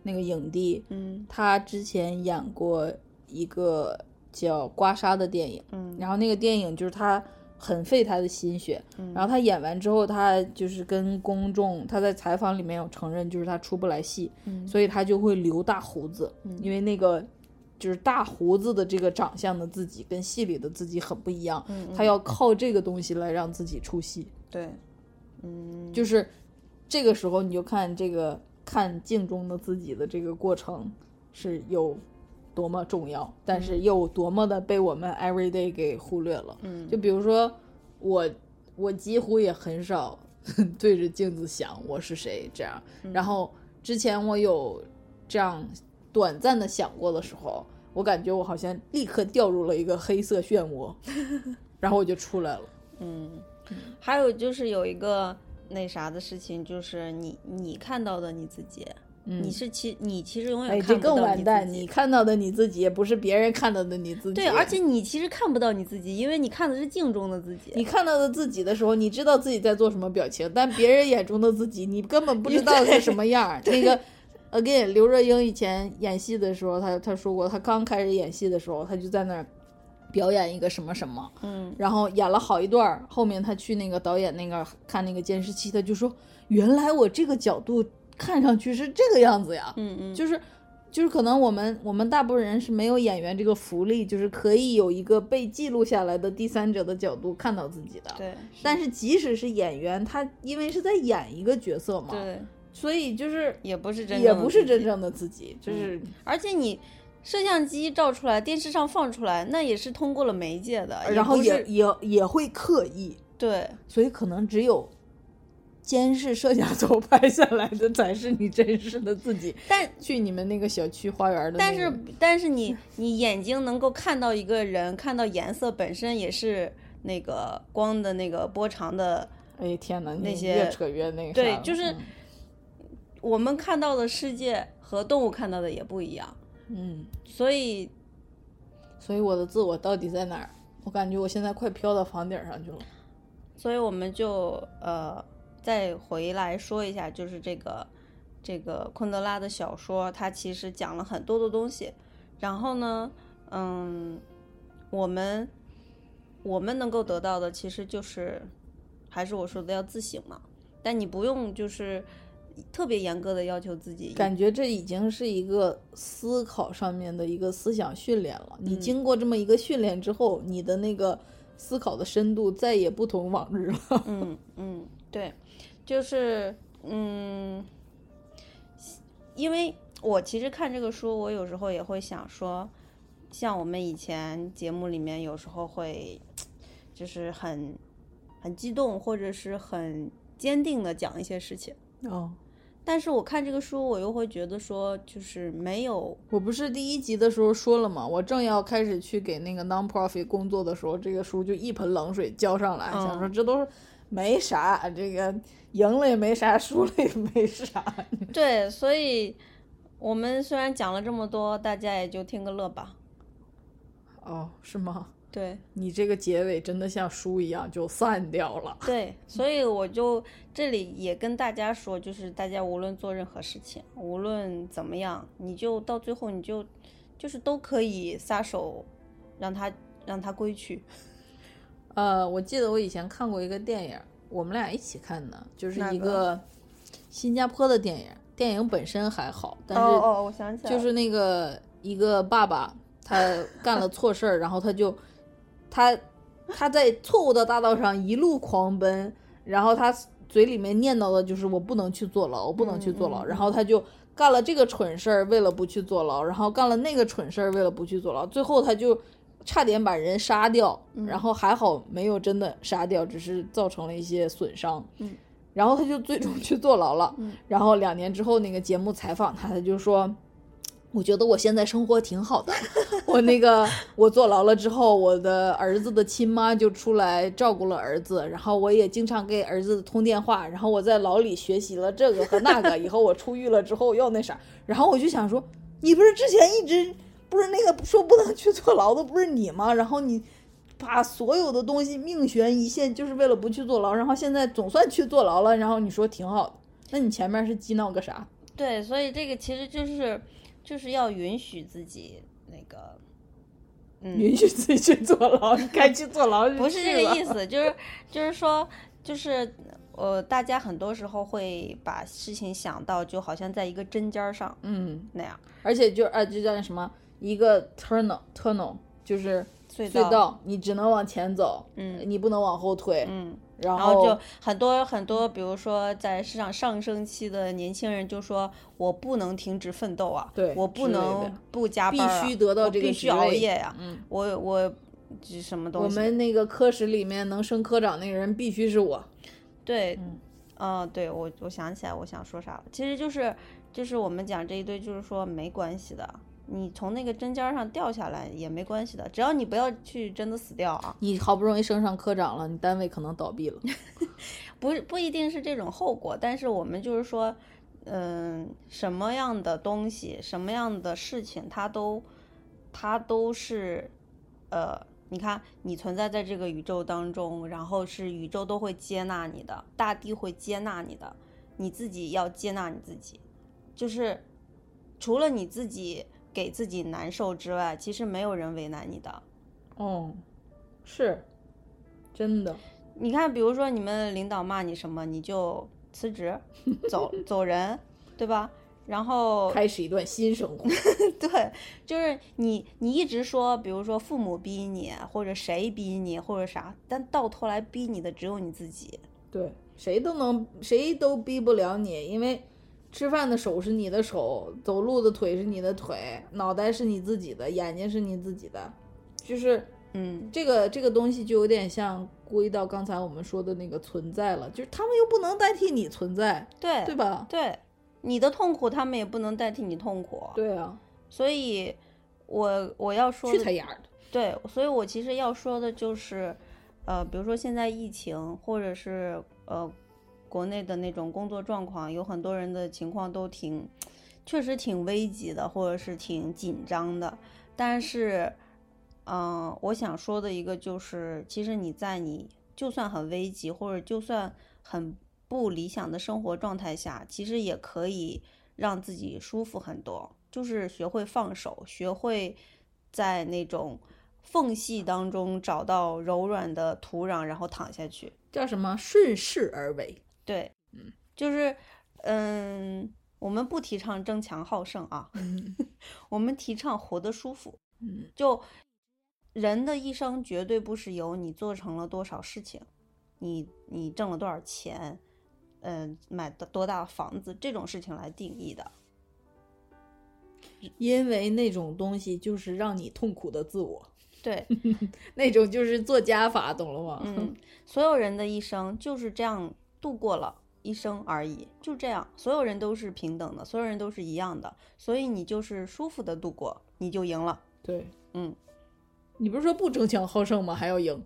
S2: 那个影帝，
S1: 嗯
S2: 他之前演过一个叫《刮痧》的电影，
S1: 嗯
S2: 然后那个电影就是他很费他的心血，
S1: 嗯
S2: 然后他演完之后，他就是跟公众，他在采访里面有承认，就是他出不来戏，
S1: 嗯
S2: 所以他就会留大胡子，因为那个就是大胡子的这个长相的自己跟戏里的自己很不一样，
S1: 嗯
S2: 他要靠这个东西来让自己出戏，
S1: 对，嗯，
S2: 就是这个时候你就看这个看镜中的自己的这个过程是有多么重要，但是又多么的被我们 every day 给忽略了。
S1: 嗯
S2: 就比如说我，我几乎也很少 (laughs) 对着镜子想我是谁这样。
S1: 嗯
S2: 然后之前我有这样短暂的想过的时候，我感觉我好像立刻掉入了一个黑色漩
S1: (laughs)
S2: 涡，然后我就出来了。
S1: 嗯，还有就是有一个那啥的事情，就是你你看到的你自己，
S2: 嗯
S1: 你是其你其实永远
S2: 哎，
S1: 嗯看
S2: 这
S1: 不
S2: 更
S1: 到
S2: 完
S1: 你
S2: 蛋！
S1: 自
S2: 你
S1: 己。
S2: 看到的你自己，也不是别人看到的你自己。
S1: 对，而且你其实看不到你自己，因为你看的是镜中的自己。
S2: 你看到的自己的时候，你知道自己在做什么表情，但别人眼中的自己，你根本不知道是什么样儿。那个，again，刘若英以前演戏的时候，她她说过，她刚开始演戏的时候，她就在那儿表演一个什么什么，
S1: 嗯，
S2: 然后演了好一段儿，后面他去那个导演那个看那个监视器，他就说，原来我这个角度看上去是这个样子呀，
S1: 嗯嗯，
S2: 就是就是可能我们我们大部分人是没有演员这个福利，就是可以有一个被记录下来的第三者的角度看到自己的。
S1: 对，
S2: 但是即使是演员，他因为是在演一个角色嘛，
S1: 对，
S2: 所以就是
S1: 也不是真
S2: 也
S1: 正的
S2: 不是
S1: 自己嗯
S2: 真正的自己，就是
S1: 而且你摄像机照出来，电视上放出来，那也是通过了媒介的，
S2: 然后
S1: 不
S2: 也
S1: 是
S2: 也也会刻意，
S1: 对，
S2: 所以可能只有监视摄像头拍下来的才是你真实的自己。
S1: 但
S2: 去你们那个小区花园的、
S1: 但是但是你你眼睛能够看到一个人，看到颜色本身也是那个光的那个波长的，
S2: 哎天哪，你
S1: 那些
S2: 越扯越那个啥
S1: 对
S2: 了，嗯
S1: 就是我们看到的世界和动物看到的也不一样，
S2: 嗯嗯，
S1: 所以
S2: 所以我的自我到底在哪儿？我感觉我现在快飘到房顶上去了。
S1: 所以我们就呃再回来说一下，就是这个这个昆德拉的小说，它其实讲了很多的东西。然后呢，嗯，我们我们能够得到的其实就是，还是我说的要自省嘛。但你不用就是特别严格的要求自己，
S2: 感觉这已经是一个思考上面的一个思想训练了。你经过这么一个训练之后，你的那个思考的深度再也不同往日了。 (laughs)
S1: 嗯，嗯，对，就是嗯，因为我其实看这个书，我有时候也会想说，像我们以前节目里面有时候会，就是很很激动或者是很坚定的讲一些事情，
S2: 哦，
S1: 但是我看这个书，我又会觉得说，就是没有，
S2: 我不是第一集的时候说了吗？我正要开始去给那个 nonprofit 工作的时候，这个书就一盆冷水浇上来，想说这都是没啥，这个赢了也没啥，输了也没啥。
S1: 对，所以我们虽然讲了这么多，大家也就听个乐吧，
S2: 哦，是吗？
S1: 对。
S2: 你这个结尾真的像书一样就散掉了。 (laughs)
S1: 对，所以我就这里也跟大家说，就是大家无论做任何事情，无论怎么样，你就到最后你就就是都可以撒手，让他让他归去。
S2: 呃，我记得我以前看过一个电影，我们俩一起看的，就是
S1: 哪
S2: 一
S1: 个
S2: 个新加坡的电影。电影本身还好，但
S1: 哦
S2: 是
S1: 哦，我想起来了，
S2: 就是那个一个爸爸，他干了错事儿，然后他就他他在错误的大道上一路狂奔，然后他嘴里面念叨的就是我不能去坐牢，我不能去坐牢，
S1: 嗯嗯
S2: 然后他就干了这个蠢事儿，为了不去坐牢，然后干了那个蠢事儿，为了不去坐牢，最后他就差点把人杀掉，
S1: 嗯
S2: 然后还好没有真的杀掉，只是造成了一些损伤。
S1: 嗯
S2: (laughs) 然后他就最终去坐牢了。
S1: 嗯
S2: 然后两年之后，那个节目采访他，他就说：“我觉得我现在生活挺好的。 (laughs) 我那个我坐牢了之后，我的儿子的亲妈就出来照顾了儿子，然后我也经常给儿子通电话。然后我在牢里学习了这个和那个，以后我出狱了之后要那啥。然后我就想说，你不是之前一直不是那个说不能去坐牢的不是你吗？然后你。”把所有的东西命悬一线，就是为了不去坐牢。然后现在总算去坐牢了，然后你说挺好的，那你前面是激闹个啥？
S1: 对，所以这个其实就是就是要允许自己那个，嗯，
S2: (laughs) 允许自己去坐牢，你该去坐牢就
S1: 不是
S2: 去
S1: 这个
S2: 了
S1: 意。思，就是就是说，就是呃，大家很多时候会把事情想到就好像在一个针尖儿上
S2: 嗯，
S1: 那样，
S2: 而且就啊，就叫那什么一个 tunnel tunnel，就是
S1: 隧
S2: 隧道，你只能往前走，
S1: 嗯
S2: 你不能往后退。
S1: 嗯，
S2: 然
S1: 然后就很多很多，比如说在市场上升期的年轻人就说：“我不能停止奋斗啊，
S2: 对
S1: 我
S2: 之
S1: 不
S2: 类
S1: 能
S2: 的
S1: 不加
S2: 必
S1: 班、啊，
S2: 须得到
S1: 我
S2: 这个
S1: 必
S2: 职
S1: 须熬
S2: 位
S1: 夜呀、
S2: 嗯，
S1: 我我这什么
S2: 我
S1: 东西？
S2: 们那个科室里面能升科长那个人必须是我。
S1: 对，
S2: 嗯
S1: 嗯，对我我想起来我想说啥了，其实就是就是我们讲这一堆，就是说没关系的。”你从那个针尖儿上掉下来也没关系的，只要你不要去真的死掉啊，
S2: 你好不容易升上科长了，你单位可能倒
S1: (laughs)
S2: 闭了。
S1: 不是不一定是这种后果，但是我们就是说，嗯，什么样的东西，什么样的事情，它都，它都是，呃，你看你存在在这个宇宙当中，然后是宇宙都会接纳你的，大地会接纳你的，你自己要接纳你自己，就是除了你自己给自己难受之外，其实没有人为难你的。
S2: 哦，是，真的。
S1: 你看，比如说你们领导骂你什么，你就辞职，走走人，对吧？然
S2: (laughs)
S1: 后
S2: 开始一段新生活。
S1: 对，就是你你一直说，比如说父母逼你，或者谁逼你，或者啥，但到头来逼你的只有你自己。
S2: 对， (laughs) 谁都能，谁都逼不了你，因为吃饭的手是你的手，走路的腿是你的腿，脑袋是你自己的，眼睛是你自己的，就是
S1: 嗯
S2: 这个这个东西就有点像归到刚才我们说的那个存在了，就是他们又不能代替你存在，
S1: 对
S2: 对吧？
S1: 对，你的痛苦他们也不能代替你痛苦，
S2: 对啊，
S1: 所以我我要说
S2: 去他
S1: 的
S2: 丫的！
S1: 对，所以我其实要说的就是，呃，比如说现在疫情，或者是呃国内的那种工作状况，有很多人的情况都挺，确实挺危急的，或者是挺紧张的。但是，嗯、我想说的一个就是，其实你在你就算很危急，或者就算很不理想的生活状态下，其实也可以让自己舒服很多，就是学会放手，学会在那种缝隙当中找到柔软的土壤，然后躺下去。
S2: 叫什么？顺势而为。
S1: 对，就是，嗯，我们不提倡争强好胜啊，
S2: 嗯
S1: (laughs) 我们提倡活得舒服。
S2: 嗯，
S1: 就人的一生绝对不是由你做成了多少事情，你你挣了多少钱，嗯、买的多大的房子这种事情来定义的。
S2: 因为那种东西就是让你痛苦的自我， (laughs)
S1: 对，
S2: 那种就是做加法，懂了吗？
S1: 嗯，所有人的一生就是这样度过了一生而已，就这样，所有人都是平等的，所有人都是一样的，所以你就是舒服的度过，你就赢了。
S2: (laughs) 对，
S1: 嗯，
S2: 你不是说不争强好胜吗？还要赢？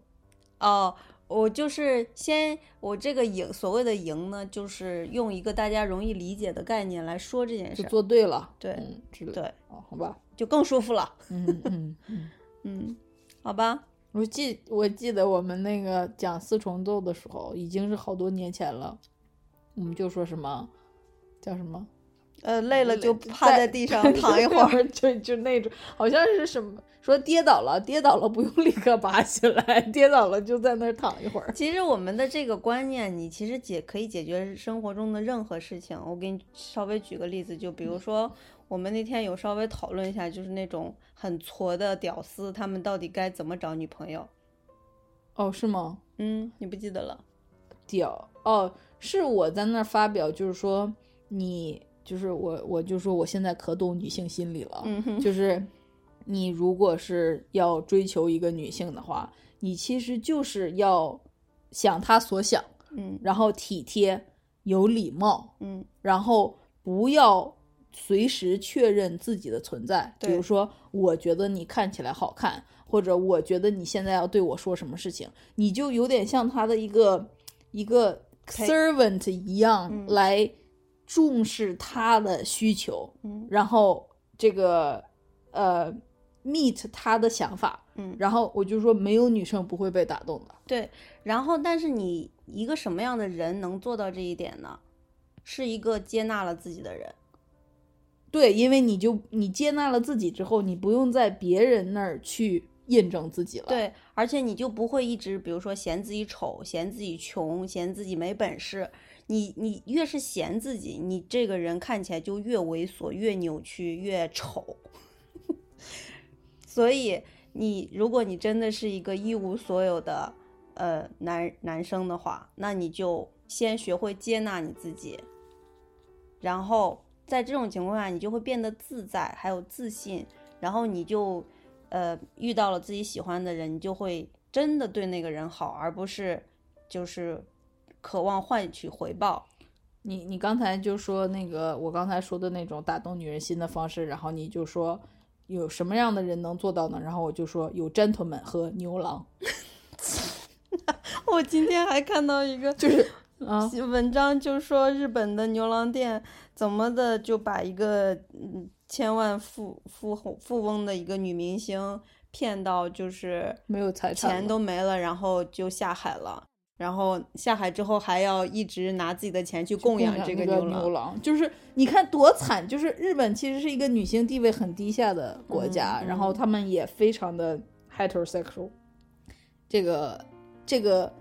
S1: 哦，我就是先，我这个赢，所谓的赢呢，就是用一个大家容易理解的概念来说这件
S2: 就
S1: 事儿，
S2: 做对了，
S1: 对
S2: 嗯，之类的
S1: 对，
S2: 哦，好吧，
S1: 就更舒服了。
S2: 嗯嗯嗯。
S1: 嗯，好吧，
S2: 我记我记得我们那个讲四重奏的时候，已经是好多年前了，我们就说什么叫什么
S1: 呃，累了就
S2: 累
S1: 趴在地上躺一会儿。 (laughs)
S2: 儿，就就那种，好像是什么说跌倒了，跌倒了不用立刻爬起来，跌倒了就在那儿躺一会儿。
S1: 其实我们的这个观念，你其实解可以解决生活中的任何事情。我给你稍微举个例子，就比如说我们那天有稍微讨论一下，就是那种很挫的屌丝，他们到底该怎么找女朋友？
S2: 哦，是吗？
S1: 嗯，你不记得了？
S2: 屌哦，是我在那儿发表，就是说你就是我，我就说我现在可懂女性心理了，
S1: 嗯 (laughs) 哼
S2: 就是你如果是要追求一个女性的话，你其实就是要想她所想，
S1: 嗯
S2: 然后体贴、有礼貌，
S1: 嗯
S2: 然后不要随时确认自己的存在。比
S1: 对
S2: 如说，我觉得你看起来好看，或者我觉得你现在要对我说什么事情，你就有点像他的一个一个 servant 一样
S1: 嗯
S2: 来重视他的需求，
S1: 嗯
S2: 然后这个呃 meet 他的想法。
S1: 嗯，
S2: 然后我就说，没有女生不会被打动的。
S1: 对，然后但是你一个什么样的人能做到这一点呢？是一个接纳了自己的人。
S2: 对，因为你就你接纳了自己之后，你不用在别人那儿去验证自己了。，
S1: 对，而且你就不会一直，比如说嫌自己丑、嫌自己穷、嫌自己没本事。你你越是嫌自己，你这个人看起来就越猥琐、越扭曲、越丑。 (laughs) 所以你如果你真的是一个一无所有的呃男男生的话，那你就先学会接纳你自己，然后在这种情况下，你就会变得自在，还有自信，然后你就呃遇到了自己喜欢的人，你就会真的对那个人好，而不是就是渴望换取回报。 (laughs)
S2: 你你刚才就说那个我刚才说的那种打动女人心的方式，然后你就说有什么样的人能做到呢？然后我就说有 gentleman 和牛郎，
S1: 我今天还看到一个
S2: 就是啊，
S1: 文章，就说日本的牛郎店怎么的就把一个嗯千万富富红富翁的一个女明星骗到就是
S2: 没有财产
S1: 钱
S2: 了
S1: 都没了，然后就下海了。然后下海之后还要一直拿自己的钱去供养这
S2: 个
S1: 牛
S2: 牛
S1: 郎，
S2: 郎，就是你看多惨，就是日本其实是一个女性地位很低下的国家，
S1: 嗯嗯
S2: 然后他们也非常的 heterosexual，这个这个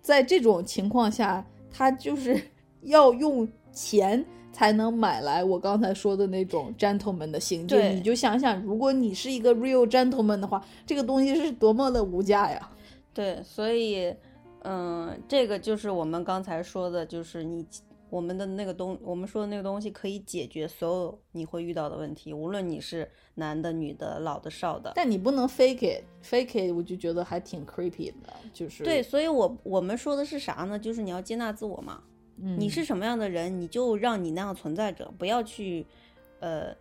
S2: 在这种情况下，他就是 (laughs) 要用钱。才能买来我刚才说的那种 gentleman 的行
S1: 对
S2: 径，你就想想，如果你是一个 real gentleman 的话，这个东西是多么的无价呀！
S1: 对，所以，嗯，这个就是我们刚才说的，就是你，我们的那个东，我们说的那个东西可以解决所有你会遇到的问题，无论你是男的、女的、老的、少的。
S2: 但你不能 fake it，fake it 我就觉得还挺 creepy 的，就是
S1: 对，，所以我我们说的是啥呢？就是你要接纳自我嘛。
S2: 嗯
S1: 你是什么样的人，你就让你那样存在着，不要去，呃，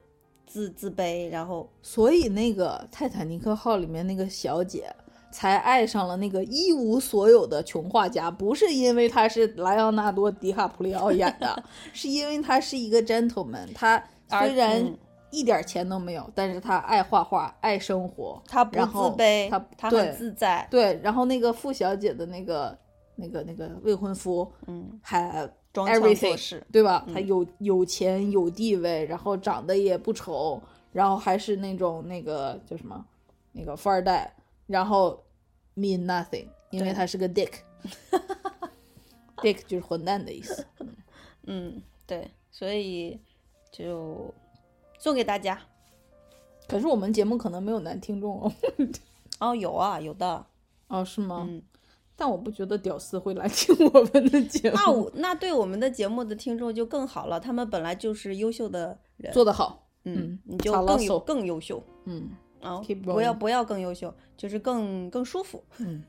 S1: 自自卑，然后
S2: 所以那个泰坦尼克号里面那个小姐才爱上了那个一无所有的穷画家，不是因为他是莱昂纳多·迪卡普里奥演
S1: (laughs)
S2: 的，是因为他是一个 gentleman。他
S1: 而
S2: 虽然
S1: 嗯
S2: 一点钱都没有，但是他爱画画，爱生活。
S1: 他不
S2: 然
S1: 自
S2: 后
S1: 卑，
S2: 他对
S1: 很自在，
S2: 对，然后那个傅小姐的那个、那个、那个未婚夫
S1: 嗯，
S2: 还
S1: 装腔作
S2: everything
S1: 势，
S2: 对吧？
S1: 嗯
S2: 他有有钱有地位，然后长得也不丑，然后还是那种那个叫什么那个富二代，然后 mean nothing，因为
S1: 对
S2: 他是个 dick。dick 就是混蛋的意思。
S1: 嗯，对，所以就送给大家。
S2: 可是我们节目可能没有男听众哦。
S1: 哦，有啊，有的，
S2: 哦，是吗？ (laughs)
S1: 嗯，
S2: 但我不觉得屌丝会来听我们的节目。
S1: 那我那对我们的节目的听众就更好了，他们本来就是优秀的人，
S2: 做得好，
S1: 嗯
S2: 嗯，
S1: 你就
S2: 好了
S1: 更有
S2: ，so
S1: 更优秀
S2: 嗯
S1: 啊、
S2: Keep
S1: 不要
S2: going
S1: 不要更优秀，就是更更舒服。
S2: 嗯，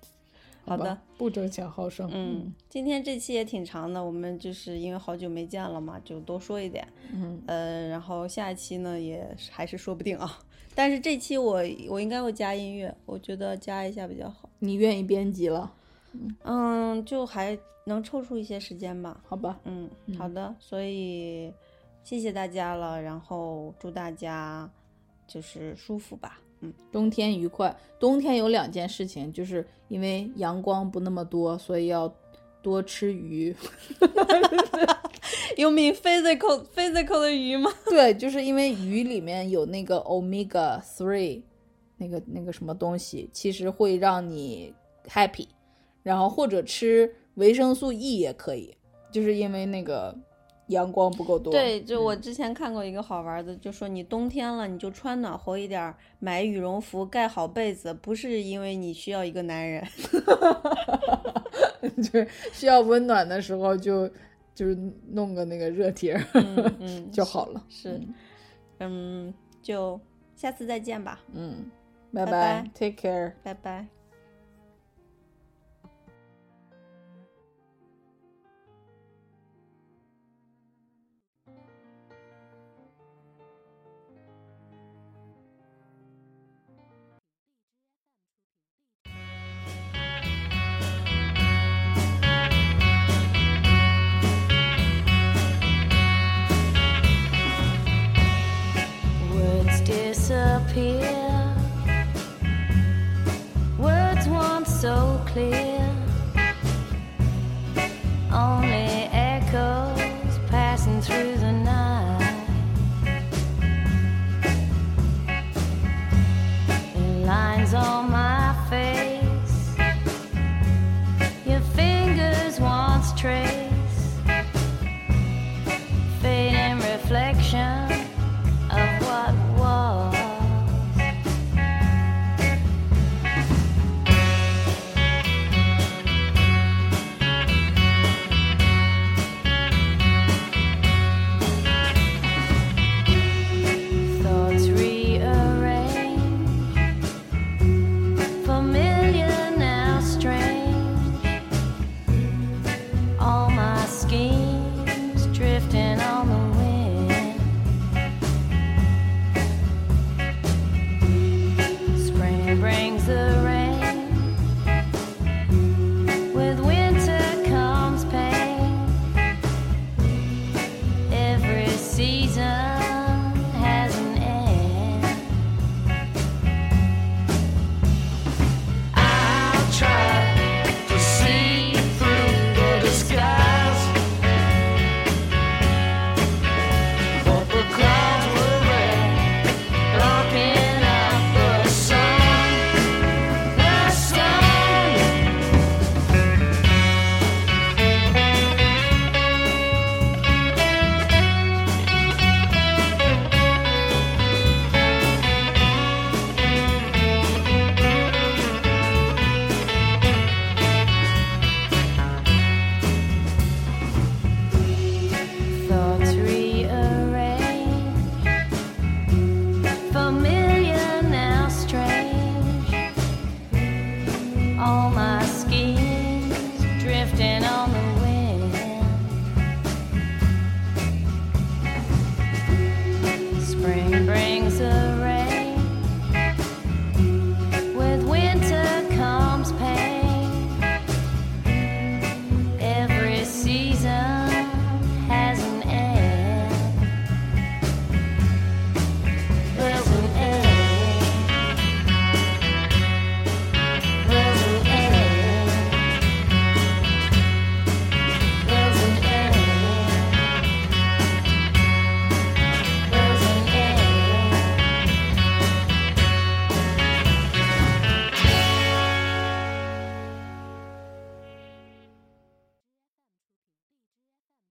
S1: 好的
S2: 吧，不争强好胜。
S1: 嗯，今天这期也挺长的，我们就是因为好久没见了嘛，就多说一点。
S2: 嗯，
S1: 呃，然后下一期呢也是还是说不定啊， (laughs) 但是这期我我应该会加音乐，我觉得加一下比较好。
S2: 你愿意编辑了，
S1: 嗯，就还能抽出一些时间吧。
S2: 好吧？
S1: 嗯，好的，所以谢谢大家了，然后祝大家就是舒服吧。嗯， (laughs)
S2: 冬天愉快。冬天有两件事情，就是因为阳光不那么多，所以要多
S1: (laughs)
S2: 吃鱼。
S1: 有米 physical physical 的鱼吗？
S2: 对，就是因为鱼里面有那个 omega three，那个那个什么东西，其实会让你 happy。然后或者吃维生素 E 也可以，就是因为那个阳光不够多。
S1: 对，就我
S2: 嗯
S1: 之前看过一个好玩的，就说你冬天了，你就穿暖和一点儿，买羽绒服，盖好被子，不是因为你需要一个男
S2: (laughs)
S1: 人，
S2: 就是需要温暖的时候就就是弄个那个热贴儿、 (laughs)
S1: 嗯嗯
S2: 就好了。
S1: 是，嗯，就下次再见吧，
S2: 嗯，拜
S1: 拜拜
S2: 嗯，take care。
S1: 拜拜。